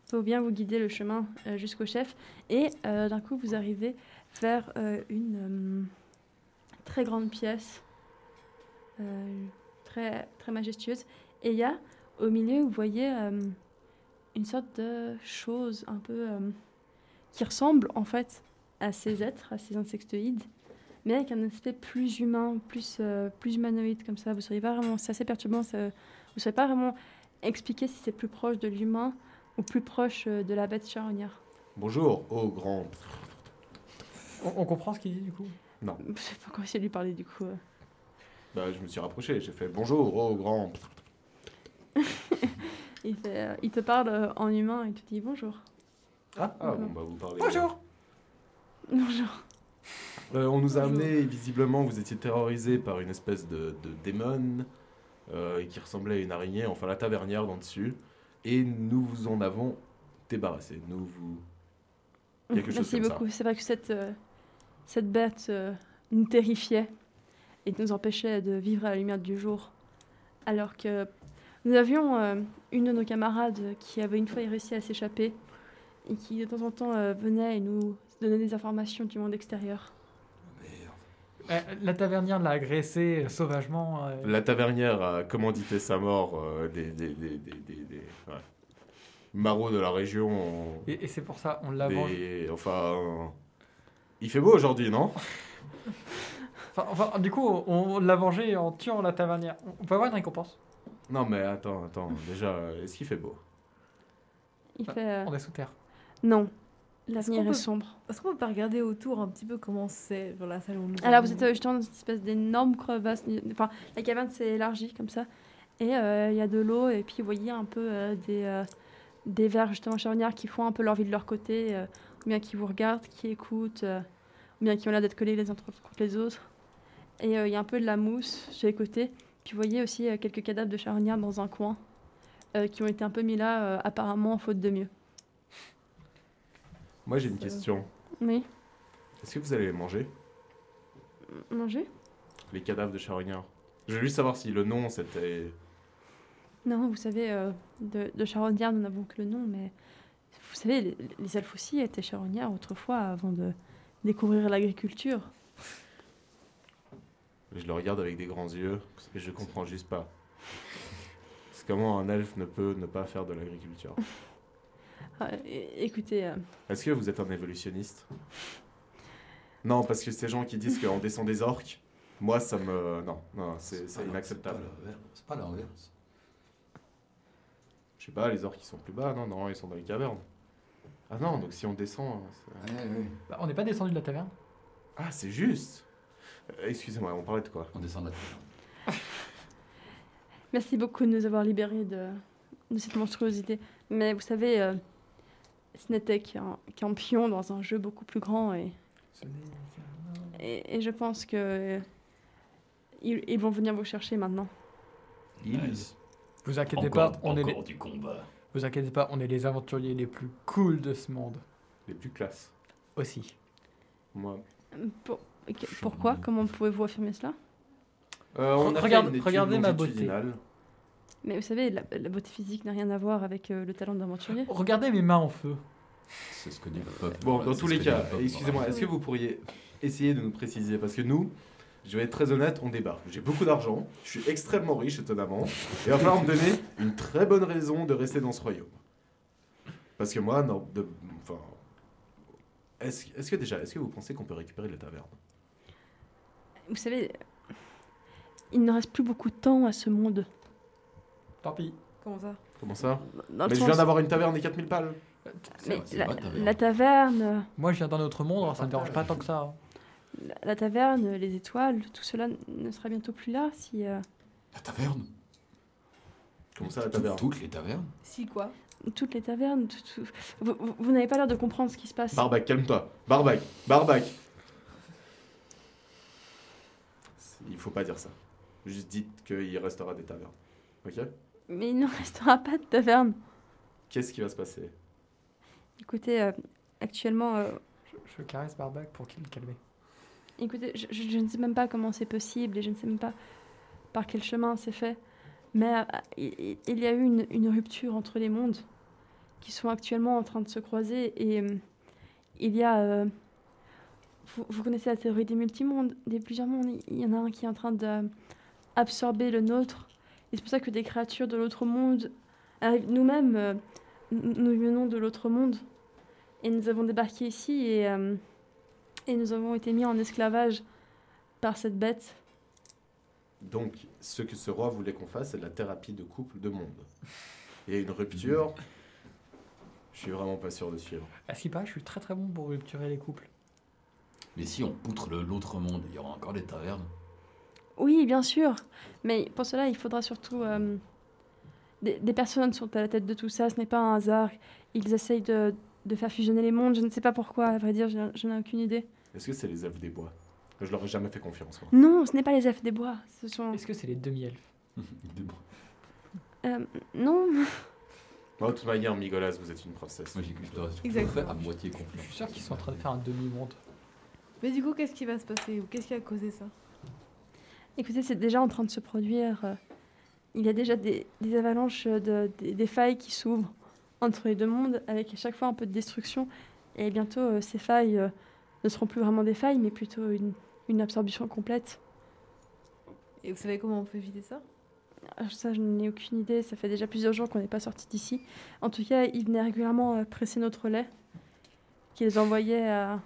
Speaker 1: Faut bien vous guider le chemin euh, jusqu'au chef. Et euh, d'un coup, vous arrivez vers euh, une euh, très grande pièce, euh, très très majestueuse. Et il y a au milieu, vous voyez euh, une sorte de chose un peu euh, qui ressemble en fait à ces êtres, à ces insectoïdes, mais avec un aspect plus humain, plus, euh, plus humanoïde comme ça. Vous ne sauriez pas vraiment, c'est assez perturbant, ça- vous ne sauriez pas vraiment expliquer si c'est plus proche de l'humain ou plus proche euh, de la bête charognard.
Speaker 2: Bonjour, oh grand.
Speaker 4: On, on comprend ce qu'il dit du coup.
Speaker 1: Je sais pas comment essayer de lui parler du coup. euh.
Speaker 2: Bah, je me suis rapproché, j'ai fait bonjour, oh grand.
Speaker 1: Il, fait, euh, il te parle euh, en humain et tu dis bonjour.
Speaker 2: Ah, ah, bon,
Speaker 1: Mhm.
Speaker 2: bah vous parlez.
Speaker 4: Bonjour.
Speaker 1: Bonjour.
Speaker 2: Euh, on nous a
Speaker 1: Bonjour.
Speaker 2: amené, visiblement, vous étiez terrorisé par une espèce de, de démon euh, qui ressemblait à une araignée, enfin la tavernière d'en dessus, et nous vous en avons débarrassé. Nous vous. Quelque chose
Speaker 1: Merci
Speaker 2: comme ça.
Speaker 1: beaucoup. C'est vrai que cette, euh, cette bête euh, nous terrifiait et nous empêchait de vivre à la lumière du jour. Alors que nous avions euh, une de nos camarades qui avait une fois réussi à s'échapper et qui de temps en temps euh, venait et nous donnait des informations du monde extérieur.
Speaker 4: Euh, la tavernière l'a agressé euh, sauvagement. euh,
Speaker 2: La tavernière a commandité sa mort euh, des, des, des, des, des- des- ouais. marauds de la région. ont-
Speaker 4: Et, et c'est pour ça on l'a
Speaker 2: des-
Speaker 4: vengé.
Speaker 2: Enfin, euh, il fait beau aujourd'hui, non
Speaker 4: Enfin, enfin, du coup, on, on l'a vengé en tuant la tavernière. On, on peut avoir une récompense.
Speaker 2: Non, mais attends, attends. Déjà, euh, est-ce qu'il fait beau
Speaker 1: Il
Speaker 4: Ah,
Speaker 1: fait euh,
Speaker 4: On est sous terre.
Speaker 1: non, l'avenir
Speaker 5: qu'on
Speaker 1: est
Speaker 5: peut-
Speaker 1: sombre.
Speaker 5: Est-ce qu'on peut pas regarder autour un petit peu comment c'est dans la salle où nous
Speaker 1: Alors vous
Speaker 5: allons
Speaker 1: êtes euh, justement dans une espèce d'énorme crevasse. Enfin, la caverne s'est élargie comme ça. Et euh, il y a de l'eau. Et puis vous voyez un peu euh, des, euh, des vers justement charognards qui font un peu leur vie de leur côté. euh, ou bien qui vous regardent, qui écoutent. euh, ou bien qui ont l'air d'être collés les uns contre les autres. Et euh, il y a un peu de la mousse sur les côtés. Puis vous voyez aussi euh, quelques cadavres de charognards dans un coin. euh, qui ont été un peu mis là euh, apparemment en faute de mieux.
Speaker 2: Moi, j'ai une
Speaker 5: Ça-
Speaker 2: question.
Speaker 1: Oui,
Speaker 2: Est-ce que vous allez les manger
Speaker 1: manger
Speaker 2: Les cadavres de charognards Je veux juste savoir si le nom, c'était.
Speaker 1: Non, vous savez, euh, de, de Charonnière, nous n'avons que le nom, mais Vous savez, les, les elfes aussi étaient charognards autrefois avant de découvrir l'agriculture.
Speaker 2: Je le regarde avec des grands yeux, et je comprends juste pas. C'est comment un elfe ne peut ne pas faire de l'agriculture.
Speaker 1: Ah, é- écoutez, euh,
Speaker 2: Est-ce que vous êtes un évolutionniste Non, parce que ces gens qui disent qu'on descend des orques, moi ça me. Non, non, c'est c'est
Speaker 3: pas-
Speaker 2: inacceptable.
Speaker 3: c'est pas l'inverse, C'est pas l'inverse.
Speaker 2: Je sais pas, les orques ils sont plus bas, non, non, ils sont dans les cavernes. Ah non, donc si on descend. c'est-
Speaker 3: Ouais, ouais.
Speaker 4: Bah, on n'est pas descendu de la taverne
Speaker 2: Ah, c'est juste Euh, Excusez-moi, on parlait de quoi
Speaker 3: On descend de la taverne.
Speaker 1: merci beaucoup de nous avoir libérés de, de cette monstruosité. Mais vous savez, euh, ce n'était qu'un qu'un pion dans un jeu beaucoup plus grand et Et, et je pense que euh, ils, ils vont venir vous chercher maintenant.
Speaker 3: Nice.
Speaker 4: Vous inquiétez
Speaker 3: Encore,
Speaker 4: pas, on est
Speaker 3: encore
Speaker 4: les...
Speaker 3: du combat.
Speaker 4: vous inquiétez pas, on est les aventuriers les plus cool de ce monde
Speaker 2: Les plus classes.
Speaker 4: aussi.
Speaker 2: Moi.
Speaker 1: Pour- que- pourquoi Comment pouvez-vous affirmer cela
Speaker 2: Euh, on a fait
Speaker 4: Regarde-
Speaker 2: une étude
Speaker 4: regardez ma beauté.
Speaker 2: longitudinale.
Speaker 1: Mais vous savez, la, la beauté physique n'a rien à voir avec euh, le talent d'aventurier.
Speaker 4: Regardez mes mains en feu.
Speaker 3: C'est ce que dit le peuple.
Speaker 2: Bon,
Speaker 3: Voilà,
Speaker 2: dans
Speaker 3: c'est
Speaker 2: tous
Speaker 3: ce
Speaker 2: les
Speaker 3: que dit le
Speaker 2: cas,
Speaker 3: peuple.
Speaker 2: excusez-moi, est-ce que vous pourriez essayer de nous préciser Parce que nous, je vais être très honnête, on débarque. J'ai beaucoup d'argent, je suis extrêmement riche, étonnamment, et il va falloir me donner une très bonne raison de rester dans ce royaume. Parce que moi, non, de- enfin. Est-ce est-ce que déjà, est-ce que vous pensez qu'on peut récupérer la taverne
Speaker 1: Vous savez, euh, il ne reste plus beaucoup de temps à ce monde.
Speaker 4: Tant pis.
Speaker 1: euh,
Speaker 5: Comment ça
Speaker 2: Comment ça
Speaker 1: Dans le
Speaker 2: Mais je
Speaker 1: sens-
Speaker 2: viens d'avoir une taverne et 4000 balles
Speaker 1: mais
Speaker 3: C'est
Speaker 1: la,
Speaker 3: pas ta
Speaker 1: la taverne, euh,
Speaker 4: Moi je viens d'un autre monde, alors ça me dérange pas tant que ça. hein.
Speaker 1: la, la taverne, les étoiles, tout cela n- ne sera bientôt plus là si euh,
Speaker 3: La taverne
Speaker 2: Comment ça, la
Speaker 3: Tout-
Speaker 2: taverne
Speaker 3: Toutes les tavernes
Speaker 5: Si quoi
Speaker 1: toutes les tavernes. tout- tout- Vous, vous- vous n'avez pas l'air de comprendre ce qui se passe.
Speaker 2: Barbac, calme-toi. Barbac, Barbac. Il faut pas dire ça. Juste dites qu'il restera des tavernes. Ok
Speaker 1: Mais il ne restera pas de taverne.
Speaker 2: Qu'est-ce qui va se passer
Speaker 1: Écoutez, euh, actuellement, euh,
Speaker 4: Je, je caresse Barbac pour qu'il me calme.
Speaker 1: écoutez, je, je- je ne sais même pas comment c'est possible et je ne sais même pas par quel chemin c'est fait. Mais euh, il, il y a eu une, une rupture entre les mondes qui sont actuellement en train de se croiser et euh, il y a. euh, vous, vous connaissez la théorie des multimondes, des plusieurs mondes. Il y en a un qui est en train d'absorber le nôtre. Et c'est pour ça que des créatures de l'autre monde arrivent. Nous-mêmes, euh, nous nous venons de l'autre monde. Et nous avons débarqué ici et, euh, et nous avons été mis en esclavage par cette bête.
Speaker 2: Donc, ce que ce roi voulait qu'on fasse, c'est de la thérapie de couple de monde. Il y a une rupture. Je suis vraiment pas sûr de suivre.
Speaker 4: À ce qui paraît, je suis très très bon pour rupturer les couples.
Speaker 3: Mais si on poutre le- l'autre monde, il y aura encore des tavernes.
Speaker 1: Oui, bien sûr, mais pour cela, il faudra surtout... euh, des, des personnes sont à la tête de tout ça, ce n'est pas un hasard. Ils essayent de, de faire fusionner les mondes, je ne sais pas pourquoi, à vrai dire, je, je n'ai aucune idée.
Speaker 2: Est-ce que c'est les elfes des bois Je leur ai jamais fait confiance. moi.
Speaker 1: Non, ce n'est pas les elfes des bois, ce sont...
Speaker 4: Est-ce que c'est les demi-elfes
Speaker 3: Moi,
Speaker 1: euh, non,
Speaker 2: Moi, de toute manière, Migolas, vous êtes une princesse.
Speaker 3: j'ai- je dois je dois
Speaker 5: Exactement.
Speaker 3: faire à moitié confiance.
Speaker 4: Je suis sûr qu'ils sont en train de faire un demi-monde.
Speaker 5: Mais du coup, qu'est-ce qui va se passer Ou qu'est-ce qui a causé ça
Speaker 1: Écoutez, c'est déjà en train de se produire. euh, Il y a déjà des, des avalanches, euh, de, des, des failles qui s'ouvrent entre les deux mondes, avec à chaque fois un peu de destruction. Et bientôt, euh, ces failles euh, ne seront plus vraiment des failles, mais plutôt une, une absorption complète.
Speaker 5: Et vous savez comment on peut éviter ça
Speaker 1: Ah, Ça, je n'ai aucune idée. Ça fait déjà plusieurs jours qu'on n'est pas sorti d'ici. En tout cas, ils venaient régulièrement euh, presser notre lait, qu'ils envoyaient à...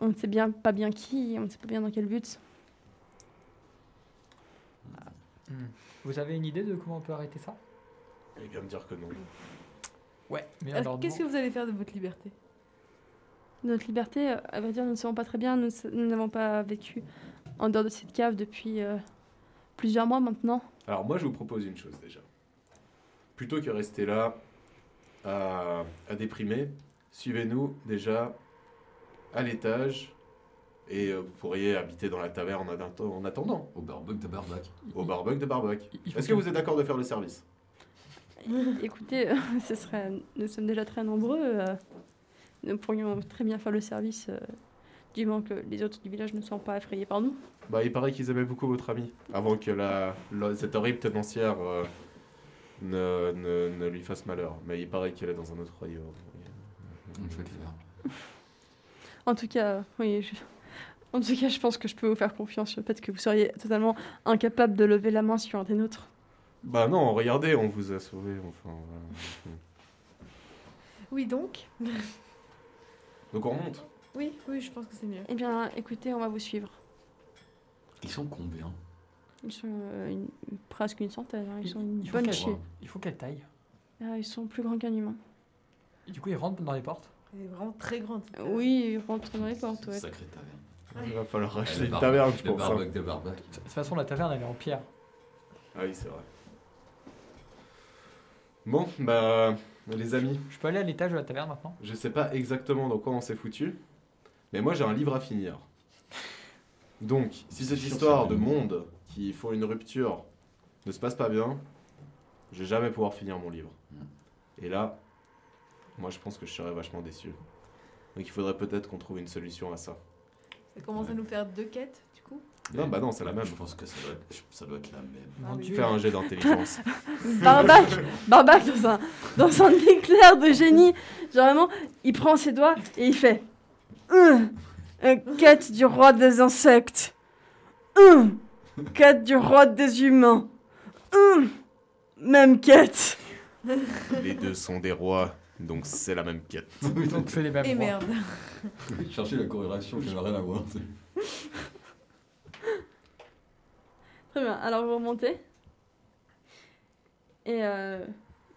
Speaker 1: On ne sait bien pas bien qui, on ne sait pas bien dans quel but.
Speaker 4: Hmm. Vous avez une idée de comment on peut arrêter ça
Speaker 2: Il vient me dire que non.
Speaker 4: Ouais. Mais
Speaker 5: Alors,
Speaker 4: alors,
Speaker 5: Qu'est-ce que vous allez faire de votre liberté
Speaker 1: Notre liberté, euh, à vrai dire, nous ne savons pas très bien. Nous s- nous n'avons pas vécu en dehors de cette cave depuis euh, plusieurs mois maintenant.
Speaker 2: Alors moi, je vous propose une chose déjà. Plutôt que rester là à, à déprimer, suivez-nous déjà à l'étage et euh, vous pourriez habiter dans la taverne en atten- en attendant,
Speaker 3: Au barbuck de barbac.
Speaker 2: au barbuck de barbuck.
Speaker 4: Il- il faut
Speaker 2: Est-ce que vous êtes d'accord de faire le service
Speaker 1: Écoutez, euh, ce serait, nous sommes déjà très nombreux. euh, nous pourrions très bien faire le service, euh, du moment que les autres du village ne sont pas effrayés par nous.
Speaker 2: Bah, il paraît qu'ils aimaient beaucoup votre ami, avant que la, la- cette horrible tenancière euh, ne, ne- ne lui fasse malheur. Mais il paraît qu'elle est dans un autre royaume.
Speaker 3: Je vais le faire.
Speaker 1: En tout cas, euh, oui, je... en tout cas, je pense que je peux vous faire confiance sur le fait que vous seriez totalement incapable de lever la main sur un des nôtres.
Speaker 2: Bah non, regardez, on vous a sauvé. Enfin, voilà.
Speaker 5: Oui, donc
Speaker 2: Donc on remonte.
Speaker 5: Oui, oui, je pense que c'est mieux.
Speaker 1: Eh bien, écoutez, on va vous suivre.
Speaker 3: Ils sont combien
Speaker 1: Ils sont euh, une- presque une centaine. hein. Ils sont une
Speaker 4: Il faut
Speaker 1: bonne
Speaker 4: qu'elle-
Speaker 1: chier.
Speaker 4: Il faut qu'elle taille.
Speaker 1: Ah, ils sont plus grands qu'un humain.
Speaker 4: Et du coup, il rentre dans les portes.
Speaker 5: Elle est vraiment très grande. cette
Speaker 1: Euh,
Speaker 5: table.
Speaker 1: Oui, ils rentrent dans les portes. ouais.
Speaker 3: Sacré taverne.
Speaker 2: Il va falloir racheter
Speaker 3: Le
Speaker 2: Ah, une
Speaker 3: bar-
Speaker 2: taverne, je
Speaker 3: Le
Speaker 2: pense. hein.
Speaker 3: barbec de barbec.
Speaker 4: De toute façon, la taverne, elle est en pierre.
Speaker 2: Ah oui, c'est vrai. Bon, bah, les amis,
Speaker 4: Je peux aller à l'étage de la taverne maintenant
Speaker 2: je sais pas exactement dans quoi on s'est foutu, mais moi j'ai un livre à finir. Donc, si cette histoire de monde qui font une rupture ne se passe pas bien, je vais jamais pouvoir finir mon livre. Et là, moi je pense que je serais vachement déçu. Donc il faudrait peut-être qu'on trouve une solution à ça.
Speaker 5: Ça commence à nous faire deux quêtes, du coup.
Speaker 2: Non, bah non, c'est la même.
Speaker 3: Je pense que ça doit être, ça doit être la même.
Speaker 5: Ah
Speaker 4: Mon
Speaker 5: oui.
Speaker 4: dieu.
Speaker 2: Faire un jet d'intelligence.
Speaker 1: Barbac, Barbac dans un, dans un éclair de génie. Genre vraiment, il prend ses doigts et il fait Hum, euh, Quête du roi des insectes. Hum, Quête du roi des humains. Hum, Même quête.
Speaker 2: les deux sont des rois, donc c'est la même quête.
Speaker 4: Donc, c'est les
Speaker 2: Ah,
Speaker 4: mêmes.
Speaker 5: Et
Speaker 4: rois.
Speaker 5: merde.
Speaker 3: Chercher la corrélation, j'avais rien à voir.
Speaker 1: Très bien, alors vous remontez. Et euh,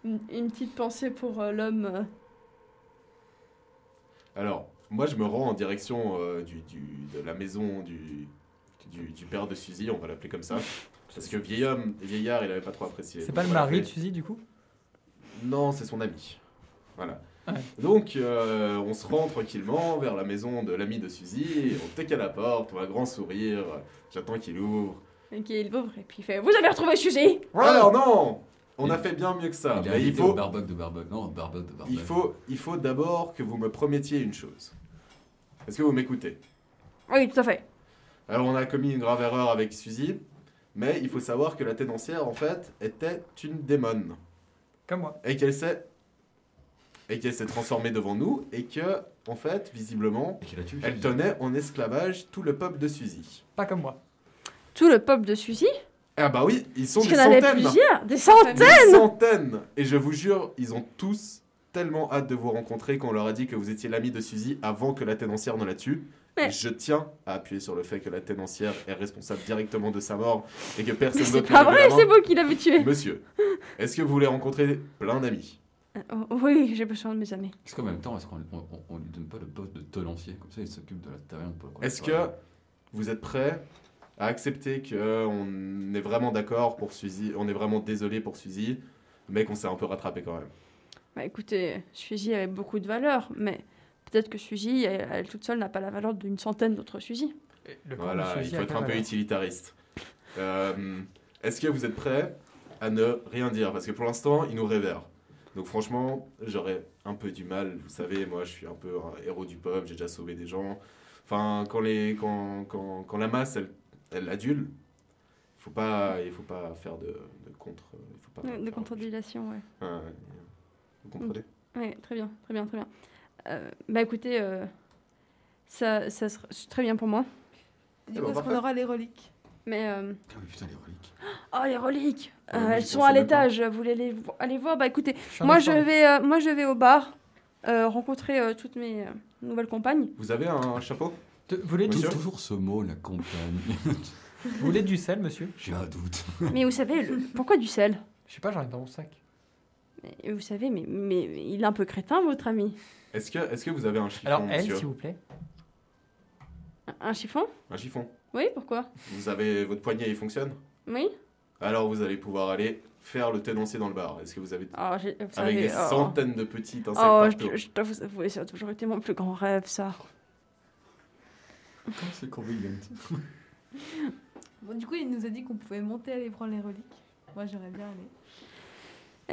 Speaker 1: une, une petite pensée pour euh, l'homme. euh,
Speaker 2: Alors, moi, je me rends en direction euh, du, du- de la maison du, du, du père de Suzy, on va l'appeler comme ça. Parce que vieil homme, vieillard, il avait pas trop apprécié.
Speaker 4: C'est
Speaker 2: Donc,
Speaker 4: pas le
Speaker 2: on va
Speaker 4: mari,
Speaker 2: l'appeler-
Speaker 4: tu dis, du coup
Speaker 2: Non, c'est son ami. Voilà.
Speaker 4: Ouais.
Speaker 2: Donc, euh, on se rend tranquillement vers la maison de l'ami de Suzy, et on toque à la porte, on a un grand sourire, j'attends qu'il ouvre.
Speaker 1: Ok, il ouvre et puis il fait Vous avez retrouvé Suzy
Speaker 2: Alors non On a
Speaker 3: Il-
Speaker 2: fait bien mieux que ça.
Speaker 3: il
Speaker 2: Ah, mais
Speaker 3: a
Speaker 2: il
Speaker 3: invité
Speaker 2: faut,
Speaker 3: au barbec de barbec. Non, au barbec de barbec.
Speaker 2: il faut, il faut d'abord que vous me promettiez une chose. Est-ce que vous m'écoutez
Speaker 1: Oui, tout à fait.
Speaker 2: Alors on a commis une grave erreur avec Suzy, mais il faut savoir que la tenancière en fait était une démone
Speaker 4: Comme moi.
Speaker 2: et qu'elle s'est et qu'elle s'est transformée devant nous et que en fait visiblement
Speaker 3: Et qu'il a tué.
Speaker 2: elle tenait en esclavage tout le peuple de Suzy.
Speaker 4: Pas comme moi.
Speaker 1: Tout le peuple de Suzy
Speaker 2: Ah bah oui, ils sont
Speaker 1: Parce
Speaker 2: des
Speaker 1: qu'il y en avait
Speaker 2: centaines,
Speaker 1: plusieurs Des centaines
Speaker 2: des centaines et je vous jure, ils ont tous tellement hâte de vous rencontrer quand on leur a dit que vous étiez l'ami de Suzy avant que la tenancière ne la tue.
Speaker 1: Mais-
Speaker 2: Et Je tiens à appuyer sur le fait que la tenancière est responsable directement de sa mort et que
Speaker 1: Mais
Speaker 2: personne
Speaker 1: c'est
Speaker 2: d'autre
Speaker 1: pas
Speaker 2: n'avait
Speaker 1: vrai,
Speaker 2: la main.
Speaker 1: c'est vous qui l'avez tué.
Speaker 2: Monsieur, est-ce que vous voulez rencontrer plein d'amis
Speaker 1: Oh, oui, j'ai besoin de mes amis.
Speaker 3: Est-ce qu'en même temps, est-ce qu'on on, on- on lui donne pas le poste de tenancier Comme ça, il s'occupe de la taverne. pour la
Speaker 2: Est-ce que vous êtes prêt à accepter qu'on est vraiment d'accord pour Suzy, on est vraiment désolé pour Suzy, mais qu'on s'est un peu rattrapé quand même
Speaker 1: Bah écoutez, Suzy avait beaucoup de valeur, mais peut-être que Suzy, elle, elle toute seule, n'a pas la valeur d'une centaine d'autres Suzy.
Speaker 4: Et Le corps de
Speaker 2: Voilà, il
Speaker 4: Suzy
Speaker 2: faut
Speaker 4: a
Speaker 2: être
Speaker 4: pas
Speaker 2: un peu
Speaker 4: mal.
Speaker 2: utilitariste. Euh, est-ce que vous êtes prêt à ne rien dire Parce que pour l'instant, il nous révère. Donc franchement, j'aurais un peu du mal, vous savez, moi je suis un peu un héros du peuple, j'ai déjà sauvé des gens. Enfin, quand, les, quand, quand, quand la masse, elle, elle adule, faut pas, il faut pas faire de, de contre... il faut Ah, pas
Speaker 1: Ouais, Euh, De Mm.
Speaker 2: faire-
Speaker 1: contre-dilation, ouais.
Speaker 2: Ouais, ouais. vous comprenez
Speaker 1: Ouais, très bien, très bien, très bien. Euh, bah écoutez, euh, ça, ça sera c'est très bien pour moi.
Speaker 2: Eh
Speaker 5: Du
Speaker 2: ben,
Speaker 5: coup, est-ce qu'on
Speaker 2: parfait.
Speaker 5: aura les reliques
Speaker 1: Mais. euh,
Speaker 3: Ah oui, putain, les reliques.
Speaker 1: Oh, les reliques
Speaker 2: Ouais,
Speaker 1: Euh,
Speaker 2: moi, j'y
Speaker 1: Elles sont
Speaker 2: pensais
Speaker 1: à
Speaker 2: même pas.
Speaker 1: l'étage, vous voulez les vo- aller voir Bah écoutez,
Speaker 4: suis un
Speaker 1: moi je,
Speaker 4: expert.
Speaker 1: vais, euh, moi je vais au bar euh, rencontrer euh, toutes mes euh, nouvelles compagnes.
Speaker 2: Vous avez un chapeau
Speaker 4: Te- Vous voulez du-
Speaker 2: Monsieur
Speaker 3: Toujours ce mot, la compagne.
Speaker 4: vous voulez du sel, monsieur
Speaker 3: J'ai un doute.
Speaker 1: Mais vous savez, le- pourquoi du sel
Speaker 4: Je sais pas, j'en ai dans mon sac.
Speaker 1: Et Vous savez, mais, mais, mais il est un peu crétin, votre ami.
Speaker 2: Est-ce que, est que vous avez un chiffon,
Speaker 4: Alors, elle,
Speaker 2: monsieur
Speaker 4: s'il vous plaît.
Speaker 1: Un- Un chiffon
Speaker 2: Un chiffon
Speaker 1: Oui, pourquoi
Speaker 2: Vous avez votre poignet, il fonctionne
Speaker 1: Oui
Speaker 2: Alors vous allez pouvoir aller faire le tenancier dans le bar. Est-ce que vous avez...
Speaker 1: Ah, j'ai- vous
Speaker 2: Avec
Speaker 1: savez,
Speaker 2: des
Speaker 1: oh.
Speaker 2: centaines de petites insectes
Speaker 1: Oh,
Speaker 2: partout.
Speaker 1: je, je dois vous avouer, ça a toujours été mon plus grand rêve, ça.
Speaker 3: C'est convaincant.
Speaker 5: Bon, du coup, il nous a dit qu'on pouvait monter aller prendre les reliques. Moi, j'aimerais bien aller.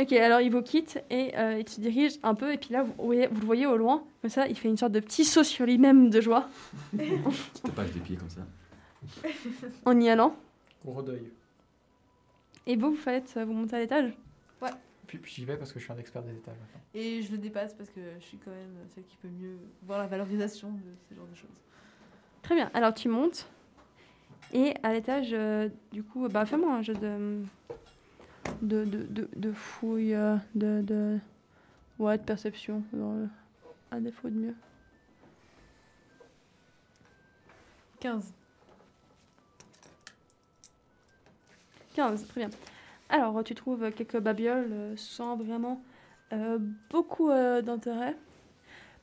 Speaker 1: Ok, alors il vous quitte et euh, il se dirige un peu, et puis là, vous, voyez- vous le voyez au loin, comme ça, il fait une sorte de petit saut sur lui-même de joie
Speaker 3: Tu tapage des pieds comme ça.
Speaker 1: en y allant.
Speaker 4: Gros deuil.
Speaker 1: Et vous, vous faites, vous montez à l'étage
Speaker 5: Ouais.
Speaker 4: Puis, puis j'y vais parce que je suis un expert des étages maintenant.
Speaker 5: Et je le dépasse parce que je suis quand même celle qui peut mieux voir la valorisation de ce genre de choses.
Speaker 1: Très bien. Alors tu montes. Et à l'étage, euh, du coup, bah, fais-moi un jeu de. de, de, de, de fouille. euh, De, de. Ouais, de perception. dans le- À défaut de mieux.
Speaker 5: 15.
Speaker 1: 15, très bien. Alors, tu trouves quelques babioles euh, sans vraiment euh, beaucoup euh, d'intérêt.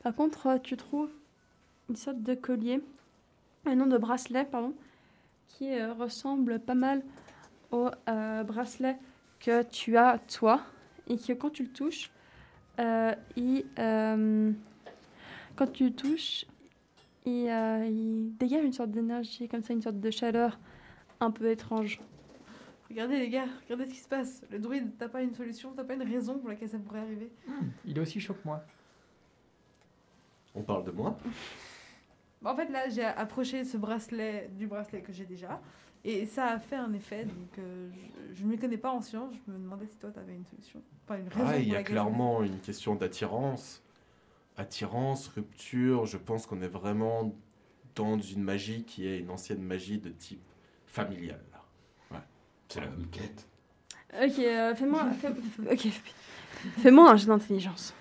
Speaker 1: Par contre, euh, tu trouves une sorte de collier, un nom de bracelet, pardon, qui euh, ressemble pas mal au euh, bracelet que tu as toi et que quand tu le touches, euh, il, euh, quand tu le touches, il, euh, il dégage une sorte d'énergie, comme ça, une sorte de chaleur un peu étrange.
Speaker 5: Regardez les gars, regardez ce qui se passe. Le druide, t'as pas une solution, t'as pas une raison pour laquelle ça pourrait arriver.
Speaker 4: Il est aussi chaud que moi.
Speaker 2: On parle de moi
Speaker 5: Bah, en fait, là, j'ai approché ce bracelet du bracelet que j'ai déjà. Et ça a fait un effet, donc euh, je- je ne m'y connais pas en science. Je me demandais si toi, t'avais une solution. Enfin, une raison
Speaker 2: Ah, il
Speaker 5: pour
Speaker 2: y a
Speaker 5: laquelle-
Speaker 2: clairement une question d'attirance. Attirance, rupture, je pense qu'on est vraiment dans une magie qui est une ancienne magie de type familial.
Speaker 3: C'est la même quête.
Speaker 1: Ok, euh, fais-moi fais- ok. Fais-moi un jeu d'intelligence.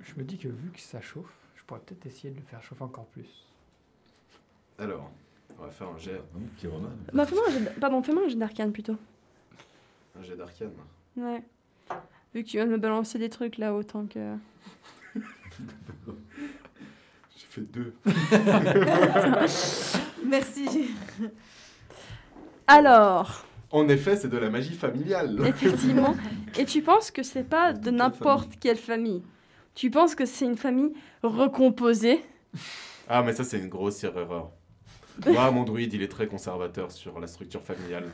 Speaker 4: Je, je me dis que vu que ça chauffe, je pourrais peut-être essayer de le faire chauffer encore plus.
Speaker 2: Alors, on va faire un jet,
Speaker 3: Euh, Qui remarque.
Speaker 1: Bah, fais-moi un jeu d- Pardon, fais-moi un jeu d'arcane plutôt.
Speaker 2: un jet d'arcane.
Speaker 1: Ouais. Vu que tu viens de me balancer des trucs là autant que.
Speaker 2: J'ai fait deux.
Speaker 5: Merci.
Speaker 1: Alors,
Speaker 2: En effet, c'est de la magie familiale.
Speaker 1: effectivement. Et tu penses que c'est pas de n'importe quelle famille. Tu penses que c'est une famille recomposée.
Speaker 2: Ah, mais ça, c'est une grosse erreur. Moi, mon druide, il est très conservateur sur la structure familiale.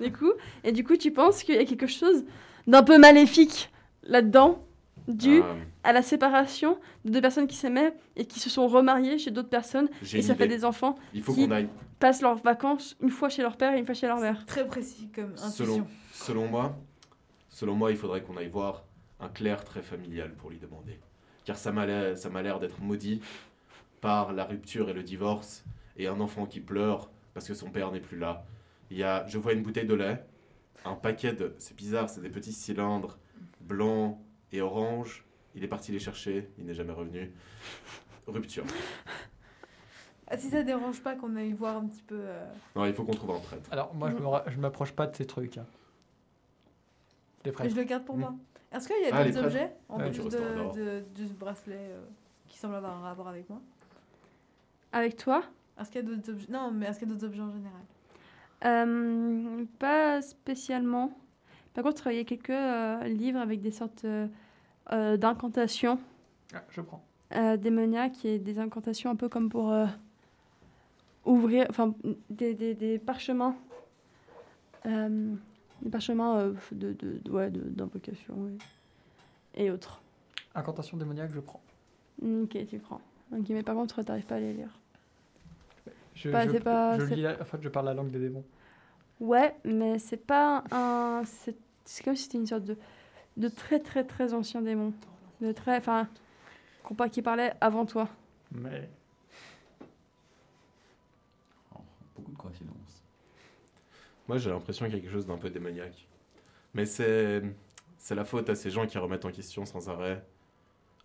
Speaker 1: Du coup, et du coup, tu penses qu'il y a quelque chose d'un peu maléfique là-dedans, dû
Speaker 2: Ah,
Speaker 1: à la séparation de deux personnes qui s'aimaient et qui se sont remariées chez d'autres personnes
Speaker 2: j'ai
Speaker 1: et
Speaker 2: une
Speaker 1: ça fait
Speaker 2: idée.
Speaker 1: des enfants.
Speaker 2: Il faut
Speaker 1: qui-
Speaker 2: qu'on aille.
Speaker 1: passent leurs vacances une fois chez leur père et une fois chez leur mère.
Speaker 5: Très précis comme
Speaker 2: Selon,
Speaker 5: intuition.
Speaker 2: selon moi, selon moi, il faudrait qu'on aille voir un clerc très familial pour lui demander. Car ça m'a l'air ça m'a l'air d'être maudit par la rupture et le divorce et un enfant qui pleure parce que son père n'est plus là. Il y a, je vois une bouteille de lait, un paquet de, c'est bizarre, c'est des petits cylindres blancs et orange. Il est parti les chercher, il n'est jamais revenu. Rupture.
Speaker 5: Ah, si ça dérange pas qu'on aille voir un petit peu. euh,
Speaker 2: Non, il faut qu'on trouve un prêtre.
Speaker 4: Alors moi, je me ra- je m'approche pas de ces trucs. Hein. T'es prêt
Speaker 5: Je le garde pour
Speaker 2: Mm.
Speaker 5: moi. Est-ce qu'il y a
Speaker 2: Ah, les
Speaker 5: des
Speaker 2: preuves.
Speaker 5: objets en
Speaker 4: Ah,
Speaker 5: plus
Speaker 2: tu
Speaker 5: de,
Speaker 2: restes en dehors.
Speaker 5: de- de ce bracelet euh, qui semble avoir un rapport avec moi
Speaker 1: Avec toi
Speaker 5: Est-ce qu'il y a d'autres objets Non, mais est-ce qu'il y a d'autres objets en général
Speaker 1: Euh, Pas spécialement. Par contre, il y a quelques euh, livres avec des sortes euh, euh, d'incantations
Speaker 4: Ah, Je prends.
Speaker 1: euh, démoniaques et des incantations un peu comme pour euh, ouvrir, enfin, des, des- des parchemins. Euh, des parchemins euh, de, de, de- ouais, de- d'invocation et, et autres.
Speaker 4: Incantation démoniaque, je prends.
Speaker 1: Ok, tu prends. Ok, mais par contre, t'arrives pas à les lire.
Speaker 4: Je,
Speaker 1: Bah,
Speaker 4: je-
Speaker 1: c'est pas-
Speaker 4: je
Speaker 1: c'est-
Speaker 4: lis la- en fait, je parle la langue des démons.
Speaker 1: Ouais, mais c'est pas un. C'est c'est comme si c'était une sorte de, de très très très ancien démon. De très. Enfin. qu'on par- Qui parlait avant toi.
Speaker 4: Mais
Speaker 3: Oh, beaucoup de coïncidences.
Speaker 2: Moi, j'ai l'impression qu'il y a quelque chose d'un peu démoniaque. Mais c'est c'est la faute à ces gens qui remettent en question sans arrêt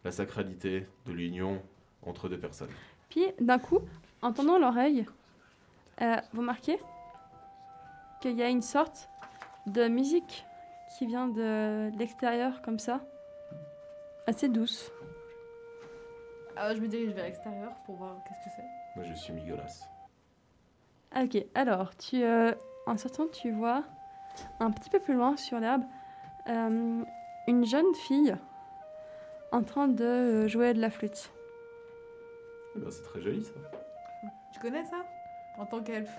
Speaker 2: la sacralité de l'union entre deux personnes.
Speaker 1: Puis d'un coup, en tendant l'oreille, euh, vous marquez qu'il y a une sorte de musique qui vient de l'extérieur comme ça. Assez douce.
Speaker 5: Ah, Je me dirige vers l'extérieur pour voir qu'est-ce que c'est.
Speaker 2: Moi, je suis Migolas.
Speaker 1: Ah, Ok, alors, tu, euh, en sortant, tu vois un petit peu plus loin sur l'herbe euh, une jeune fille en train de euh, jouer de la flûte.
Speaker 2: Eh ben, c'est très joli, ça.
Speaker 5: Tu connais ça En tant qu'elfe.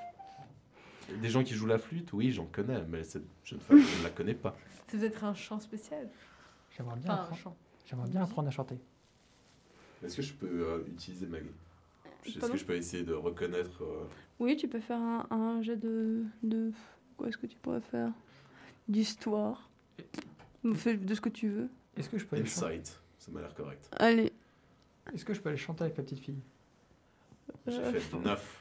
Speaker 2: Des gens qui jouent la flûte, oui, j'en connais, mais cette jeune femme, je ne la connais pas.
Speaker 5: C'est peut-être un chant spécial.
Speaker 4: j'aimerais bien,
Speaker 5: Enfin, un
Speaker 4: appren-
Speaker 5: chant.
Speaker 4: j'aimerais bien apprendre à chanter.
Speaker 2: Est-ce que je peux euh, utiliser ma... Est-ce
Speaker 1: Pardon
Speaker 2: que je peux essayer de reconnaître... euh,
Speaker 1: Oui, tu peux faire un, un jet de, de... Quoi est-ce que tu pourrais faire D'histoire. Fais de ce que tu veux.
Speaker 4: Est-ce que je peux aller chanter
Speaker 2: Insight, ça m'a l'air correct.
Speaker 1: Allez.
Speaker 4: Est-ce que je peux aller chanter avec la petite fille
Speaker 2: J'ai
Speaker 1: Euh,
Speaker 2: fait 9.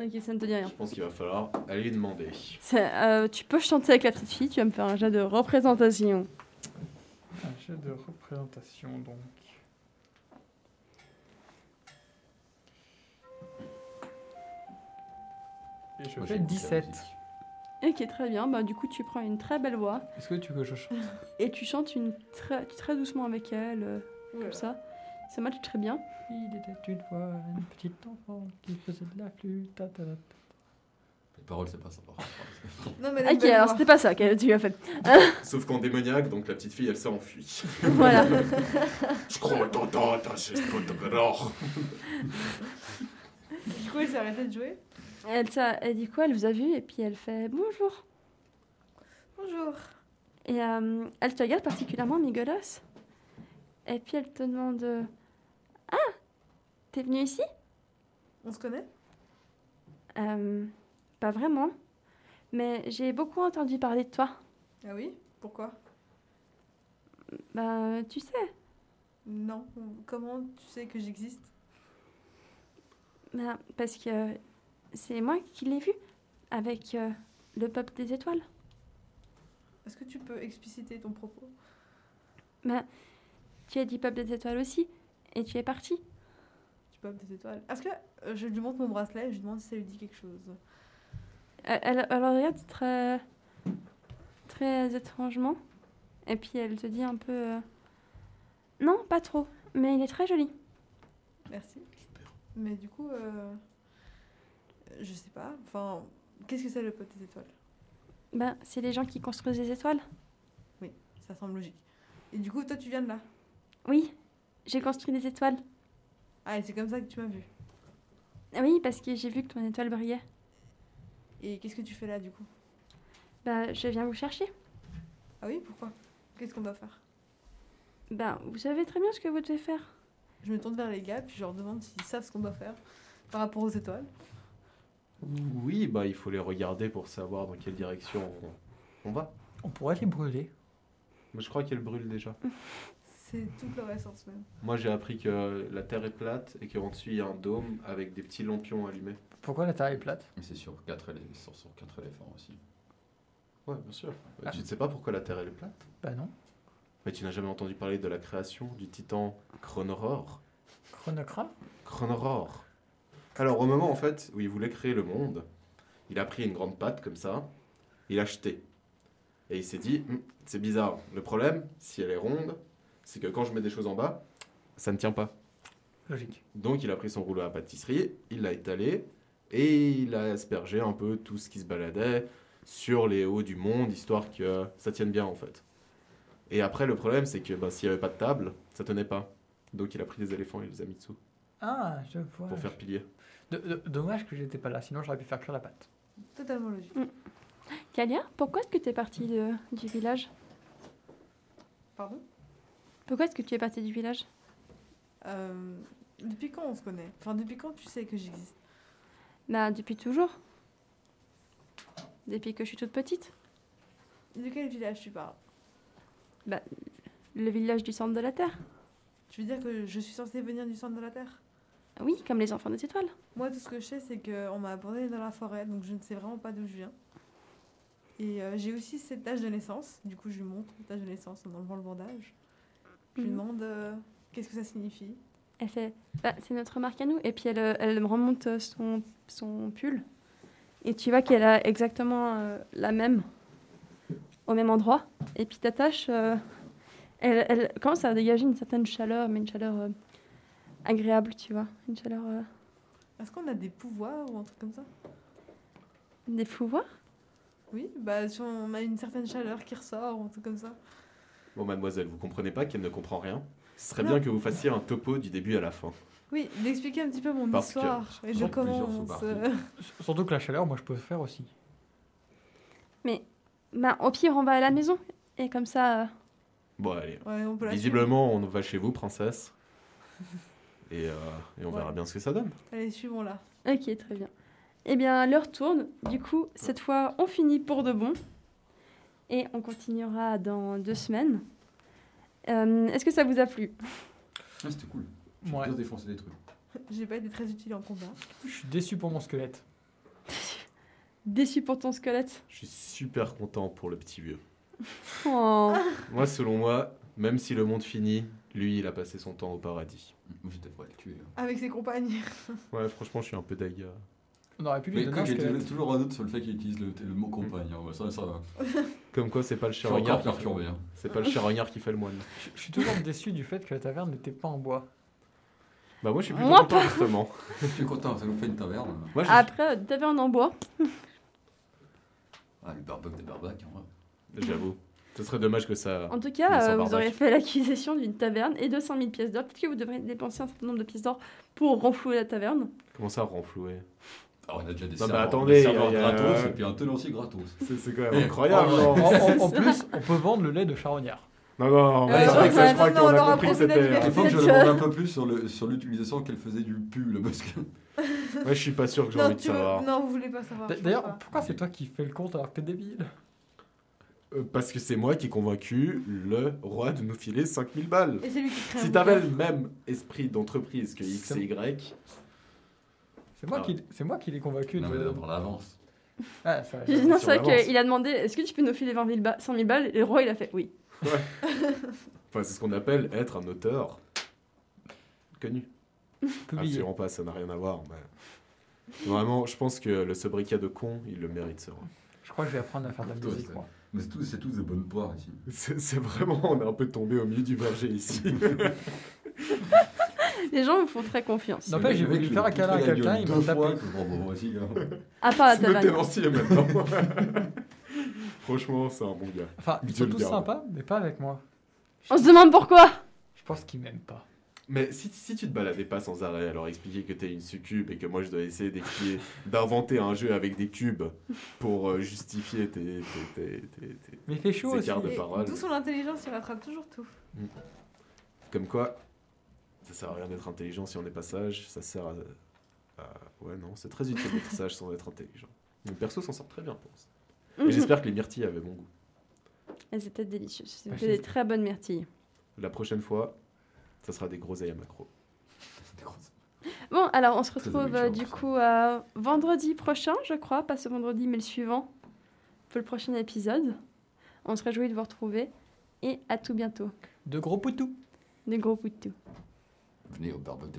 Speaker 1: Ok, ça ne te dit rien.
Speaker 2: Je pense qu'il va falloir aller lui demander.
Speaker 1: C'est, euh, tu peux chanter avec la petite fille, tu vas me faire un jet de représentation.
Speaker 4: Un jet de représentation donc. Et je
Speaker 3: Moi,
Speaker 4: fais
Speaker 3: j'écoute la
Speaker 4: 17.
Speaker 3: musique.
Speaker 1: Ok, très bien. Bah, du coup, tu prends une très belle voix
Speaker 4: Est-ce que tu veux que je chante
Speaker 1: et tu chantes une très, très doucement avec elle, euh, comme ça. Ça matche très bien.
Speaker 4: Il était une fois une petite enfant qui faisait de la flûte. ta, ta, ta.
Speaker 3: Les paroles, c'est pas sympa.
Speaker 5: Non, mais
Speaker 1: Ah, Ok, alors c'était pas ça que tu as fait.
Speaker 2: Sauf qu'en démoniaque, donc la petite fille, elle s'est enfuie.
Speaker 1: voilà.
Speaker 2: Je crois t'entends, t'as juste pas de corps.
Speaker 5: Du coup, il s'est arrêté de jouer.
Speaker 1: Elle, ça, elle dit quoi Elle vous a vu et puis elle fait bonjour.
Speaker 5: Bonjour.
Speaker 1: Et euh, elle te regarde particulièrement, Migolos. Et puis elle te demande euh, Ah T'es venu ici
Speaker 5: On se connaît
Speaker 1: Euh, Pas vraiment. Mais j'ai beaucoup entendu parler de toi.
Speaker 5: Ah oui Pourquoi
Speaker 1: Ben, tu sais.
Speaker 5: Non. Comment tu sais que j'existe
Speaker 1: Ben, parce que c'est moi qui l'ai vu avec euh, le peuple des étoiles.
Speaker 5: Est-ce que tu peux expliciter ton propos
Speaker 1: Tu as dit peuple des étoiles aussi. Et tu es parti.
Speaker 5: Tu peux des étoiles. Est-ce que euh, je lui montre mon bracelet et je lui demande si ça lui dit quelque chose
Speaker 1: Elle, Euh, elle- elle regarde très, très étrangement. Et puis elle te dit un peu euh, Non, pas trop. Mais il est très joli.
Speaker 5: Merci.
Speaker 2: Super.
Speaker 5: Mais du coup, euh, je sais pas. Enfin, qu'est-ce que c'est le pote des étoiles
Speaker 1: Ben, c'est les gens qui construisent les étoiles.
Speaker 5: Ça semble logique. Et du coup, toi, tu viens de là.
Speaker 1: Oui, j'ai construit des étoiles.
Speaker 5: Ah, et c'est comme ça que tu m'as vu.
Speaker 1: Ah Oui, parce que j'ai vu que ton étoile brillait.
Speaker 5: Et qu'est-ce que tu fais là, du coup
Speaker 1: Ben, je viens vous chercher.
Speaker 5: Ah oui, pourquoi Qu'est-ce qu'on doit faire
Speaker 1: Ben, vous savez très bien ce que vous devez faire.
Speaker 5: Je me tourne vers les gars, puis je leur demande s'ils savent ce qu'on doit faire par rapport aux étoiles.
Speaker 2: Oui, bah il faut les regarder pour savoir dans quelle direction on, on va.
Speaker 4: On pourrait les brûler.
Speaker 2: Mais je crois qu'elle brûle déjà.
Speaker 5: C'est toute leur essence, même.
Speaker 2: Moi j'ai appris que la Terre est plate et qu'en dessus il y a un dôme avec des petits lampions allumés.
Speaker 4: Pourquoi la terre est plate
Speaker 3: Mais c'est sur 4 éléphants, sur quatre éléphants aussi.
Speaker 2: Ouais, bien sûr.
Speaker 4: Ah.
Speaker 2: Bah, Tu ne sais pas pourquoi la Terre elle est plate
Speaker 4: Bah non.
Speaker 2: Mais tu n'as jamais entendu parler de la création du titan Chronoror
Speaker 4: Chronocra
Speaker 2: Chronoror. Alors au moment en fait où il voulait créer le monde, il a pris une grande patte comme ça, il a jeté. Et il s'est dit, Hum, c'est bizarre, le problème, si elle est ronde, c'est que quand je mets des choses en bas, ça ne tient pas.
Speaker 4: Logique.
Speaker 2: Donc il a pris son rouleau à pâtisserie, il l'a étalé, et il a aspergé un peu tout ce qui se baladait sur les hauts du monde, histoire que ça tienne bien en fait. Et après le problème c'est que bah, s'il n'y avait pas de table, ça tenait pas. Donc il a pris des éléphants et il les a mis dessous
Speaker 4: Ah, je vois.
Speaker 2: pour faire pilier.
Speaker 4: D- d- dommage que j'étais pas là, sinon j'aurais pu faire cuire la pâte.
Speaker 5: Totalement logique.
Speaker 1: Kalia, pourquoi est-ce que tu es partie de- du village
Speaker 5: Pardon
Speaker 1: Pourquoi est-ce que tu es partie du village
Speaker 5: Euh, Depuis quand on se connaît Enfin, depuis quand tu sais que j'existe
Speaker 1: Ben, depuis toujours. Depuis que je suis toute petite.
Speaker 5: De quel village tu parles
Speaker 1: Le village du centre de la Terre.
Speaker 5: Tu veux dire que je suis censée venir du centre de la Terre
Speaker 1: Oui, comme les enfants des étoiles.
Speaker 5: Moi, tout ce que je sais, c'est qu'on m'a abandonnée dans la forêt, donc je ne sais vraiment pas d'où je viens. Et euh, j'ai aussi cette tâche de naissance. Du coup, je lui montre cette tâche de naissance en enlevant le bandage. Je lui
Speaker 1: Mhm.
Speaker 5: demande euh, qu'est-ce que ça signifie.
Speaker 1: Elle fait bah, C'est notre marque à nous. Et puis elle, euh, elle me remonte euh, son, son pull. Et tu vois qu'elle a exactement euh, la même, au même endroit. Et puis ta tâche, euh, elle, elle commence à dégager une certaine chaleur, mais une chaleur euh, agréable, tu vois. Une chaleur euh,
Speaker 5: Est-ce qu'on a des pouvoirs ou un truc comme ça
Speaker 1: des pouvoirs.
Speaker 5: Oui, bah si on a une certaine chaleur qui ressort ou un truc comme ça.
Speaker 2: Bon mademoiselle, vous comprenez pas qu'elle ne comprend rien Ce serait
Speaker 5: Non.
Speaker 2: bien que vous fassiez un topo du début à la fin.
Speaker 5: Oui, d'expliquer un petit peu mon
Speaker 2: Parce que
Speaker 5: histoire et de
Speaker 3: sur
Speaker 5: comment
Speaker 3: plusieurs
Speaker 5: on se...
Speaker 3: sous-parties.
Speaker 4: S- Surtout que la chaleur, moi je peux le faire aussi.
Speaker 1: Bah, au pire, on va à la maison. Et comme ça, euh,
Speaker 2: Bon allez,
Speaker 5: Ouais, on peut la
Speaker 2: visiblement on va chez vous princesse. Et, euh, et on
Speaker 5: Ouais.
Speaker 2: verra bien ce que ça donne.
Speaker 5: suivre. Allez, suivons-la.
Speaker 1: Ok, très bien. Eh bien, l'heure tourne. Du coup, cette fois, on finit pour de bon. Et on continuera dans deux semaines. Euh, Est-ce que ça vous a plu
Speaker 3: Ah, c'était cool. J'ai
Speaker 4: Ouais.
Speaker 3: bien défoncé des trucs.
Speaker 5: J'ai pas été très utile en combat.
Speaker 4: Je suis déçu pour mon squelette.
Speaker 1: Déçu pour ton squelette
Speaker 2: Je suis super content pour le petit vieux.
Speaker 1: Oh.
Speaker 2: Moi, selon moi, même si le monde finit, lui, il a passé son temps au paradis.
Speaker 3: Moi, j'étais prêt à le tuer. hein.
Speaker 5: Avec ses compagnes.
Speaker 2: Ouais, franchement, je suis un peu daga.
Speaker 4: On aurait pu lui
Speaker 3: Mais
Speaker 4: donner un
Speaker 3: écoute, j'étais
Speaker 4: squelette.
Speaker 3: toujours en doute sur le fait qu'il utilise le, le mot compagne. hein. Ouais, Ça, ça va.
Speaker 2: Comme quoi, c'est pas le
Speaker 3: Je
Speaker 2: chien
Speaker 3: suis encore
Speaker 2: renard qui fait-
Speaker 3: perturbé. hein.
Speaker 2: c'est pas le chien renard qui fait le moine.
Speaker 4: Je- Je suis toujours déçu du fait que la taverne n'était pas en bois.
Speaker 2: Bah moi, je suis plutôt
Speaker 1: Moi,
Speaker 2: content justement.
Speaker 3: Je suis content, ça nous fait une taverne.
Speaker 2: Moi, je,
Speaker 1: Après, euh, taverne en bois.
Speaker 3: Ah, le barbuck des barbacs. hein, ouais.
Speaker 2: j'avoue, ce serait dommage que ça.
Speaker 1: En tout
Speaker 2: Mais sans
Speaker 1: cas, euh, vous
Speaker 2: barbac.
Speaker 1: auriez fait l'acquisition d'une taverne et de 5000 pièces d'or. Peut-être que vous devrez dépenser un certain nombre de pièces d'or pour renflouer la taverne.
Speaker 2: Comment ça, renflouer
Speaker 3: Ah, on a déjà des
Speaker 2: Non, mais
Speaker 3: serveurs,
Speaker 2: attendez,
Speaker 3: des serveurs
Speaker 2: il y a-
Speaker 3: gratos et puis un tenancier gratos.
Speaker 2: C'est c'est quand
Speaker 3: Eh,
Speaker 2: même incroyable.
Speaker 3: oh,
Speaker 4: En,
Speaker 2: genre.
Speaker 4: en- en plus, on peut vendre le lait de charognard.
Speaker 2: Non, non, non,
Speaker 1: Euh,
Speaker 2: ça,
Speaker 1: ouais,
Speaker 2: ça, je
Speaker 1: ouais,
Speaker 2: crois
Speaker 5: non,
Speaker 2: qu'on
Speaker 5: non,
Speaker 2: a
Speaker 5: Laura,
Speaker 2: compris que
Speaker 5: prends une
Speaker 2: c'était.
Speaker 5: liberté.
Speaker 2: euh,
Speaker 3: Il faut que je
Speaker 1: Peut-être
Speaker 3: demande un peu plus sur le- sur l'utilisation qu'elle faisait du pull, parce que
Speaker 2: hein. Ouais, je suis pas sûr que j'ai
Speaker 5: Non,
Speaker 2: envie de
Speaker 5: tu veux...
Speaker 2: savoir.
Speaker 5: non, vous voulez pas savoir.
Speaker 4: D-
Speaker 5: je
Speaker 4: D'ailleurs,
Speaker 5: pense pas.
Speaker 4: pourquoi c'est toi qui fais le compte alors que t'es débile
Speaker 2: Euh, Parce que c'est moi qui ai convaincu le roi de nous filer 5000 balles.
Speaker 5: Et c'est lui qui crée un
Speaker 2: Si
Speaker 5: bouquin.
Speaker 2: t'avais le même esprit d'entreprise que X
Speaker 4: C'est-
Speaker 2: et Y,
Speaker 4: C'est moi,
Speaker 2: Ah.
Speaker 4: qui- c'est moi qui l'ai convaincu
Speaker 3: Non, mais
Speaker 4: de.
Speaker 3: d'abord l'avance.
Speaker 4: Ah, c'est vrai.
Speaker 1: J'ai dit, non,
Speaker 2: si
Speaker 1: c'est
Speaker 2: on
Speaker 1: vrai
Speaker 2: avance.
Speaker 1: qu'il a demandé est-ce que tu peux nous filer 20 000 ba- 100 000 balles Et le roi, il a fait oui.
Speaker 2: enfin, c'est ce qu'on appelle être un auteur connu. Ah,
Speaker 4: Publié.
Speaker 2: Absolument pas, ça n'a rien à voir. Mais... Vraiment, je pense que le sobriquet de con, il le mérite, ce roi.
Speaker 4: Je crois que je vais apprendre à faire de la
Speaker 3: Toi,
Speaker 4: musique,
Speaker 3: c'est-
Speaker 4: moi.
Speaker 3: Mais c'est tous, c'est tous des bonnes poires ici.
Speaker 2: C'est c'est vraiment, on est un peu tombé au milieu du verger ici.
Speaker 1: Les gens vous font très confiance.
Speaker 4: Non, pas, j'ai voulu faire un câlin à quelqu'un, il m'a tapé.
Speaker 1: À part la
Speaker 2: C'est notre
Speaker 1: taverne.
Speaker 2: tenancier maintenant. Franchement, c'est un bon gars.
Speaker 4: Enfin,
Speaker 2: Je
Speaker 4: ils sont
Speaker 2: le
Speaker 4: tous
Speaker 2: garde.
Speaker 4: sympas, mais pas avec moi.
Speaker 1: On se demande pourquoi
Speaker 4: Je pense qu'ils m'aiment pas.
Speaker 2: Mais si, si tu te baladais pas sans arrêt, alors expliquer que t'es une succube et que moi je dois essayer d'écrire- d'inventer un jeu avec des cubes pour euh, justifier tes, tes- tes- tes- tes-
Speaker 4: Mais il fait chaud
Speaker 2: C'est
Speaker 4: aussi.
Speaker 2: garde
Speaker 5: Et
Speaker 2: parole.
Speaker 5: D'où son intelligence, il rattrape toujours tout.
Speaker 2: Comme quoi, ça sert à rien d'être intelligent si on n'est pas sage. Ça sert à. à- Ouais, non, c'est très utile d'être sage sans être intelligent. Mon perso s'en sort très bien pour l'instant. Et J'espère que les myrtilles avaient bon goût.
Speaker 1: Elles étaient délicieuses. C'était
Speaker 4: j'espère.
Speaker 1: des très bonnes myrtilles.
Speaker 2: La prochaine fois, ça sera des groseilles à macro.
Speaker 1: Bon, alors on se
Speaker 3: Très
Speaker 1: retrouve euh,
Speaker 3: alléchant,
Speaker 1: du
Speaker 3: ça.
Speaker 1: coup euh, vendredi prochain, je crois, pas ce vendredi, mais le suivant, pour le prochain épisode. On se réjouit de vous retrouver et à tout bientôt.
Speaker 4: De gros poutous.
Speaker 1: De gros poutou.
Speaker 3: Venez au barbuck des